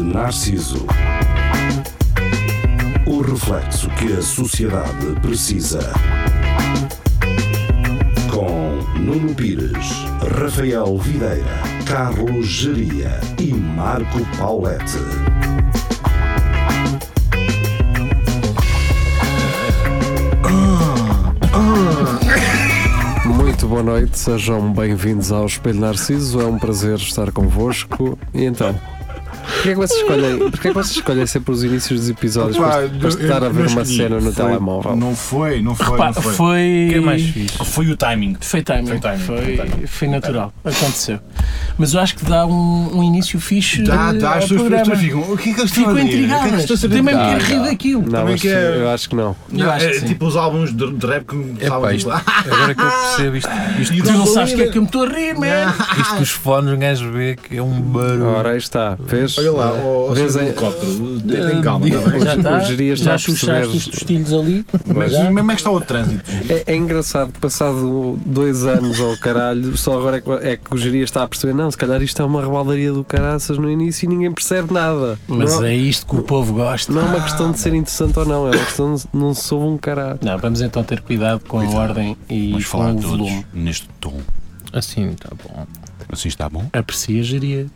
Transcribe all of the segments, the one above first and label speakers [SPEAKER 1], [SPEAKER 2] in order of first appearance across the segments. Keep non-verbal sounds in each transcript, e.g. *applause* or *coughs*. [SPEAKER 1] Narciso. O reflexo que a sociedade precisa. Com Nuno Pires, Rafael Videira, Carlos Geria e Marco Paulette.
[SPEAKER 2] Muito boa noite, sejam bem-vindos ao Espelho Narciso, é um prazer estar convosco. E então, porquê é que vocês escolhem, porquê é que vocês escolhem sempre os inícios dos episódios
[SPEAKER 3] Opa,
[SPEAKER 2] para,
[SPEAKER 3] eu-
[SPEAKER 2] para estar a
[SPEAKER 3] eu
[SPEAKER 2] ver
[SPEAKER 3] não
[SPEAKER 2] uma
[SPEAKER 3] escolhi.
[SPEAKER 2] cena no
[SPEAKER 3] Foi-
[SPEAKER 2] telemóvel?
[SPEAKER 3] Não foi, não foi,
[SPEAKER 4] Pá,
[SPEAKER 3] não foi.
[SPEAKER 4] foi.
[SPEAKER 5] que é mais fixe?
[SPEAKER 3] Foi o timing.
[SPEAKER 4] Foi timing.
[SPEAKER 3] Foi
[SPEAKER 4] Foi,
[SPEAKER 3] timing, foi timing.
[SPEAKER 4] foi natural. Aconteceu. Mas eu acho que dá um, um início fixe.
[SPEAKER 3] Dá, dá,
[SPEAKER 4] ao
[SPEAKER 3] as pessoas, as
[SPEAKER 4] programa.
[SPEAKER 3] pessoas ficam. O que é que eles estão
[SPEAKER 4] Ficam
[SPEAKER 3] a dizer? O que é que
[SPEAKER 4] intrigadas.
[SPEAKER 3] eles estão a
[SPEAKER 4] Também me
[SPEAKER 3] dizer?
[SPEAKER 4] quero rir daquilo.
[SPEAKER 2] Não,
[SPEAKER 3] Também
[SPEAKER 2] acho,
[SPEAKER 3] que é-
[SPEAKER 2] eu acho que não.
[SPEAKER 4] Eu acho que
[SPEAKER 3] é,
[SPEAKER 4] sim.
[SPEAKER 3] tipo os álbuns de de rap que começavam
[SPEAKER 5] Epá,
[SPEAKER 3] a
[SPEAKER 5] isto- Agora que eu
[SPEAKER 3] *laughs*
[SPEAKER 5] percebo isto, isto,
[SPEAKER 4] Tu não sabes o que é que eu me estou a rir, man.
[SPEAKER 5] isto dos fones, um gajo vê que é um barulho.
[SPEAKER 2] Ora, aí está, vês?
[SPEAKER 3] Olha lá, ó, ó,
[SPEAKER 2] Vês
[SPEAKER 3] senhor
[SPEAKER 2] em-
[SPEAKER 3] helicóptero, tem
[SPEAKER 4] Eh,
[SPEAKER 3] tem calma, está bem?
[SPEAKER 4] Já está.
[SPEAKER 2] o geria está a
[SPEAKER 4] Já
[SPEAKER 2] perceber.
[SPEAKER 4] chuchaste os tostilhos ali.
[SPEAKER 3] Mas
[SPEAKER 4] Já.
[SPEAKER 3] como é que está o trânsito?
[SPEAKER 2] É, é engraçado que passado dois anos ao caralho, só agora é que, é que o geria está a perceber, não, se calhar isto é uma rebaldaria do caraças no início e ninguém percebe nada.
[SPEAKER 4] Mas
[SPEAKER 2] não,
[SPEAKER 4] é isto que o povo gosta.
[SPEAKER 2] não é uma questão de ser interessante ou não, é uma questão de não sou um caralho.
[SPEAKER 4] Não, vamos então ter cuidado com a ordem e
[SPEAKER 6] Vamos
[SPEAKER 4] com
[SPEAKER 6] falar
[SPEAKER 4] o
[SPEAKER 6] todos
[SPEAKER 4] volume.
[SPEAKER 6] neste tom.
[SPEAKER 5] Assim, tá bom.
[SPEAKER 6] Assim está bom?
[SPEAKER 4] Aprecia, geria.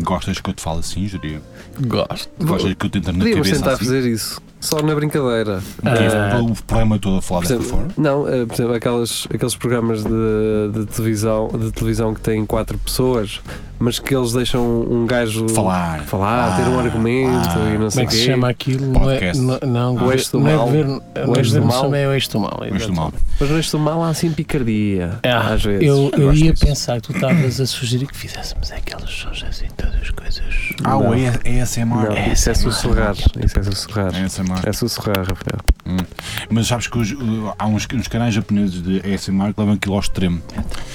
[SPEAKER 6] Gostas que eu te falo assim, Júlio?
[SPEAKER 5] Gosto.
[SPEAKER 6] Gostas que eu te entre na
[SPEAKER 2] Podíamos
[SPEAKER 6] cabeça
[SPEAKER 2] tentar
[SPEAKER 6] assim?
[SPEAKER 2] fazer isso, só na brincadeira.
[SPEAKER 4] Ah,
[SPEAKER 6] O problema todo a falar
[SPEAKER 2] Por
[SPEAKER 6] desta
[SPEAKER 2] exemplo,
[SPEAKER 6] forma?
[SPEAKER 2] não, eh, por exemplo, aquelas, aqueles programas de, de televisão, de televisão que têm quatro pessoas, mas que eles deixam um gajo
[SPEAKER 6] Falar.
[SPEAKER 2] falar, ter um
[SPEAKER 6] Ah,
[SPEAKER 2] argumento
[SPEAKER 6] ah.
[SPEAKER 2] e não
[SPEAKER 4] Como
[SPEAKER 2] sei
[SPEAKER 4] é que se
[SPEAKER 2] quê.
[SPEAKER 4] chama aquilo? Não é-
[SPEAKER 6] Podcast.
[SPEAKER 4] não- Não,
[SPEAKER 2] O Eixo do
[SPEAKER 4] não é
[SPEAKER 2] Mal.
[SPEAKER 4] governo-
[SPEAKER 2] O
[SPEAKER 4] não é
[SPEAKER 2] Eixo do
[SPEAKER 4] governo,
[SPEAKER 2] Mal.
[SPEAKER 4] só é o eixo do mal.
[SPEAKER 6] Mas do mal.
[SPEAKER 2] Mas neste mal há assim picardia,
[SPEAKER 4] Ah,
[SPEAKER 2] às vezes.
[SPEAKER 4] Eu, eu
[SPEAKER 6] gosto
[SPEAKER 4] ia
[SPEAKER 6] disso.
[SPEAKER 4] pensar que tu estavas a sugerir que fizéssemos aquelas sons assim, todas as coisas.
[SPEAKER 6] Ah, o A- ASMR.
[SPEAKER 2] Não,
[SPEAKER 6] É.
[SPEAKER 2] isso é sussurrar. Isso é sussurrar.
[SPEAKER 6] ASMR.
[SPEAKER 2] É sussurrar, Rafael.
[SPEAKER 6] Mas sabes que os- uh, há uns, uns canais japoneses de ASMR que levam aquilo ao extremo.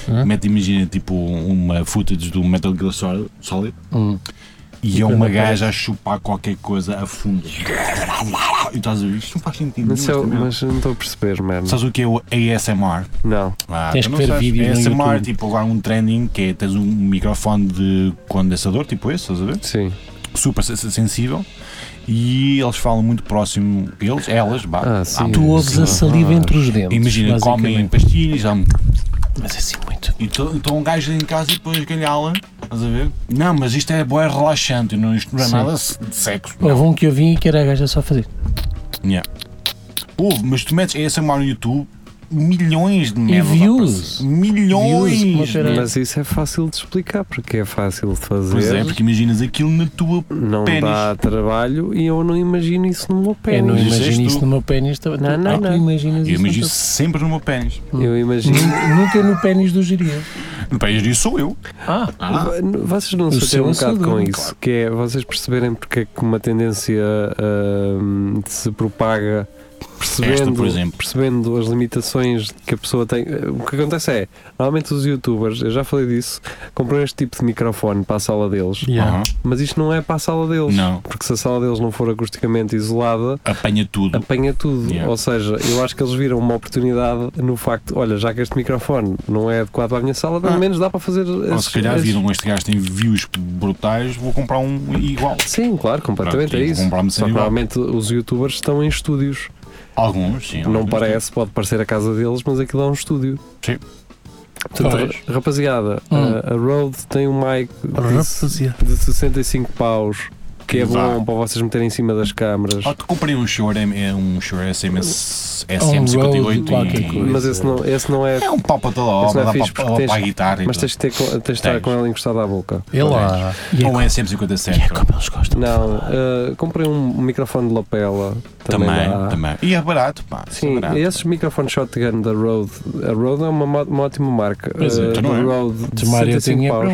[SPEAKER 5] Hum?
[SPEAKER 6] Mete, imagina, tipo uma footage do Metal Gear Solid- Solid
[SPEAKER 4] Hum.
[SPEAKER 6] e é uma gaja a chupar qualquer coisa a fundo. E estás a ver? Isto não faz sentido.
[SPEAKER 2] Mas,
[SPEAKER 6] nenhum,
[SPEAKER 2] eu,
[SPEAKER 6] esta merda.
[SPEAKER 2] mas eu não estou a perceber, mano.
[SPEAKER 6] Sabes o que é o ASMR?
[SPEAKER 2] Não.
[SPEAKER 6] Ah,
[SPEAKER 4] Tens
[SPEAKER 6] tu
[SPEAKER 4] que
[SPEAKER 6] não
[SPEAKER 4] ver
[SPEAKER 6] sabes.
[SPEAKER 4] vídeos no
[SPEAKER 6] ASMR,
[SPEAKER 4] YouTube.
[SPEAKER 6] tipo agora um trending que é tens um microfone de condensador, tipo esse, estás a ver?
[SPEAKER 2] Sim.
[SPEAKER 6] Super sen- sensível e eles falam muito próximo eles, elas, bah.
[SPEAKER 2] Ah, sim.
[SPEAKER 4] Tu ouves a saliva entre os dentes.
[SPEAKER 6] Imagina, comem
[SPEAKER 4] basicamente.
[SPEAKER 6] pastilhas há-
[SPEAKER 4] Mas assim muito.
[SPEAKER 6] e estão um gajo em casa e depois galhala, estás a ver? Não, mas isto é boé relaxante, não, isto não é
[SPEAKER 4] Sim.
[SPEAKER 6] nada se- de sexo. é
[SPEAKER 4] Houve um que eu vim e que era a gaja só a fazer.
[SPEAKER 6] Yeah. Houve, mas tu metes ASMR no YouTube, milhões de merdas a
[SPEAKER 4] views.
[SPEAKER 6] aparecer. Milhões!
[SPEAKER 4] Views, como era-
[SPEAKER 2] Mas isso é fácil de explicar, porque é fácil de fazer.
[SPEAKER 6] Pois é, porque imaginas aquilo na tua
[SPEAKER 2] não
[SPEAKER 6] pênis. É
[SPEAKER 2] dá trabalho e eu não imagino isso no meu
[SPEAKER 4] Eu não
[SPEAKER 2] pênis.
[SPEAKER 6] disseste
[SPEAKER 4] imagino isso
[SPEAKER 6] tu.
[SPEAKER 4] no meu pênis. Não,
[SPEAKER 2] Não, não, não.
[SPEAKER 4] Imaginas
[SPEAKER 6] Eu
[SPEAKER 4] isso no
[SPEAKER 6] imagino sempre no meu pênis.
[SPEAKER 2] Eu
[SPEAKER 4] teu-
[SPEAKER 2] *laughs*
[SPEAKER 6] Hum.
[SPEAKER 2] imagino.
[SPEAKER 4] Nun- Nunca no pênis do geria.
[SPEAKER 6] No pênis disso sou eu.
[SPEAKER 4] Ah,
[SPEAKER 2] V- Vocês não
[SPEAKER 4] O
[SPEAKER 2] se
[SPEAKER 4] seu
[SPEAKER 2] chateam um bocado com
[SPEAKER 4] saludo,
[SPEAKER 2] isso, que é vocês perceberem porque é que uma tendência ahm, se propaga percebendo,
[SPEAKER 6] Esta, por exemplo.
[SPEAKER 2] percebendo as limitações que a pessoa tem. O que acontece é, normalmente os youtubers, eu já falei disso, compram este tipo de microfone para a sala deles,
[SPEAKER 5] Yeah.
[SPEAKER 6] Aham.
[SPEAKER 2] mas isto não é para a sala deles.
[SPEAKER 6] Não.
[SPEAKER 2] Porque se a sala deles não for acusticamente isolada,
[SPEAKER 6] Apanha tudo.
[SPEAKER 2] apanha tudo.
[SPEAKER 6] Yeah.
[SPEAKER 2] Ou seja, eu acho que eles viram uma oportunidade no facto, olha, já que este microfone não é adequado à minha sala, pelo
[SPEAKER 6] Ah.
[SPEAKER 2] menos dá para fazer.
[SPEAKER 6] Ou
[SPEAKER 2] esses-
[SPEAKER 6] se calhar
[SPEAKER 2] esses-
[SPEAKER 6] viram este gajo tem views brutais, vou comprar um igual.
[SPEAKER 2] Sim, claro, completamente
[SPEAKER 6] Pronto,
[SPEAKER 2] é
[SPEAKER 6] e um
[SPEAKER 2] isso.
[SPEAKER 6] comprar-me
[SPEAKER 2] Só que
[SPEAKER 6] sempre igual.
[SPEAKER 2] normalmente os youtubers estão em estúdios.
[SPEAKER 6] Alguns, sim.
[SPEAKER 2] não
[SPEAKER 6] alguns.
[SPEAKER 2] parece, pode parecer a casa deles, mas aquilo é um estúdio.
[SPEAKER 6] Sim.
[SPEAKER 2] Portanto,
[SPEAKER 4] Pois.
[SPEAKER 2] ra- rapaziada,
[SPEAKER 4] Hum.
[SPEAKER 2] a, a Rode tem um mic de,
[SPEAKER 5] Rapaziada.
[SPEAKER 2] de 65 paus que é
[SPEAKER 6] Vá.
[SPEAKER 2] bom para vocês meterem em cima das câmaras.
[SPEAKER 6] Ou te comprei um Shure, é é um Shure SMS,
[SPEAKER 4] Road, É um qualquer
[SPEAKER 6] SM58
[SPEAKER 4] coisa.
[SPEAKER 2] Mas esse não, esse não é.
[SPEAKER 6] e... É um papo toda
[SPEAKER 2] Esse não é
[SPEAKER 6] obra, dá
[SPEAKER 2] fixe,
[SPEAKER 6] para,
[SPEAKER 2] porque
[SPEAKER 6] dá para a
[SPEAKER 2] tens-
[SPEAKER 6] guitarra e
[SPEAKER 2] Mas
[SPEAKER 6] tudo.
[SPEAKER 2] tens de, ter, co- tens de estar
[SPEAKER 6] é. Tens.
[SPEAKER 2] com ela encostada à boca.
[SPEAKER 5] E lá.
[SPEAKER 4] e é,
[SPEAKER 6] Ou um
[SPEAKER 4] co- e é
[SPEAKER 6] SM57.
[SPEAKER 4] como eles gostam. de
[SPEAKER 2] Não,
[SPEAKER 4] falar.
[SPEAKER 2] eh, comprei um microfone de lapela. Também, dá.
[SPEAKER 6] Também, também. E é barato, pá. isso é
[SPEAKER 2] Sim,
[SPEAKER 6] barato.
[SPEAKER 2] esses microfones shotgun da Rode, a Rode é uma, mo- uma ótima marca.
[SPEAKER 4] Pois é,
[SPEAKER 2] Eh,
[SPEAKER 6] então não
[SPEAKER 2] da
[SPEAKER 6] é.
[SPEAKER 2] Rode de
[SPEAKER 4] Tomar eu
[SPEAKER 2] 65
[SPEAKER 4] tinha para
[SPEAKER 2] paus.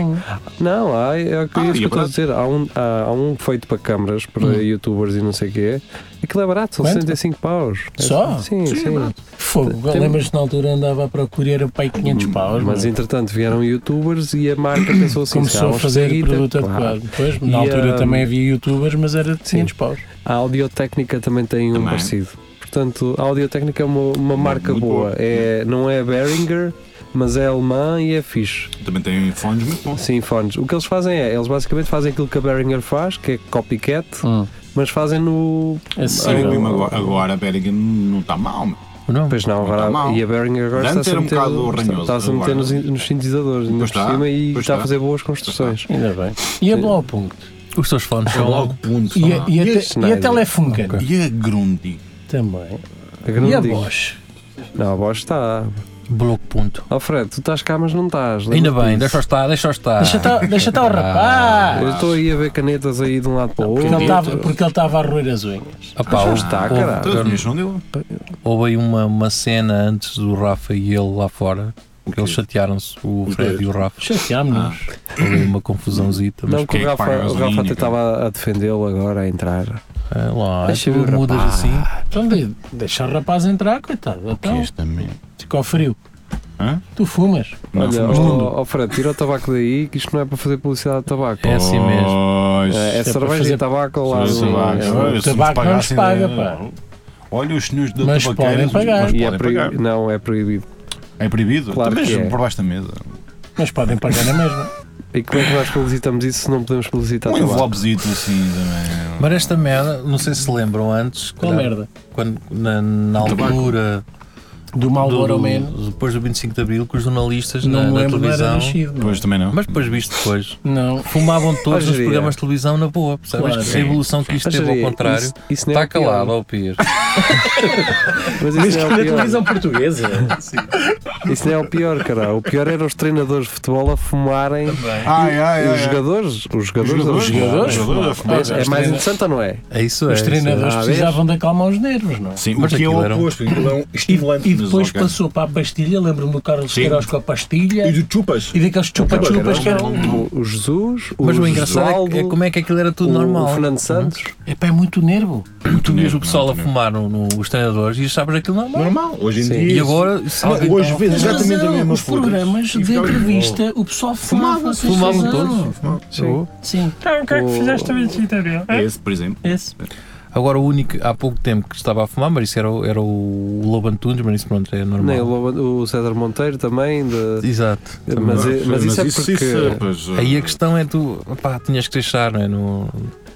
[SPEAKER 4] um.
[SPEAKER 2] Não, há, é o que
[SPEAKER 6] Ah,
[SPEAKER 2] isso
[SPEAKER 6] e
[SPEAKER 2] que eu
[SPEAKER 6] é
[SPEAKER 2] estou a
[SPEAKER 6] barato.
[SPEAKER 2] dizer. Há um, há, há um feito para câmaras, para
[SPEAKER 4] Hum.
[SPEAKER 2] youtubers e não sei o quê. Aquilo é barato, são
[SPEAKER 4] Quanto?
[SPEAKER 2] 65 paus. É-
[SPEAKER 4] Só?
[SPEAKER 2] Sim, sim.
[SPEAKER 4] Fogo,
[SPEAKER 2] Tem- Hum,
[SPEAKER 4] lembras-te na altura andava a procurar era pai 500 paus, é?
[SPEAKER 2] Mas
[SPEAKER 4] mano.
[SPEAKER 2] entretanto vieram youtubers e a marca *coughs* pensou assim: "Se há
[SPEAKER 4] começou a
[SPEAKER 2] uns
[SPEAKER 4] fazer
[SPEAKER 2] guita,
[SPEAKER 4] produto
[SPEAKER 2] claro."
[SPEAKER 4] adequado. Depois, na
[SPEAKER 2] E,
[SPEAKER 4] altura
[SPEAKER 2] hum,
[SPEAKER 4] também havia youtubers, mas era de 500 paus.
[SPEAKER 2] A Audiotécnica também tem um
[SPEAKER 6] Também.
[SPEAKER 2] parecido. Portanto, a Audiotécnica é uma, uma marca
[SPEAKER 6] muito
[SPEAKER 2] boa. É, não é Behringer, mas é alemã e é fixe.
[SPEAKER 6] Também tem fones muito bons.
[SPEAKER 2] Sim, fones. O que eles fazem é, eles basicamente fazem aquilo que a Behringer faz, que é copycat,
[SPEAKER 5] Hum.
[SPEAKER 4] É
[SPEAKER 2] mas fazem no.
[SPEAKER 6] Sim,
[SPEAKER 2] Sim.
[SPEAKER 6] mesmo agora, agora a Bellingham não está mal. meu.
[SPEAKER 5] Não.
[SPEAKER 2] Pois não,
[SPEAKER 6] Não
[SPEAKER 2] agora.
[SPEAKER 6] tá mal.
[SPEAKER 2] e a Behringer agora
[SPEAKER 6] Antes
[SPEAKER 2] está-se a
[SPEAKER 6] era um
[SPEAKER 2] meter,
[SPEAKER 6] bocado ranhoso,
[SPEAKER 2] está a meter
[SPEAKER 6] agora
[SPEAKER 2] nos,
[SPEAKER 6] não.
[SPEAKER 2] nos sintetizadores, ainda
[SPEAKER 6] Pois
[SPEAKER 2] por
[SPEAKER 6] está,
[SPEAKER 2] cima, e
[SPEAKER 6] pois tá.
[SPEAKER 2] está a
[SPEAKER 6] está.
[SPEAKER 2] fazer boas construções.
[SPEAKER 4] Ainda bem. E é a Blaupunkt?
[SPEAKER 5] Os teus fones
[SPEAKER 3] É
[SPEAKER 5] são
[SPEAKER 3] logo
[SPEAKER 5] logo.
[SPEAKER 3] ponto.
[SPEAKER 4] E
[SPEAKER 3] vá.
[SPEAKER 4] a, e a,
[SPEAKER 2] E a
[SPEAKER 4] te- e
[SPEAKER 2] Schneider?
[SPEAKER 4] a Telefunken?
[SPEAKER 6] E a Grundy?
[SPEAKER 4] Também.
[SPEAKER 2] É que não
[SPEAKER 4] e a
[SPEAKER 2] digo.
[SPEAKER 4] Bosch?
[SPEAKER 2] Não, a Bosch está.
[SPEAKER 5] Bloco ponto.
[SPEAKER 2] Alfredo, tu estás cá, mas não estás.
[SPEAKER 5] Ainda
[SPEAKER 2] lembra-te
[SPEAKER 5] bem,
[SPEAKER 2] disso.
[SPEAKER 5] deixa estar, deixa
[SPEAKER 2] Ah.
[SPEAKER 5] estar.
[SPEAKER 4] Deixa estar deixa estar o rapaz!
[SPEAKER 2] Eu estou aí a ver canetas aí de um lado para o
[SPEAKER 4] Porque
[SPEAKER 2] outro.
[SPEAKER 4] ele tava- porque ele estava a roer as unhas.
[SPEAKER 5] Ah, pá,
[SPEAKER 2] Já
[SPEAKER 5] houve-
[SPEAKER 2] está,
[SPEAKER 5] houve-
[SPEAKER 2] caralho.
[SPEAKER 6] Todas as minhas são dele.
[SPEAKER 5] Houve aí uma, uma cena antes do Rafa e ele lá fora. Porque
[SPEAKER 6] quê?
[SPEAKER 5] eles chatearam-se, o Fred e o Rafa.
[SPEAKER 4] Chateámos-nos.
[SPEAKER 2] Ah.
[SPEAKER 5] Houve aí uma confusãozita. Mas
[SPEAKER 2] Não, que o
[SPEAKER 6] quem é que
[SPEAKER 2] Rafa,
[SPEAKER 6] paga a
[SPEAKER 2] o Rafa até
[SPEAKER 6] gasolina, cara?
[SPEAKER 2] estava a defendê-lo agora, a entrar.
[SPEAKER 5] é lá,
[SPEAKER 2] Deixa
[SPEAKER 5] tu
[SPEAKER 2] ver o
[SPEAKER 5] mudas
[SPEAKER 2] rapaz.
[SPEAKER 5] assim.
[SPEAKER 4] Então de- deixa o rapaz entrar, coitado. Então,
[SPEAKER 6] Este também.
[SPEAKER 4] ficou frio.
[SPEAKER 6] Hã?
[SPEAKER 4] Tu fumas.
[SPEAKER 6] Não,
[SPEAKER 2] Olha,
[SPEAKER 6] fomos
[SPEAKER 2] ó,
[SPEAKER 6] mundo.
[SPEAKER 2] ó, Fred, tira o tabaco daí, que isto não é para fazer publicidade de tabaco.
[SPEAKER 5] É assim mesmo.
[SPEAKER 6] Pois.
[SPEAKER 2] É, é
[SPEAKER 4] para
[SPEAKER 2] cerveja
[SPEAKER 4] fazer-
[SPEAKER 2] e tabaco lá.
[SPEAKER 6] Sim,
[SPEAKER 2] no-
[SPEAKER 6] tabaco,
[SPEAKER 2] é-
[SPEAKER 6] olha,
[SPEAKER 4] o
[SPEAKER 6] se nos
[SPEAKER 4] tabaco não nos
[SPEAKER 6] pagassem,
[SPEAKER 4] paga,
[SPEAKER 6] é,
[SPEAKER 4] pá.
[SPEAKER 6] Olha os senhores da
[SPEAKER 4] Mas
[SPEAKER 6] tabaqueira,
[SPEAKER 4] podem pagar.
[SPEAKER 6] mas
[SPEAKER 2] E é
[SPEAKER 6] podem
[SPEAKER 2] proibido.
[SPEAKER 6] pagar.
[SPEAKER 2] Não, é proibido.
[SPEAKER 6] É proibido?
[SPEAKER 2] Claro
[SPEAKER 6] Também
[SPEAKER 2] que é.
[SPEAKER 6] por baixo da mesa.
[SPEAKER 4] Mas podem pagar na mesma.
[SPEAKER 2] E como é que nós publicitamos isso se não podemos publicitar
[SPEAKER 6] Um
[SPEAKER 2] tabaco?
[SPEAKER 6] envelopezito assim também.
[SPEAKER 5] Mas esta merda, não sei se lembram antes,
[SPEAKER 4] Qual
[SPEAKER 5] calhar,
[SPEAKER 4] merda?
[SPEAKER 5] quando na, na altura
[SPEAKER 4] Do mal
[SPEAKER 5] do-
[SPEAKER 4] do,
[SPEAKER 5] do-
[SPEAKER 4] menos.
[SPEAKER 5] depois do 25 de Abril, que os jornalistas
[SPEAKER 4] Não
[SPEAKER 5] na,
[SPEAKER 4] me
[SPEAKER 5] na
[SPEAKER 4] lembro, não era
[SPEAKER 5] televisão.
[SPEAKER 4] nascido. não. é?
[SPEAKER 6] Pois também não.
[SPEAKER 5] Mas depois visto depois.
[SPEAKER 4] Não.
[SPEAKER 5] Fumavam todos
[SPEAKER 2] Hoje
[SPEAKER 5] os
[SPEAKER 2] em dia.
[SPEAKER 5] programas de televisão na boa, percebes?
[SPEAKER 4] Claro.
[SPEAKER 5] Que a evolução que isto
[SPEAKER 2] Mas,
[SPEAKER 5] teve
[SPEAKER 2] Jair,
[SPEAKER 5] ao contrário.
[SPEAKER 2] isso- isso nem é
[SPEAKER 5] Está
[SPEAKER 2] o pior.
[SPEAKER 5] calado ao Pias.
[SPEAKER 2] Mas isso não é o pior.
[SPEAKER 4] portuguesa.
[SPEAKER 2] Isso não é o pior, cara. O pior era os treinadores de futebol a fumarem.
[SPEAKER 6] Ai, ai, ai.
[SPEAKER 2] os jogadores, os jogadores,
[SPEAKER 6] Os
[SPEAKER 2] a fumar.
[SPEAKER 6] jogadores? Os jogadores?
[SPEAKER 2] É mais interessante ou não é?
[SPEAKER 5] É isso, é.
[SPEAKER 4] Os
[SPEAKER 5] isso é.
[SPEAKER 4] treinadores
[SPEAKER 2] Ah,
[SPEAKER 4] precisavam de acalmar os nervos, não?
[SPEAKER 6] Sim,
[SPEAKER 5] Mas
[SPEAKER 6] o que é
[SPEAKER 5] aquilo
[SPEAKER 6] o
[SPEAKER 5] era um-
[SPEAKER 6] oposto.
[SPEAKER 3] Posto, aquilo é um estimulante.
[SPEAKER 4] E depois
[SPEAKER 6] ok.
[SPEAKER 4] passou para a pastilha. Lembro-me do Carlos
[SPEAKER 6] Sim.
[SPEAKER 4] Queiroz com a pastilha
[SPEAKER 3] E do chupas.
[SPEAKER 4] e daqueles chupa-chupas que eram. um-
[SPEAKER 2] O, o Jesus, o
[SPEAKER 5] Mas o
[SPEAKER 2] Josualdo,
[SPEAKER 5] engraçado é, que- é como é que aquilo era tudo
[SPEAKER 2] o,
[SPEAKER 5] normal.
[SPEAKER 2] o
[SPEAKER 4] Uhum.
[SPEAKER 2] Fernando Santos. né,
[SPEAKER 4] Epá, é muito nervo.
[SPEAKER 5] Tu vias
[SPEAKER 6] Não,
[SPEAKER 5] o pessoal
[SPEAKER 6] não,
[SPEAKER 5] a
[SPEAKER 6] não.
[SPEAKER 5] fumar no, no- os treinadores e achavas aquilo normal.
[SPEAKER 3] Normal, hoje em
[SPEAKER 2] Sim.
[SPEAKER 3] dia.
[SPEAKER 5] E agora, se
[SPEAKER 3] Não,
[SPEAKER 5] alguém-
[SPEAKER 6] então,
[SPEAKER 5] tá-
[SPEAKER 3] hoje vês exatamente a
[SPEAKER 4] Razão,
[SPEAKER 3] mesma
[SPEAKER 4] Os
[SPEAKER 3] foto.
[SPEAKER 4] programas
[SPEAKER 3] E
[SPEAKER 4] de
[SPEAKER 3] ficava-
[SPEAKER 4] entrevista, o pessoal fumava. vocês
[SPEAKER 5] Fumavam
[SPEAKER 4] fizeram.
[SPEAKER 5] todos.
[SPEAKER 2] Sim.
[SPEAKER 4] Sim. Então, o que
[SPEAKER 2] é que O- fizeste a
[SPEAKER 4] 25 de abril?
[SPEAKER 6] É esse, por exemplo.
[SPEAKER 4] Esse.
[SPEAKER 5] Agora, o único, há pouco tempo que estava a fumar, mas isso era, o- era o Lobo Antunes, mas isso pronto, é normal.
[SPEAKER 2] Nem o, Lobo- o César Monteiro também. de-
[SPEAKER 5] Exato.
[SPEAKER 2] mas, é- mas isso é porque.
[SPEAKER 6] pois, eh,
[SPEAKER 5] Aí a questão é tu, pá, tinhas que deixar, não é? No,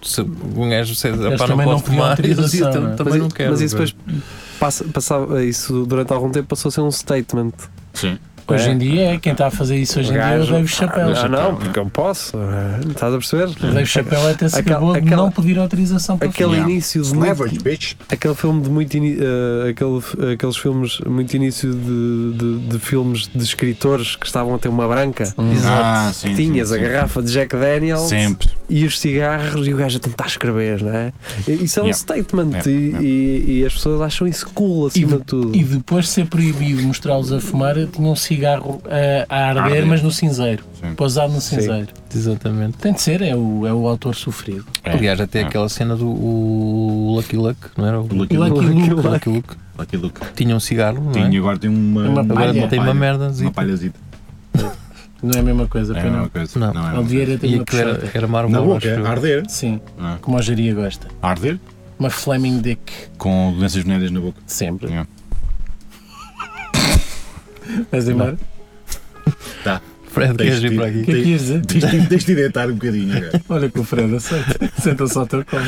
[SPEAKER 5] se um gajo se,
[SPEAKER 4] Eles
[SPEAKER 5] pá, não
[SPEAKER 4] também não
[SPEAKER 5] pode
[SPEAKER 4] pediam
[SPEAKER 5] fumar, e eles
[SPEAKER 4] autorização, não é?
[SPEAKER 5] tam- também
[SPEAKER 2] mas,
[SPEAKER 5] não quero.
[SPEAKER 2] mas isso
[SPEAKER 5] não é?
[SPEAKER 2] depois passa- passava, isso durante algum tempo passou a ser um statement.
[SPEAKER 6] Sim.
[SPEAKER 4] Hoje em dia é quem está a fazer isso hoje em dia é o
[SPEAKER 2] Gajo.
[SPEAKER 4] Dave Chapéu.
[SPEAKER 2] Ah, não, porque eu posso. ah, Estás a perceber?
[SPEAKER 4] O Dave Chapéu até se
[SPEAKER 2] Aquela-
[SPEAKER 4] acabou de
[SPEAKER 2] aquela-
[SPEAKER 4] não pedir autorização para
[SPEAKER 2] Aquele
[SPEAKER 6] Yeah.
[SPEAKER 2] início de muito-
[SPEAKER 3] Leverage, bitch.
[SPEAKER 2] aquele filme de muito ini- eh, aquele, f- aqueles filmes muito início de, de- de filmes de escritores que estavam a ter uma branca.
[SPEAKER 4] Uhum.
[SPEAKER 6] Ah, sim.
[SPEAKER 2] Tinhas
[SPEAKER 6] sim,
[SPEAKER 2] a
[SPEAKER 6] sim.
[SPEAKER 2] garrafa de Jack Daniels
[SPEAKER 6] Sempre.
[SPEAKER 2] e os cigarros e o gajo a tentar escrever, não é? E- Isso é um
[SPEAKER 6] Yeah.
[SPEAKER 2] statement
[SPEAKER 6] Yeah,
[SPEAKER 2] e,
[SPEAKER 6] yeah.
[SPEAKER 2] e- e as pessoas acham isso cool acima de tudo.
[SPEAKER 4] E depois de ser proibido mostrá-los a fumar, tinha um cigarro eh, a, arder,
[SPEAKER 6] Arder.
[SPEAKER 4] mas no cinzeiro.
[SPEAKER 6] Sim.
[SPEAKER 4] Pousado no
[SPEAKER 2] Sim.
[SPEAKER 4] cinzeiro.
[SPEAKER 5] Exatamente.
[SPEAKER 4] Tem de ser, é o, é o autor sofrido.
[SPEAKER 6] É.
[SPEAKER 5] Aliás, até
[SPEAKER 6] É.
[SPEAKER 5] aquela cena do o Lucky Luck, não era? O
[SPEAKER 6] Lucky
[SPEAKER 4] E lá
[SPEAKER 6] Luke.
[SPEAKER 4] aquilo
[SPEAKER 2] Lucky Luke.
[SPEAKER 5] Lucky Luke.
[SPEAKER 6] Lucky Luke.
[SPEAKER 5] Tinha um cigarro, não é?
[SPEAKER 6] Tinha, agora tem uma.
[SPEAKER 4] Uma palha.
[SPEAKER 2] Ah, é.
[SPEAKER 5] Agora tem uma
[SPEAKER 6] palha.
[SPEAKER 5] merda.
[SPEAKER 6] Uma
[SPEAKER 5] zita.
[SPEAKER 6] palhazita.
[SPEAKER 4] não é a mesma coisa,
[SPEAKER 6] É a
[SPEAKER 4] pois
[SPEAKER 6] mesma
[SPEAKER 4] não.
[SPEAKER 6] coisa.
[SPEAKER 5] Não.
[SPEAKER 6] é a
[SPEAKER 4] Ele
[SPEAKER 6] mesma
[SPEAKER 4] devia ter
[SPEAKER 5] E
[SPEAKER 4] uma
[SPEAKER 5] aquilo era,
[SPEAKER 4] peixota.
[SPEAKER 5] era Marvel.
[SPEAKER 3] Na boca,
[SPEAKER 5] acho eu.
[SPEAKER 3] a arder.
[SPEAKER 4] Sim,
[SPEAKER 6] coisa.
[SPEAKER 4] como a Jaria gosta.
[SPEAKER 6] Ah. Arder?
[SPEAKER 4] Uma Fleming Dick,
[SPEAKER 6] Com doenças venéreas na boca.
[SPEAKER 4] sempre.
[SPEAKER 6] Yeah.
[SPEAKER 4] *laughs* Mas embora.
[SPEAKER 5] Fred,
[SPEAKER 3] Tens
[SPEAKER 5] queres
[SPEAKER 3] de-
[SPEAKER 5] vir para
[SPEAKER 4] O
[SPEAKER 5] aqui?
[SPEAKER 4] que é que ias
[SPEAKER 3] *laughs*
[SPEAKER 4] dizer?
[SPEAKER 3] Tens de- tens de identar um bocadinho agora.
[SPEAKER 4] *laughs* Olha que o Fred aceita. *laughs* Senta-se ao teu colo.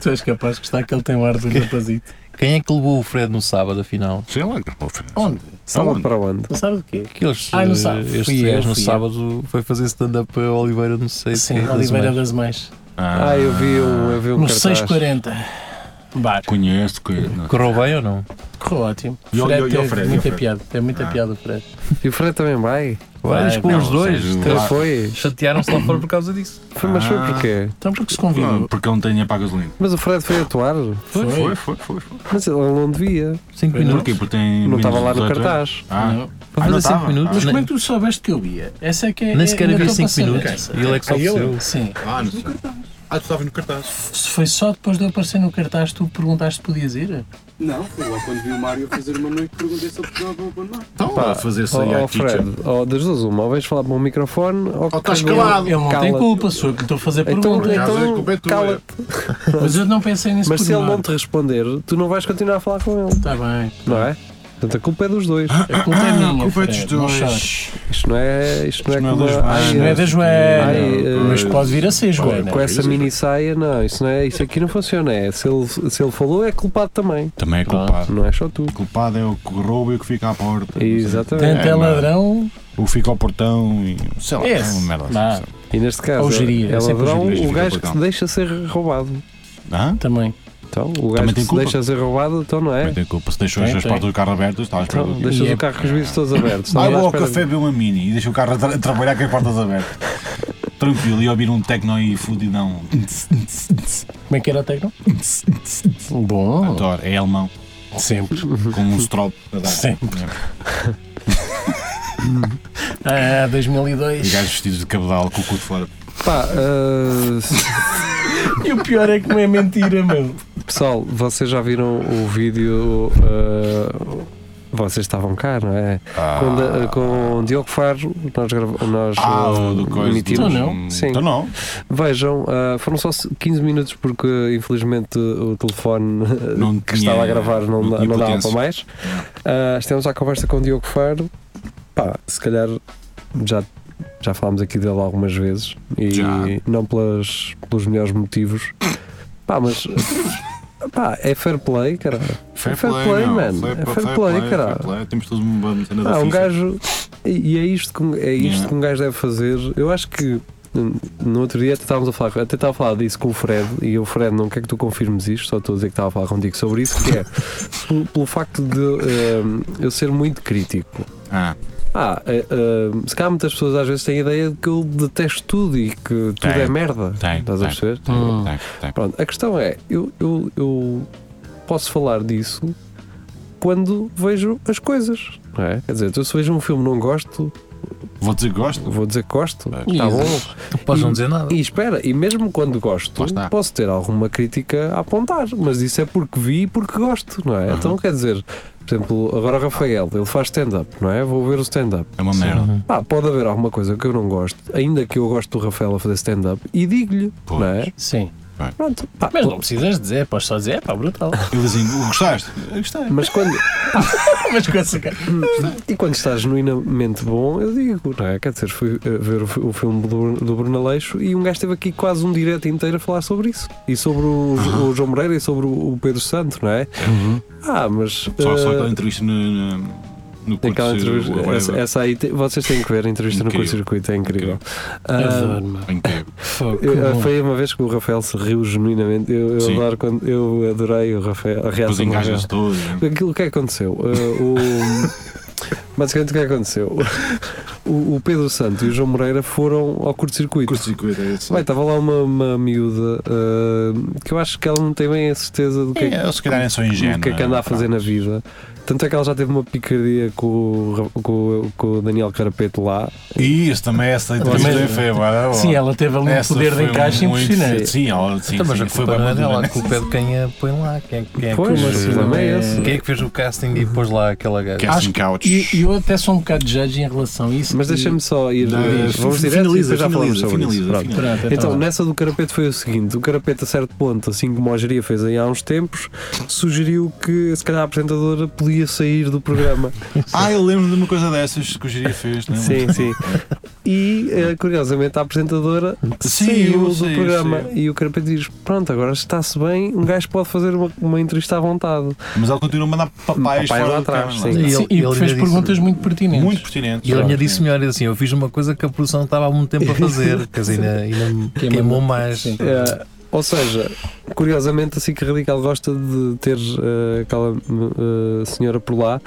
[SPEAKER 4] Tu és capaz de gostar que ele tem um ar de um rapazito.
[SPEAKER 5] Quem é que levou o Fred no sábado, afinal?
[SPEAKER 6] *laughs* Sei lá, que porra.
[SPEAKER 2] Oh,
[SPEAKER 4] Onde?
[SPEAKER 2] Sábado
[SPEAKER 6] Aonde?
[SPEAKER 2] para onde?
[SPEAKER 4] Não sabe o quê?
[SPEAKER 5] Que eles,
[SPEAKER 4] Ah, no
[SPEAKER 5] eh,
[SPEAKER 4] sábado. Fui
[SPEAKER 5] Este
[SPEAKER 4] eu,
[SPEAKER 5] gajo no
[SPEAKER 4] fui eu.
[SPEAKER 5] sábado foi fazer stand-up a Oliveira, não sei se é
[SPEAKER 4] Sim, Oliveira das Mais.
[SPEAKER 2] Ah, eu vi um, eu vi um
[SPEAKER 4] No
[SPEAKER 2] cartaz.
[SPEAKER 4] 640. Bar.
[SPEAKER 6] Conheço, conheço.
[SPEAKER 5] Correu bem ou não?
[SPEAKER 4] Correu ótimo.
[SPEAKER 3] E o- e o-
[SPEAKER 4] Fred
[SPEAKER 3] e o
[SPEAKER 4] teve
[SPEAKER 3] Fred, e o
[SPEAKER 4] muita
[SPEAKER 3] Fred?
[SPEAKER 4] piada. Teve muita
[SPEAKER 6] Ah.
[SPEAKER 4] piada o Fred.
[SPEAKER 2] E o Fred também vai.
[SPEAKER 5] Vai, eles com
[SPEAKER 6] não,
[SPEAKER 5] os dois.
[SPEAKER 6] sei,
[SPEAKER 5] Então,
[SPEAKER 6] Ah.
[SPEAKER 2] Foi.
[SPEAKER 5] Chatearam-se lá fora por causa disso.
[SPEAKER 2] Foi, mas foi
[SPEAKER 6] Ah.
[SPEAKER 2] porquê?
[SPEAKER 4] Então porque se convidou?
[SPEAKER 6] Não, porque eu não tinha pago gasolina.
[SPEAKER 2] Mas o Fred foi atuar,
[SPEAKER 4] Foi.
[SPEAKER 6] Foi, foi, foi. foi.
[SPEAKER 2] mas ele não devia.
[SPEAKER 5] 5
[SPEAKER 4] Não.
[SPEAKER 5] minutos.
[SPEAKER 6] Porquê? Porque
[SPEAKER 2] Não
[SPEAKER 6] tem. menos
[SPEAKER 2] estava lá no
[SPEAKER 6] 18 anos.
[SPEAKER 2] cartaz.
[SPEAKER 6] Ah,
[SPEAKER 4] Não.
[SPEAKER 6] Ah,
[SPEAKER 5] Para
[SPEAKER 6] não
[SPEAKER 5] fazer 5
[SPEAKER 6] estava?
[SPEAKER 5] minutos. né?
[SPEAKER 4] Mas como é
[SPEAKER 5] nem-
[SPEAKER 4] que tu soubeste que eu ia? Essa é que é.
[SPEAKER 5] Nem
[SPEAKER 4] é-
[SPEAKER 5] sequer
[SPEAKER 4] eu
[SPEAKER 5] havia
[SPEAKER 4] estou para
[SPEAKER 5] 5
[SPEAKER 4] saber
[SPEAKER 5] minutos.
[SPEAKER 4] essa.
[SPEAKER 5] E ele é que só
[SPEAKER 3] Ah, ele?
[SPEAKER 5] percebeu.
[SPEAKER 4] Sim.
[SPEAKER 3] Ah, não sei. Ah, tu estavas no cartaz.
[SPEAKER 4] Se Foi só depois de eu aparecer no cartaz que tu perguntaste se podias ir?
[SPEAKER 7] Não, foi lá quando vi o Mário a fazer uma noite, perguntei se ele pegava ou abandonar.
[SPEAKER 6] então a fazer
[SPEAKER 2] Ó
[SPEAKER 6] sair
[SPEAKER 2] ó, Oh, Fred, ó, das duas uma, ou vais falar para um microfone ou
[SPEAKER 3] Ou estás
[SPEAKER 2] cagou.
[SPEAKER 3] calado.
[SPEAKER 4] Ele não tem
[SPEAKER 2] Cala-te.
[SPEAKER 4] culpa, sou eu que lhe estou a fazer
[SPEAKER 2] Então,
[SPEAKER 4] perguntas.
[SPEAKER 3] acaso, a
[SPEAKER 2] então
[SPEAKER 3] culpa é tua.
[SPEAKER 2] cala-te.
[SPEAKER 4] Mas eu não pensei nisso
[SPEAKER 2] Mas se ele
[SPEAKER 4] pormenor.
[SPEAKER 2] não te responder, tu não vais continuar a falar com ele,
[SPEAKER 4] Está bem.
[SPEAKER 2] não é? Portanto, a culpa é dos dois.
[SPEAKER 4] A culpa é
[SPEAKER 6] Ah,
[SPEAKER 4] minha.
[SPEAKER 6] culpa é
[SPEAKER 4] Fred,
[SPEAKER 6] dos
[SPEAKER 4] não
[SPEAKER 6] dois.
[SPEAKER 4] chores.
[SPEAKER 2] Isto não é. Isto não é
[SPEAKER 6] Não é
[SPEAKER 2] como
[SPEAKER 6] dos
[SPEAKER 2] a-
[SPEAKER 6] bares,
[SPEAKER 2] ai,
[SPEAKER 4] Não é da Joana.
[SPEAKER 2] Ai, eh,
[SPEAKER 4] mas pode vir a ser Joana.
[SPEAKER 2] Com essa mini saia, não, isso, não é, isso aqui não funciona. É, se, ele, se ele falou, é culpado também.
[SPEAKER 6] Também é culpado.
[SPEAKER 2] Não é só tu.
[SPEAKER 6] O culpado é o que rouba e o que fica à porta.
[SPEAKER 2] Exatamente.
[SPEAKER 4] Tanto é
[SPEAKER 6] É,
[SPEAKER 4] ladrão.
[SPEAKER 6] O que fica ao portão e. Sei lá, é
[SPEAKER 4] Esse.
[SPEAKER 6] uma merda.
[SPEAKER 4] Vá.
[SPEAKER 6] assim.
[SPEAKER 2] E neste caso,
[SPEAKER 4] Ou geria,
[SPEAKER 2] é
[SPEAKER 4] é sempre
[SPEAKER 2] ladrão
[SPEAKER 6] geria.
[SPEAKER 2] o gajo que
[SPEAKER 6] Fica
[SPEAKER 2] se
[SPEAKER 6] por
[SPEAKER 2] deixa ser roubado.
[SPEAKER 6] Hã?
[SPEAKER 4] Também.
[SPEAKER 2] Então, o
[SPEAKER 6] Também
[SPEAKER 2] gajo que
[SPEAKER 6] tem
[SPEAKER 2] se
[SPEAKER 6] culpa.
[SPEAKER 2] deixa ser roubado, então não é?
[SPEAKER 6] Também tem culpa. Se deixou as
[SPEAKER 4] Tem,
[SPEAKER 6] as
[SPEAKER 4] tem.
[SPEAKER 6] portas do carro abertas, estás
[SPEAKER 2] Então,
[SPEAKER 6] perdido.
[SPEAKER 2] deixas
[SPEAKER 4] E é-
[SPEAKER 2] o carro com os vidros todos abertos.
[SPEAKER 6] Ah,
[SPEAKER 2] Estás à
[SPEAKER 6] vou ao
[SPEAKER 2] espera-
[SPEAKER 6] café beber uma mini e deixo o carro atra- trabalhar com as portas abertas. Tranquilo, e ouvir um tecno e fudidão.
[SPEAKER 4] Como é que era o tecno? Bom.
[SPEAKER 6] Adoro, é alemão,
[SPEAKER 4] Sempre.
[SPEAKER 6] com um strop.
[SPEAKER 4] Sempre. Ah,
[SPEAKER 6] E
[SPEAKER 4] 2002.
[SPEAKER 6] gajos vestidos de cabedal com o cu de fora.
[SPEAKER 2] Pá, ah,
[SPEAKER 4] E o pior é que não é mentira, meu.
[SPEAKER 2] uh, pessoal, vocês já viram o vídeo. ah, vocês estavam cá, não é? Quando, ah, com o Diogo Faro, nós, grava- nós
[SPEAKER 6] Ah,
[SPEAKER 2] ah,
[SPEAKER 6] o do coisa.
[SPEAKER 2] emitimos.
[SPEAKER 4] Então não.
[SPEAKER 6] Hum,
[SPEAKER 2] Sim.
[SPEAKER 6] Então não.
[SPEAKER 2] Vejam, ah, foram só 15 minutos porque infelizmente o telefone ah,
[SPEAKER 6] Não
[SPEAKER 2] que
[SPEAKER 6] tinha-
[SPEAKER 2] estava a gravar não,
[SPEAKER 6] não
[SPEAKER 2] não,
[SPEAKER 6] tinha
[SPEAKER 2] dava
[SPEAKER 6] potência.
[SPEAKER 2] para mais. Ah, estivemos à conversa com o Diogo Faro. Pá, se calhar já, já falámos aqui dele algumas vezes e
[SPEAKER 6] Já.
[SPEAKER 2] não pelas, pelos melhores motivos. Pá, mas pá, é fair play, cara. É fair play,
[SPEAKER 6] não.
[SPEAKER 2] man. É fair play, caralho.
[SPEAKER 6] fair play. Temos todos uma cena da
[SPEAKER 2] Ah, um
[SPEAKER 6] FIFA.
[SPEAKER 2] gajo. E e é isto, que, um- é isto
[SPEAKER 6] é Yeah.
[SPEAKER 2] que um gajo deve fazer. Eu acho que hum, no outro dia até estávamos a falar, até estava a falar disso com o Fred e o Fred não quer que tu confirmes isto, só estou a dizer que estava a falar contigo sobre isso,
[SPEAKER 6] *laughs*
[SPEAKER 2] que é pelo, pelo facto de hum, eu ser muito crítico.
[SPEAKER 6] Ah,
[SPEAKER 2] Ah, eh, hum, se calhar muitas pessoas às vezes têm a ideia de que eu detesto tudo e que tudo
[SPEAKER 6] Tem.
[SPEAKER 2] é merda.
[SPEAKER 6] tem.
[SPEAKER 2] Estás a
[SPEAKER 6] tem,
[SPEAKER 2] perceber?
[SPEAKER 6] tem,
[SPEAKER 4] Hum.
[SPEAKER 6] tem, tem.
[SPEAKER 2] Pronto, a questão é, eu, eu, eu posso falar disso quando vejo as coisas, não é? Quer dizer, então se vejo um filme e não gosto,
[SPEAKER 6] Vou dizer que gosto.
[SPEAKER 2] vou dizer que gosto,
[SPEAKER 6] Pois.
[SPEAKER 2] está bom.
[SPEAKER 5] Tu podes não
[SPEAKER 2] E-
[SPEAKER 5] dizer nada.
[SPEAKER 2] E espera, e mesmo quando gosto,
[SPEAKER 6] Lá está.
[SPEAKER 2] posso ter alguma crítica a apontar, mas isso é porque vi e porque gosto, não é? Então quer dizer, por exemplo, agora o Rafael, ele faz stand-up, não é? Vou ver o stand-up.
[SPEAKER 6] É uma merda.
[SPEAKER 2] Pá, pode haver alguma coisa que eu não gosto, ainda que eu gosto do Rafael a fazer stand-up, e digo-lhe,
[SPEAKER 6] Pois.
[SPEAKER 2] não é?
[SPEAKER 4] Sim.
[SPEAKER 2] Pronto, pá,
[SPEAKER 4] Mas não precisas dizer, podes só dizer, é pá, brutal.
[SPEAKER 6] Ele diz assim, gostaste? Eu gostei.
[SPEAKER 2] mas quando.
[SPEAKER 4] *laughs* Mas com essa cara.
[SPEAKER 6] Né?
[SPEAKER 2] E quando está genuinamente bom, eu digo, não é? Quer dizer, fui eh, ver o fi- o filme do, do Bruno Aleixo e um gajo esteve aqui quase um direto inteiro a falar sobre isso. E sobre o, Jo- o João Moreira e sobre o, o Pedro Santo, não é? Ah, mas.
[SPEAKER 6] Uhum. Só, só então
[SPEAKER 2] eh,
[SPEAKER 6] aquela entrevista no, no, no
[SPEAKER 2] tem aquela
[SPEAKER 6] curto-circuito,
[SPEAKER 2] entrevista-
[SPEAKER 6] whatever.
[SPEAKER 2] essa, essa aí, tem- vocês têm que ver a entrevista
[SPEAKER 6] Incrível. É
[SPEAKER 2] no curto-circuito, é incrível. Ah,
[SPEAKER 4] Adoro, meu.
[SPEAKER 6] Incrível.
[SPEAKER 4] Fogo, que
[SPEAKER 2] eu- ah,
[SPEAKER 4] bom.
[SPEAKER 2] foi uma vez que o Rafael se riu genuinamente. Eu, eu
[SPEAKER 6] Sim.
[SPEAKER 2] adoro quando eu adorei o Rafael, a
[SPEAKER 6] Depois
[SPEAKER 2] reação do Rafael.
[SPEAKER 6] engajas todo. né?
[SPEAKER 2] Aquilo que aconteceu, eh, o,
[SPEAKER 6] *laughs*
[SPEAKER 2] basicamente o que aconteceu, o, o Pedro Santo e o João Moreira foram ao curto-circuito.
[SPEAKER 3] Curto-circuito, é isso.
[SPEAKER 2] Bem, estava lá uma, uma miúda eh, que eu acho que ela não tem bem a certeza do que, é,
[SPEAKER 6] É, eles se calhar são
[SPEAKER 2] que-
[SPEAKER 6] ingênuos. né?
[SPEAKER 2] do que é que anda a fazer na vida. Tanto é que ela já teve uma picardia com, o Ra- com, o- com o Daniel Carapeto lá.
[SPEAKER 6] E isso também, essa entrevista
[SPEAKER 4] Também-
[SPEAKER 6] também foi agora.
[SPEAKER 4] Sim, ela teve ali um
[SPEAKER 6] Essa
[SPEAKER 4] poder de
[SPEAKER 6] foi
[SPEAKER 4] encaixe
[SPEAKER 6] muito-
[SPEAKER 4] impressionante.
[SPEAKER 6] Sim, ela sim,
[SPEAKER 5] Então, mas
[SPEAKER 6] sim,
[SPEAKER 5] a
[SPEAKER 6] foi
[SPEAKER 5] culpa não
[SPEAKER 6] bem
[SPEAKER 5] é
[SPEAKER 6] né?
[SPEAKER 5] dela,
[SPEAKER 6] dela.
[SPEAKER 5] a culpa é de quem a põe lá. Quem, é- quem é que
[SPEAKER 2] Pois,
[SPEAKER 5] os-
[SPEAKER 2] mas o problema é esse.
[SPEAKER 5] quem é que fez o casting e pôs lá aquela gaja?
[SPEAKER 6] Casting couch.
[SPEAKER 4] E e eu até sou um bocado judge em relação a isso.
[SPEAKER 2] Mas
[SPEAKER 4] que-
[SPEAKER 2] deixa-me só ir.
[SPEAKER 6] Não,
[SPEAKER 2] eh, vamos direto e
[SPEAKER 6] assim, finaliza,
[SPEAKER 2] depois já falamos
[SPEAKER 6] finaliza,
[SPEAKER 2] sobre isso.
[SPEAKER 6] finaliza,
[SPEAKER 2] Pronto.
[SPEAKER 6] finaliza.
[SPEAKER 4] Pronto,
[SPEAKER 2] Então, nessa do Carapeto foi o seguinte: o Carapeto, a certo ponto, assim como a Ogeria fez aí há uns tempos, sugeriu que se calhar a apresentadora podia sair do programa.
[SPEAKER 6] Ah, eu lembro de uma coisa dessas que o Jiria fez, não é?
[SPEAKER 2] sim, sim. E eh, curiosamente a apresentadora
[SPEAKER 6] Sim, eu
[SPEAKER 2] saiu do
[SPEAKER 6] sei, eu
[SPEAKER 2] programa.
[SPEAKER 6] sei.
[SPEAKER 2] E o Carapeto diz: Pronto, agora está-se bem, um gajo pode fazer uma, uma entrevista à vontade.
[SPEAKER 6] Mas ela continua a mandar
[SPEAKER 2] Papais
[SPEAKER 6] papais fora
[SPEAKER 2] lá
[SPEAKER 6] do
[SPEAKER 2] atrás,
[SPEAKER 6] câmara,
[SPEAKER 2] sim.
[SPEAKER 6] lá.
[SPEAKER 5] E ele-
[SPEAKER 4] Sim,
[SPEAKER 5] ele
[SPEAKER 4] e fez
[SPEAKER 5] ainda disse-
[SPEAKER 4] perguntas muito pertinentes.
[SPEAKER 6] Muito pertinente.
[SPEAKER 5] E ele ainha
[SPEAKER 6] claro.
[SPEAKER 5] disse melhor, ele disse assim, eu fiz uma coisa que a produção estava há muito tempo a fazer, quer dizer, ainda, ainda me
[SPEAKER 4] Queimou.
[SPEAKER 5] queimou mais.
[SPEAKER 4] Sim.
[SPEAKER 2] Eh, ou seja, curiosamente, assim a SIC Radical gosta de ter eh, aquela eh, senhora por lá.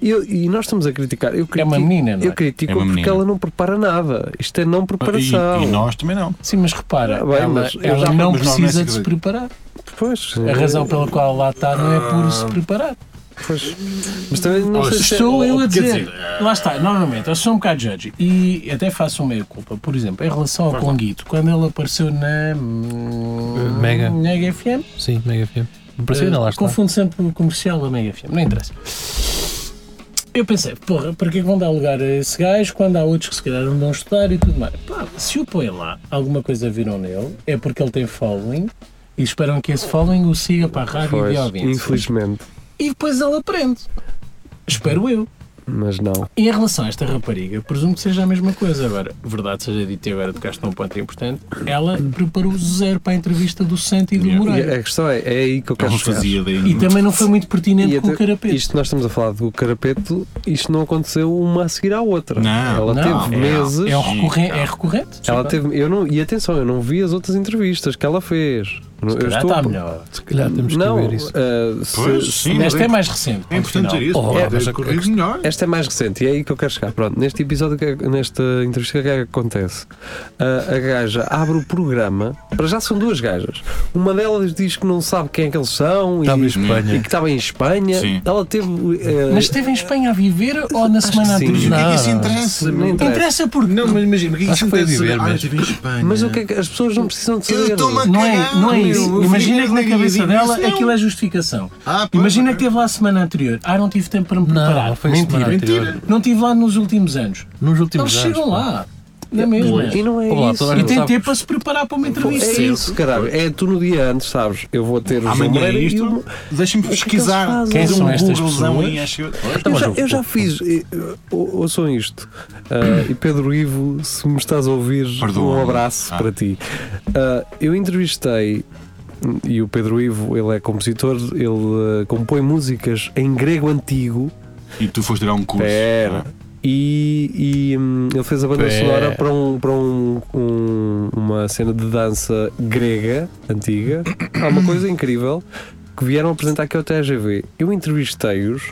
[SPEAKER 2] E, eu- e nós estamos a criticar. Eu
[SPEAKER 4] É
[SPEAKER 2] critico,
[SPEAKER 4] uma menina, não é?
[SPEAKER 2] Eu critico
[SPEAKER 6] É uma
[SPEAKER 2] porque
[SPEAKER 6] menina. Ah,
[SPEAKER 2] ela não prepara nada. Isto é não preparação.
[SPEAKER 6] E, e nós também não.
[SPEAKER 4] Sim, mas repara,
[SPEAKER 2] Ah, bem,
[SPEAKER 4] ela,
[SPEAKER 2] mas eu
[SPEAKER 4] ela
[SPEAKER 6] já-
[SPEAKER 4] não
[SPEAKER 6] mas não, não é
[SPEAKER 4] precisa
[SPEAKER 6] assim
[SPEAKER 4] de
[SPEAKER 6] que
[SPEAKER 4] se
[SPEAKER 6] eu-
[SPEAKER 4] preparar.
[SPEAKER 2] Pois, é,
[SPEAKER 4] A razão pela qual lá está não é por se preparar.
[SPEAKER 2] pois. Mas também não sei se é-
[SPEAKER 4] Estou eu a
[SPEAKER 3] quer
[SPEAKER 4] dizer.
[SPEAKER 5] eh,
[SPEAKER 4] Lá está, novamente, eu sou um bocado judge e até faço uma meia culpa. Por exemplo, em relação ao Conguito, quando ele apareceu na hum,
[SPEAKER 5] Eh, Mega.
[SPEAKER 4] Mega FM,
[SPEAKER 5] Sim, Mega FM. Impressionante,
[SPEAKER 4] eh,
[SPEAKER 5] lá está.
[SPEAKER 4] confundo sempre o comercial da Mega FM, não interessa. Eu pensei, porra, para que é que vão dar lugar a esse gajo quando há outros que se calhar não vão estudar e tudo mais? Pá, se o põem lá, alguma coisa viram nele, é porque ele tem following e esperam que esse following o siga para a rádio e
[SPEAKER 2] Pois,
[SPEAKER 4] de audiência.
[SPEAKER 2] infelizmente.
[SPEAKER 4] E depois ele aprende. Espero eu.
[SPEAKER 2] Mas não.
[SPEAKER 4] E em relação a esta rapariga, presumo que seja a mesma coisa. Agora, verdade seja dita, e agora tocaste num ponto importante, ela preparou zero para a entrevista do Santo e do
[SPEAKER 6] Yeah.
[SPEAKER 2] E a
[SPEAKER 4] Moreira.
[SPEAKER 2] a questão é, é aí que eu quero
[SPEAKER 6] Ele
[SPEAKER 2] chegar.
[SPEAKER 6] fazia
[SPEAKER 4] E
[SPEAKER 6] daí.
[SPEAKER 4] também não foi muito pertinente
[SPEAKER 2] E
[SPEAKER 4] com o
[SPEAKER 2] até-
[SPEAKER 4] carapete.
[SPEAKER 2] Isto nós estamos a falar do carapeto, isto não aconteceu uma a seguir à outra.
[SPEAKER 6] Não,
[SPEAKER 2] ela
[SPEAKER 4] não,
[SPEAKER 2] teve
[SPEAKER 4] é-
[SPEAKER 2] meses.
[SPEAKER 4] É, um recorren- é recorrente?
[SPEAKER 2] Ela teve, eu não, e atenção, eu não vi as outras entrevistas que ela fez. eu
[SPEAKER 4] Já está melhor.
[SPEAKER 5] Se calhar temos
[SPEAKER 2] não,
[SPEAKER 5] que ver isso.
[SPEAKER 2] ah, se-
[SPEAKER 6] Pois, sim, mas
[SPEAKER 4] Esta é mais recente.
[SPEAKER 6] É importante
[SPEAKER 4] afinal.
[SPEAKER 6] dizer isso.
[SPEAKER 5] Oh,
[SPEAKER 6] pá,
[SPEAKER 5] é, mas
[SPEAKER 6] deve
[SPEAKER 5] a-
[SPEAKER 6] correr melhor.
[SPEAKER 2] Esta é mais recente e é aí que eu quero chegar. Pronto, neste episódio, que é- nesta entrevista, o que é que acontece? A, a gaja abre o programa. Para já são duas gajas. Uma delas diz que não sabe quem é que eles são e,
[SPEAKER 5] Estava em
[SPEAKER 2] e
[SPEAKER 5] Espanha.
[SPEAKER 2] que estava em Espanha.
[SPEAKER 6] Sim.
[SPEAKER 2] Ela teve. eh,
[SPEAKER 4] Mas esteve em Espanha a viver ou na
[SPEAKER 2] acho
[SPEAKER 4] semana
[SPEAKER 2] que sim.
[SPEAKER 4] anterior?
[SPEAKER 5] E o que é que isso
[SPEAKER 6] interessa?
[SPEAKER 2] não interessa.
[SPEAKER 4] Interessa porque
[SPEAKER 6] Não, mas imagina, o que é que isso
[SPEAKER 5] Acho que foi
[SPEAKER 6] interessa?
[SPEAKER 5] viver
[SPEAKER 6] Ah, eu
[SPEAKER 5] mesmo.
[SPEAKER 6] estive em Espanha.
[SPEAKER 2] mas o que é que as pessoas não precisam de
[SPEAKER 6] Eu
[SPEAKER 2] saber?
[SPEAKER 6] estou-me a
[SPEAKER 4] Não é,
[SPEAKER 6] cagar,
[SPEAKER 4] não é
[SPEAKER 6] meu.
[SPEAKER 4] isso.
[SPEAKER 6] Eu fiquei
[SPEAKER 4] Imagina que na
[SPEAKER 6] com
[SPEAKER 4] cabeça
[SPEAKER 6] aquilo e
[SPEAKER 4] dela
[SPEAKER 6] disse, não.
[SPEAKER 4] aquilo é justificação.
[SPEAKER 6] Ah, pois,
[SPEAKER 4] Imagina
[SPEAKER 6] ok.
[SPEAKER 4] que teve lá a semana anterior. Ah, não tive tempo para me preparar.
[SPEAKER 5] Não, foi
[SPEAKER 4] Mentira.
[SPEAKER 5] semana anterior.
[SPEAKER 4] Não tive lá nos últimos anos.
[SPEAKER 5] Nos últimos
[SPEAKER 4] Eles
[SPEAKER 5] anos.
[SPEAKER 4] chegam
[SPEAKER 5] pá.
[SPEAKER 4] lá. Na mesma.
[SPEAKER 2] E não é
[SPEAKER 5] Olá,
[SPEAKER 2] isso.
[SPEAKER 5] toda a
[SPEAKER 4] E
[SPEAKER 5] gente
[SPEAKER 4] tem
[SPEAKER 5] sabe
[SPEAKER 4] tempo para se preparar para uma
[SPEAKER 2] É
[SPEAKER 4] entrevista.
[SPEAKER 2] isso, caralho. É tu no dia antes, sabes? Eu vou ter o João
[SPEAKER 6] Amanhã é
[SPEAKER 2] Moreira e
[SPEAKER 6] isto.
[SPEAKER 2] o.
[SPEAKER 6] Deixa-me
[SPEAKER 2] que é que eles
[SPEAKER 6] pesquisar.
[SPEAKER 2] fazem?
[SPEAKER 4] Quem
[SPEAKER 6] Dou
[SPEAKER 4] são
[SPEAKER 6] um
[SPEAKER 4] estas
[SPEAKER 6] Googlezão
[SPEAKER 4] pessoas?
[SPEAKER 6] e acho que-
[SPEAKER 2] Eu
[SPEAKER 5] mas
[SPEAKER 2] já,
[SPEAKER 5] o-
[SPEAKER 2] eu já fiz. eh, ou- Ouçam isto. Ah, e Pedro Ivo, se me estás a ouvir,
[SPEAKER 6] Perdoa-me.
[SPEAKER 2] um abraço
[SPEAKER 6] Ah.
[SPEAKER 2] para ti. Ah, eu entrevistei. E o Pedro Ivo, ele é compositor, ele ah, compõe músicas em grego antigo.
[SPEAKER 6] E tu foste tirar um curso.
[SPEAKER 2] Pera. E, e, hum, ele fez a banda
[SPEAKER 5] Pera.
[SPEAKER 2] sonora para, um, para um- um- uma cena de dança grega antiga. Há uma coisa incrível que vieram apresentar aqui ao TGV. Eu entrevistei-os,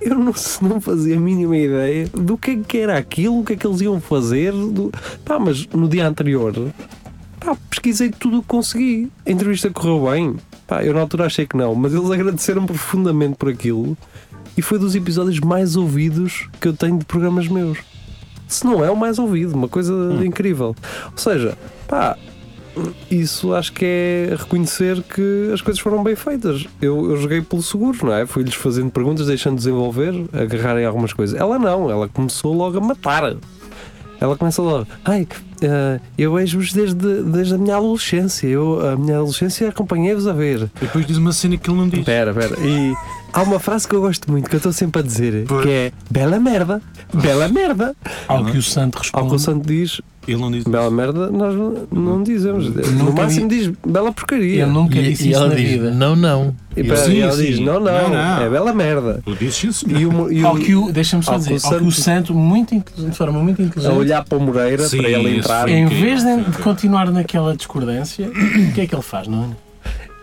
[SPEAKER 2] eu não, *laughs* se- não fazia a mínima ideia do que é que era aquilo, o que é que eles iam fazer. Do... Pá, mas no dia anterior, pá, pesquisei tudo o que consegui. A entrevista correu bem. Pá, eu na altura achei que não, mas eles *laughs* agradeceram profundamente por aquilo e foi dos episódios mais ouvidos que eu tenho de programas meus. Se não é o mais ouvido, uma coisa incrível. Ou seja, pá, isso acho que é reconhecer que as coisas foram bem feitas. Eu, eu joguei pelo seguro, não é? Fui-lhes fazendo perguntas, deixando desenvolver, agarrarem algumas coisas. Ela não, ela começou logo a matar. Ela começa logo, ai, eh, eu vejo-vos desde, desde a minha adolescência. Eu, a minha adolescência, acompanhei-vos a ver.
[SPEAKER 6] Depois diz uma cena que ele não diz.
[SPEAKER 2] Pera, pera. E há uma frase que eu gosto muito, que eu estou sempre a dizer, que é bela merda, bela merda.
[SPEAKER 4] Ao que o santo
[SPEAKER 2] Ao que o
[SPEAKER 4] responde.
[SPEAKER 2] Santo diz,
[SPEAKER 6] Ele não diz.
[SPEAKER 2] bela merda, nós não- não dizemos. No
[SPEAKER 4] Nunca
[SPEAKER 2] máximo diz bela porcaria.
[SPEAKER 4] Eu nunca
[SPEAKER 5] E,
[SPEAKER 4] disse
[SPEAKER 5] e
[SPEAKER 4] é isso
[SPEAKER 5] ela
[SPEAKER 4] na
[SPEAKER 5] diz:
[SPEAKER 4] vida.
[SPEAKER 5] Não, não.
[SPEAKER 2] E pera,
[SPEAKER 6] Sim,
[SPEAKER 2] ela
[SPEAKER 6] sim.
[SPEAKER 2] diz, não, não,
[SPEAKER 6] Não, não.
[SPEAKER 2] é bela merda.
[SPEAKER 6] Ele disse isso.
[SPEAKER 2] E o, e o-
[SPEAKER 4] Ao que o, deixa-me só
[SPEAKER 2] ao que
[SPEAKER 4] dizer,
[SPEAKER 2] o
[SPEAKER 4] ao que o
[SPEAKER 2] santo-
[SPEAKER 4] santo, muito, inte- de forma muito
[SPEAKER 2] a
[SPEAKER 4] inteligente,
[SPEAKER 2] olhar para o Moreira,
[SPEAKER 6] Sim,
[SPEAKER 2] para ele
[SPEAKER 6] isso
[SPEAKER 2] entrar.
[SPEAKER 6] foi.
[SPEAKER 4] em
[SPEAKER 6] Incrível,
[SPEAKER 4] vez de, de continuar naquela discordância, o que é que ele faz, não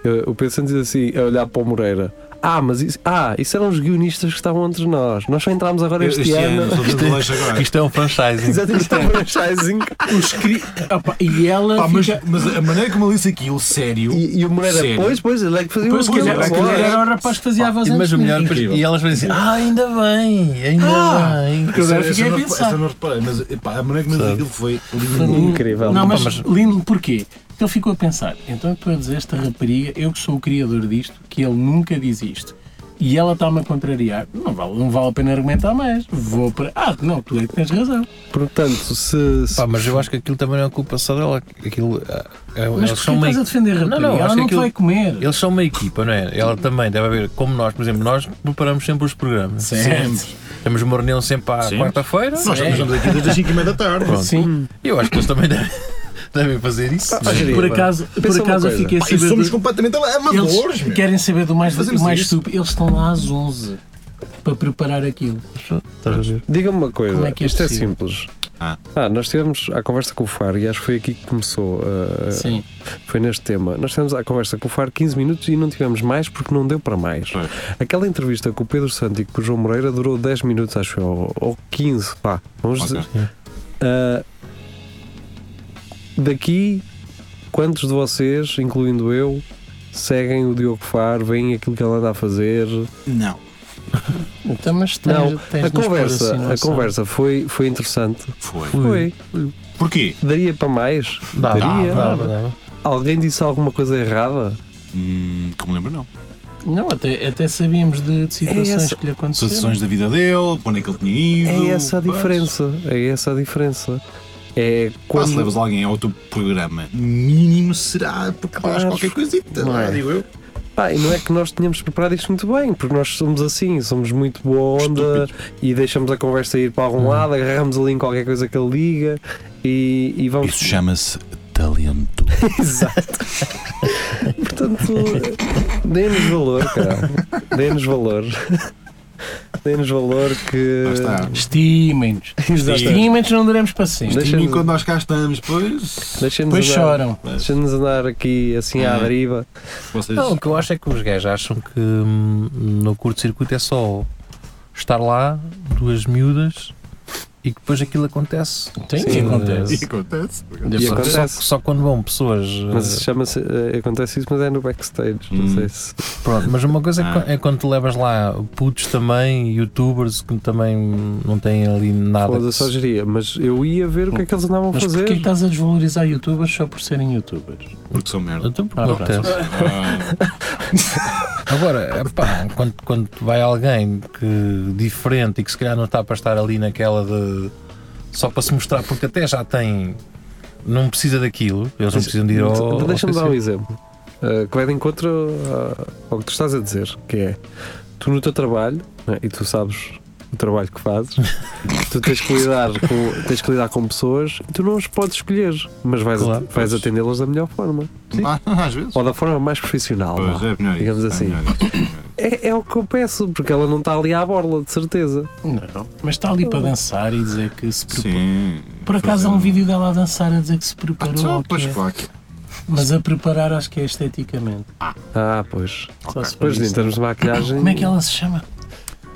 [SPEAKER 4] é?
[SPEAKER 2] Eu- O Pedro Santos diz assim, a olhar para o Moreira. Ah, mas isso, ah, isso eram os guionistas que estavam entre nós. Nós só entramos agora este, ano.
[SPEAKER 6] só tudo
[SPEAKER 5] *laughs*
[SPEAKER 6] longe agora.
[SPEAKER 5] Isto é um
[SPEAKER 2] *laughs*
[SPEAKER 5] franchising.
[SPEAKER 2] Exatamente, isto é um franchising.
[SPEAKER 4] Opa, e ela
[SPEAKER 6] Pá, mas,
[SPEAKER 4] fica-
[SPEAKER 6] mas a maneira como ele disse aquilo, sério.
[SPEAKER 2] E, e o Moreira,
[SPEAKER 6] Sério?
[SPEAKER 2] pois, pois, ele é que fazia
[SPEAKER 4] Pois,
[SPEAKER 2] o
[SPEAKER 4] pois,
[SPEAKER 2] guion.
[SPEAKER 4] era,
[SPEAKER 6] aquilo
[SPEAKER 2] Bora.
[SPEAKER 4] era o rapaz que fazia a voz
[SPEAKER 5] E, mas
[SPEAKER 4] antes
[SPEAKER 5] o
[SPEAKER 4] de mim.
[SPEAKER 5] melhor, depois-
[SPEAKER 6] Incrível.
[SPEAKER 5] e elas vão dizer: Ah, ainda bem, ainda
[SPEAKER 4] Ah!
[SPEAKER 5] bem.
[SPEAKER 4] Porque eu agora
[SPEAKER 6] Essa- essa
[SPEAKER 4] fiquei a
[SPEAKER 6] não- essa
[SPEAKER 4] pensar.
[SPEAKER 6] não reparei, mas epá, a maneira como ele disse aquilo foi.
[SPEAKER 2] Incrível.
[SPEAKER 4] Não, mas,
[SPEAKER 5] Pá, mas-
[SPEAKER 4] lindo porquê? Porque ele ficou a pensar, então estou a dizer esta rapariga, eu que sou o criador disto, que ele nunca diz isto. E ela está-me a contrariar. Não vale, não vale a pena argumentar mais. Vou para. Ah, não, tu é que tens razão.
[SPEAKER 2] Portanto, se, se
[SPEAKER 5] Pá, mas eu acho que aquilo também não é culpa só dela. Aquilo, ah, é-
[SPEAKER 4] Mas
[SPEAKER 5] eles
[SPEAKER 4] porquê
[SPEAKER 5] são
[SPEAKER 4] estás
[SPEAKER 5] meio.
[SPEAKER 4] a defender a
[SPEAKER 5] Não,
[SPEAKER 4] rapariga?
[SPEAKER 5] não, acho
[SPEAKER 4] ela
[SPEAKER 5] que
[SPEAKER 4] não te
[SPEAKER 5] aquilo-
[SPEAKER 4] vai comer.
[SPEAKER 5] Eles são uma equipa, não é? Ela também deve haver, como nós, por exemplo, nós preparamos sempre os programas.
[SPEAKER 4] Sempre.
[SPEAKER 5] Temos uma reunião sempre à quarta-feira.
[SPEAKER 6] Nós
[SPEAKER 5] não é?
[SPEAKER 6] estamos aqui desde as 5 e meia da tarde.
[SPEAKER 5] Pronto.
[SPEAKER 4] Sim,
[SPEAKER 5] Eu acho que eles também devem, devem fazer isso.
[SPEAKER 2] Ah, geria,
[SPEAKER 4] por
[SPEAKER 2] pá.
[SPEAKER 4] acaso, por
[SPEAKER 2] Pensa uma
[SPEAKER 4] acaso eu
[SPEAKER 2] coisa.
[SPEAKER 4] fiquei a
[SPEAKER 6] Pá, e
[SPEAKER 4] saber.
[SPEAKER 6] somos
[SPEAKER 4] do-
[SPEAKER 6] completamente amadores,
[SPEAKER 4] Eles
[SPEAKER 6] meu.
[SPEAKER 4] querem saber do mais, do
[SPEAKER 6] Fazemos
[SPEAKER 4] mais
[SPEAKER 6] isso.
[SPEAKER 4] estúpido. Eles estão lá às 11 para preparar aquilo.
[SPEAKER 5] Estás a ver?
[SPEAKER 2] diga-me uma coisa,
[SPEAKER 4] Como é que é
[SPEAKER 2] isto é
[SPEAKER 4] possível?
[SPEAKER 2] simples.
[SPEAKER 6] Ah.
[SPEAKER 2] nós tivemos a conversa com o Far e acho que foi aqui que começou. ah,
[SPEAKER 4] Sim.
[SPEAKER 2] Foi neste tema. Nós tivemos a conversa com o Far 15 minutos e não tivemos mais porque não deu para mais.
[SPEAKER 6] Pois.
[SPEAKER 2] Aquela entrevista com o Pedro Santo e com o João Moreira durou 10 minutos, acho eu, ou- ou 15, pá, vamos
[SPEAKER 6] Ok.
[SPEAKER 2] dizer. Ah, daqui, quantos de vocês, incluindo eu, seguem o Diogo Far, veem aquilo que ele anda a fazer?
[SPEAKER 6] Não.
[SPEAKER 4] Então, mas tens,
[SPEAKER 2] Não,
[SPEAKER 4] tens
[SPEAKER 2] a
[SPEAKER 4] de nos pôr
[SPEAKER 2] conversa,
[SPEAKER 4] assim, não
[SPEAKER 2] a
[SPEAKER 4] sabe?
[SPEAKER 2] conversa foi, foi interessante.
[SPEAKER 6] Foi.
[SPEAKER 2] Foi.
[SPEAKER 6] Porquê?
[SPEAKER 2] Daria para mais?
[SPEAKER 5] Dava,
[SPEAKER 2] Daria.
[SPEAKER 5] dava, dava.
[SPEAKER 2] Alguém disse alguma coisa errada?
[SPEAKER 6] Hum, que me lembro, não.
[SPEAKER 4] Não, até, até sabíamos de, de situações
[SPEAKER 2] É essa-
[SPEAKER 4] que lhe aconteceram.
[SPEAKER 6] Situações da vida dele, para onde é que ele tinha ido.
[SPEAKER 2] É essa a
[SPEAKER 6] pá,
[SPEAKER 2] diferença. É essa a diferença. É
[SPEAKER 6] Pá, se levas
[SPEAKER 2] quando.
[SPEAKER 6] alguém ao teu programa, mínimo será porque faz
[SPEAKER 2] Claro.
[SPEAKER 6] qualquer coisita.
[SPEAKER 2] Não é?
[SPEAKER 6] digo eu.
[SPEAKER 2] Pá, e não é que nós tínhamos preparado isto muito bem, porque nós somos assim, somos muito boa onda e deixamos a conversa ir para
[SPEAKER 4] Uhum.
[SPEAKER 2] algum lado, agarramos ali em qualquer coisa que ele diga e, e vamos.
[SPEAKER 6] Isso chama-se talento.
[SPEAKER 2] Exato. Portanto, dê-nos valor, cara. Dê-nos valor. *laughs* Dê-nos valor que.
[SPEAKER 6] Lá está.
[SPEAKER 4] Estimem-nos.
[SPEAKER 2] Exato.
[SPEAKER 4] Estimem-nos, não daremos para sempre.
[SPEAKER 2] Deixa-nos-
[SPEAKER 6] E quando nós cá estamos, pois.
[SPEAKER 2] Deixa-nos
[SPEAKER 4] Depois
[SPEAKER 2] andar,
[SPEAKER 4] choram.
[SPEAKER 2] deixa-nos andar aqui assim à deriva.
[SPEAKER 6] Vocês...
[SPEAKER 5] Não, o que eu acho é que os gajos acham que hum, no curto-circuito é só estar lá, duas miúdas e que depois aquilo acontece.
[SPEAKER 4] Tem que
[SPEAKER 5] Sim.
[SPEAKER 4] acontece.
[SPEAKER 6] E *laughs* acontece.
[SPEAKER 2] E
[SPEAKER 5] Só-
[SPEAKER 2] acontece.
[SPEAKER 5] Só, só quando vão pessoas.
[SPEAKER 2] Mas
[SPEAKER 5] eh,
[SPEAKER 2] chama-se. eh, Acontece isso, mas é no backstage. Não
[SPEAKER 6] Hum.
[SPEAKER 2] sei se.
[SPEAKER 5] pronto, mas uma coisa é
[SPEAKER 6] Ah.
[SPEAKER 5] quan- é quando te levas lá putos também, youtubers que também não têm ali nada.
[SPEAKER 2] Foda
[SPEAKER 5] que
[SPEAKER 2] só
[SPEAKER 5] se-
[SPEAKER 2] geria, mas eu ia ver o que é que eles andavam a
[SPEAKER 4] Mas porquê
[SPEAKER 2] fazer.
[SPEAKER 4] que estás a desvalorizar youtubers só por serem youtubers?
[SPEAKER 6] Porque sou merda.
[SPEAKER 5] Então, porque
[SPEAKER 4] Ah,
[SPEAKER 5] não
[SPEAKER 4] pronto.
[SPEAKER 5] acontece.
[SPEAKER 6] Ah,
[SPEAKER 5] Agora, é, pá, quando, quando vai alguém que, diferente e que se calhar não está para estar ali naquela de. só para se mostrar, porque até já tem. não precisa daquilo, eles não precisam de ir ao. ao
[SPEAKER 2] Deixa-me dar um
[SPEAKER 5] CC.
[SPEAKER 2] exemplo eh, que vai de encontro a- ao que tu estás a dizer, que é tu no teu trabalho, né, e tu sabes o trabalho que fazes, tu tens que lidar com, tens que lidar com pessoas e tu não as podes escolher, mas vais,
[SPEAKER 5] Claro,
[SPEAKER 2] vais
[SPEAKER 6] pois.
[SPEAKER 2] atendê-las da melhor forma,
[SPEAKER 6] ah, *laughs* às vezes.
[SPEAKER 2] ou da forma mais profissional.
[SPEAKER 6] Pois,
[SPEAKER 2] vá.
[SPEAKER 6] é melhor isso,
[SPEAKER 2] Digamos
[SPEAKER 6] é
[SPEAKER 2] assim.
[SPEAKER 6] melhor isso.
[SPEAKER 2] É, é o que eu peço, porque ela não está ali à borla, de certeza.
[SPEAKER 4] Não. Mas está ali para dançar e dizer que se preparou.
[SPEAKER 6] Sim.
[SPEAKER 4] Por acaso há um vídeo dela a dançar a dizer que se
[SPEAKER 6] Ah,
[SPEAKER 4] preparou.
[SPEAKER 6] só,
[SPEAKER 4] ou que
[SPEAKER 6] pois,
[SPEAKER 4] é.
[SPEAKER 6] claro que-
[SPEAKER 4] Mas a preparar acho que é esteticamente.
[SPEAKER 2] Ah, pois.
[SPEAKER 4] Só se for
[SPEAKER 2] Pois em
[SPEAKER 4] isso.
[SPEAKER 2] termos de maquilhagem.
[SPEAKER 4] Como é que ela se chama?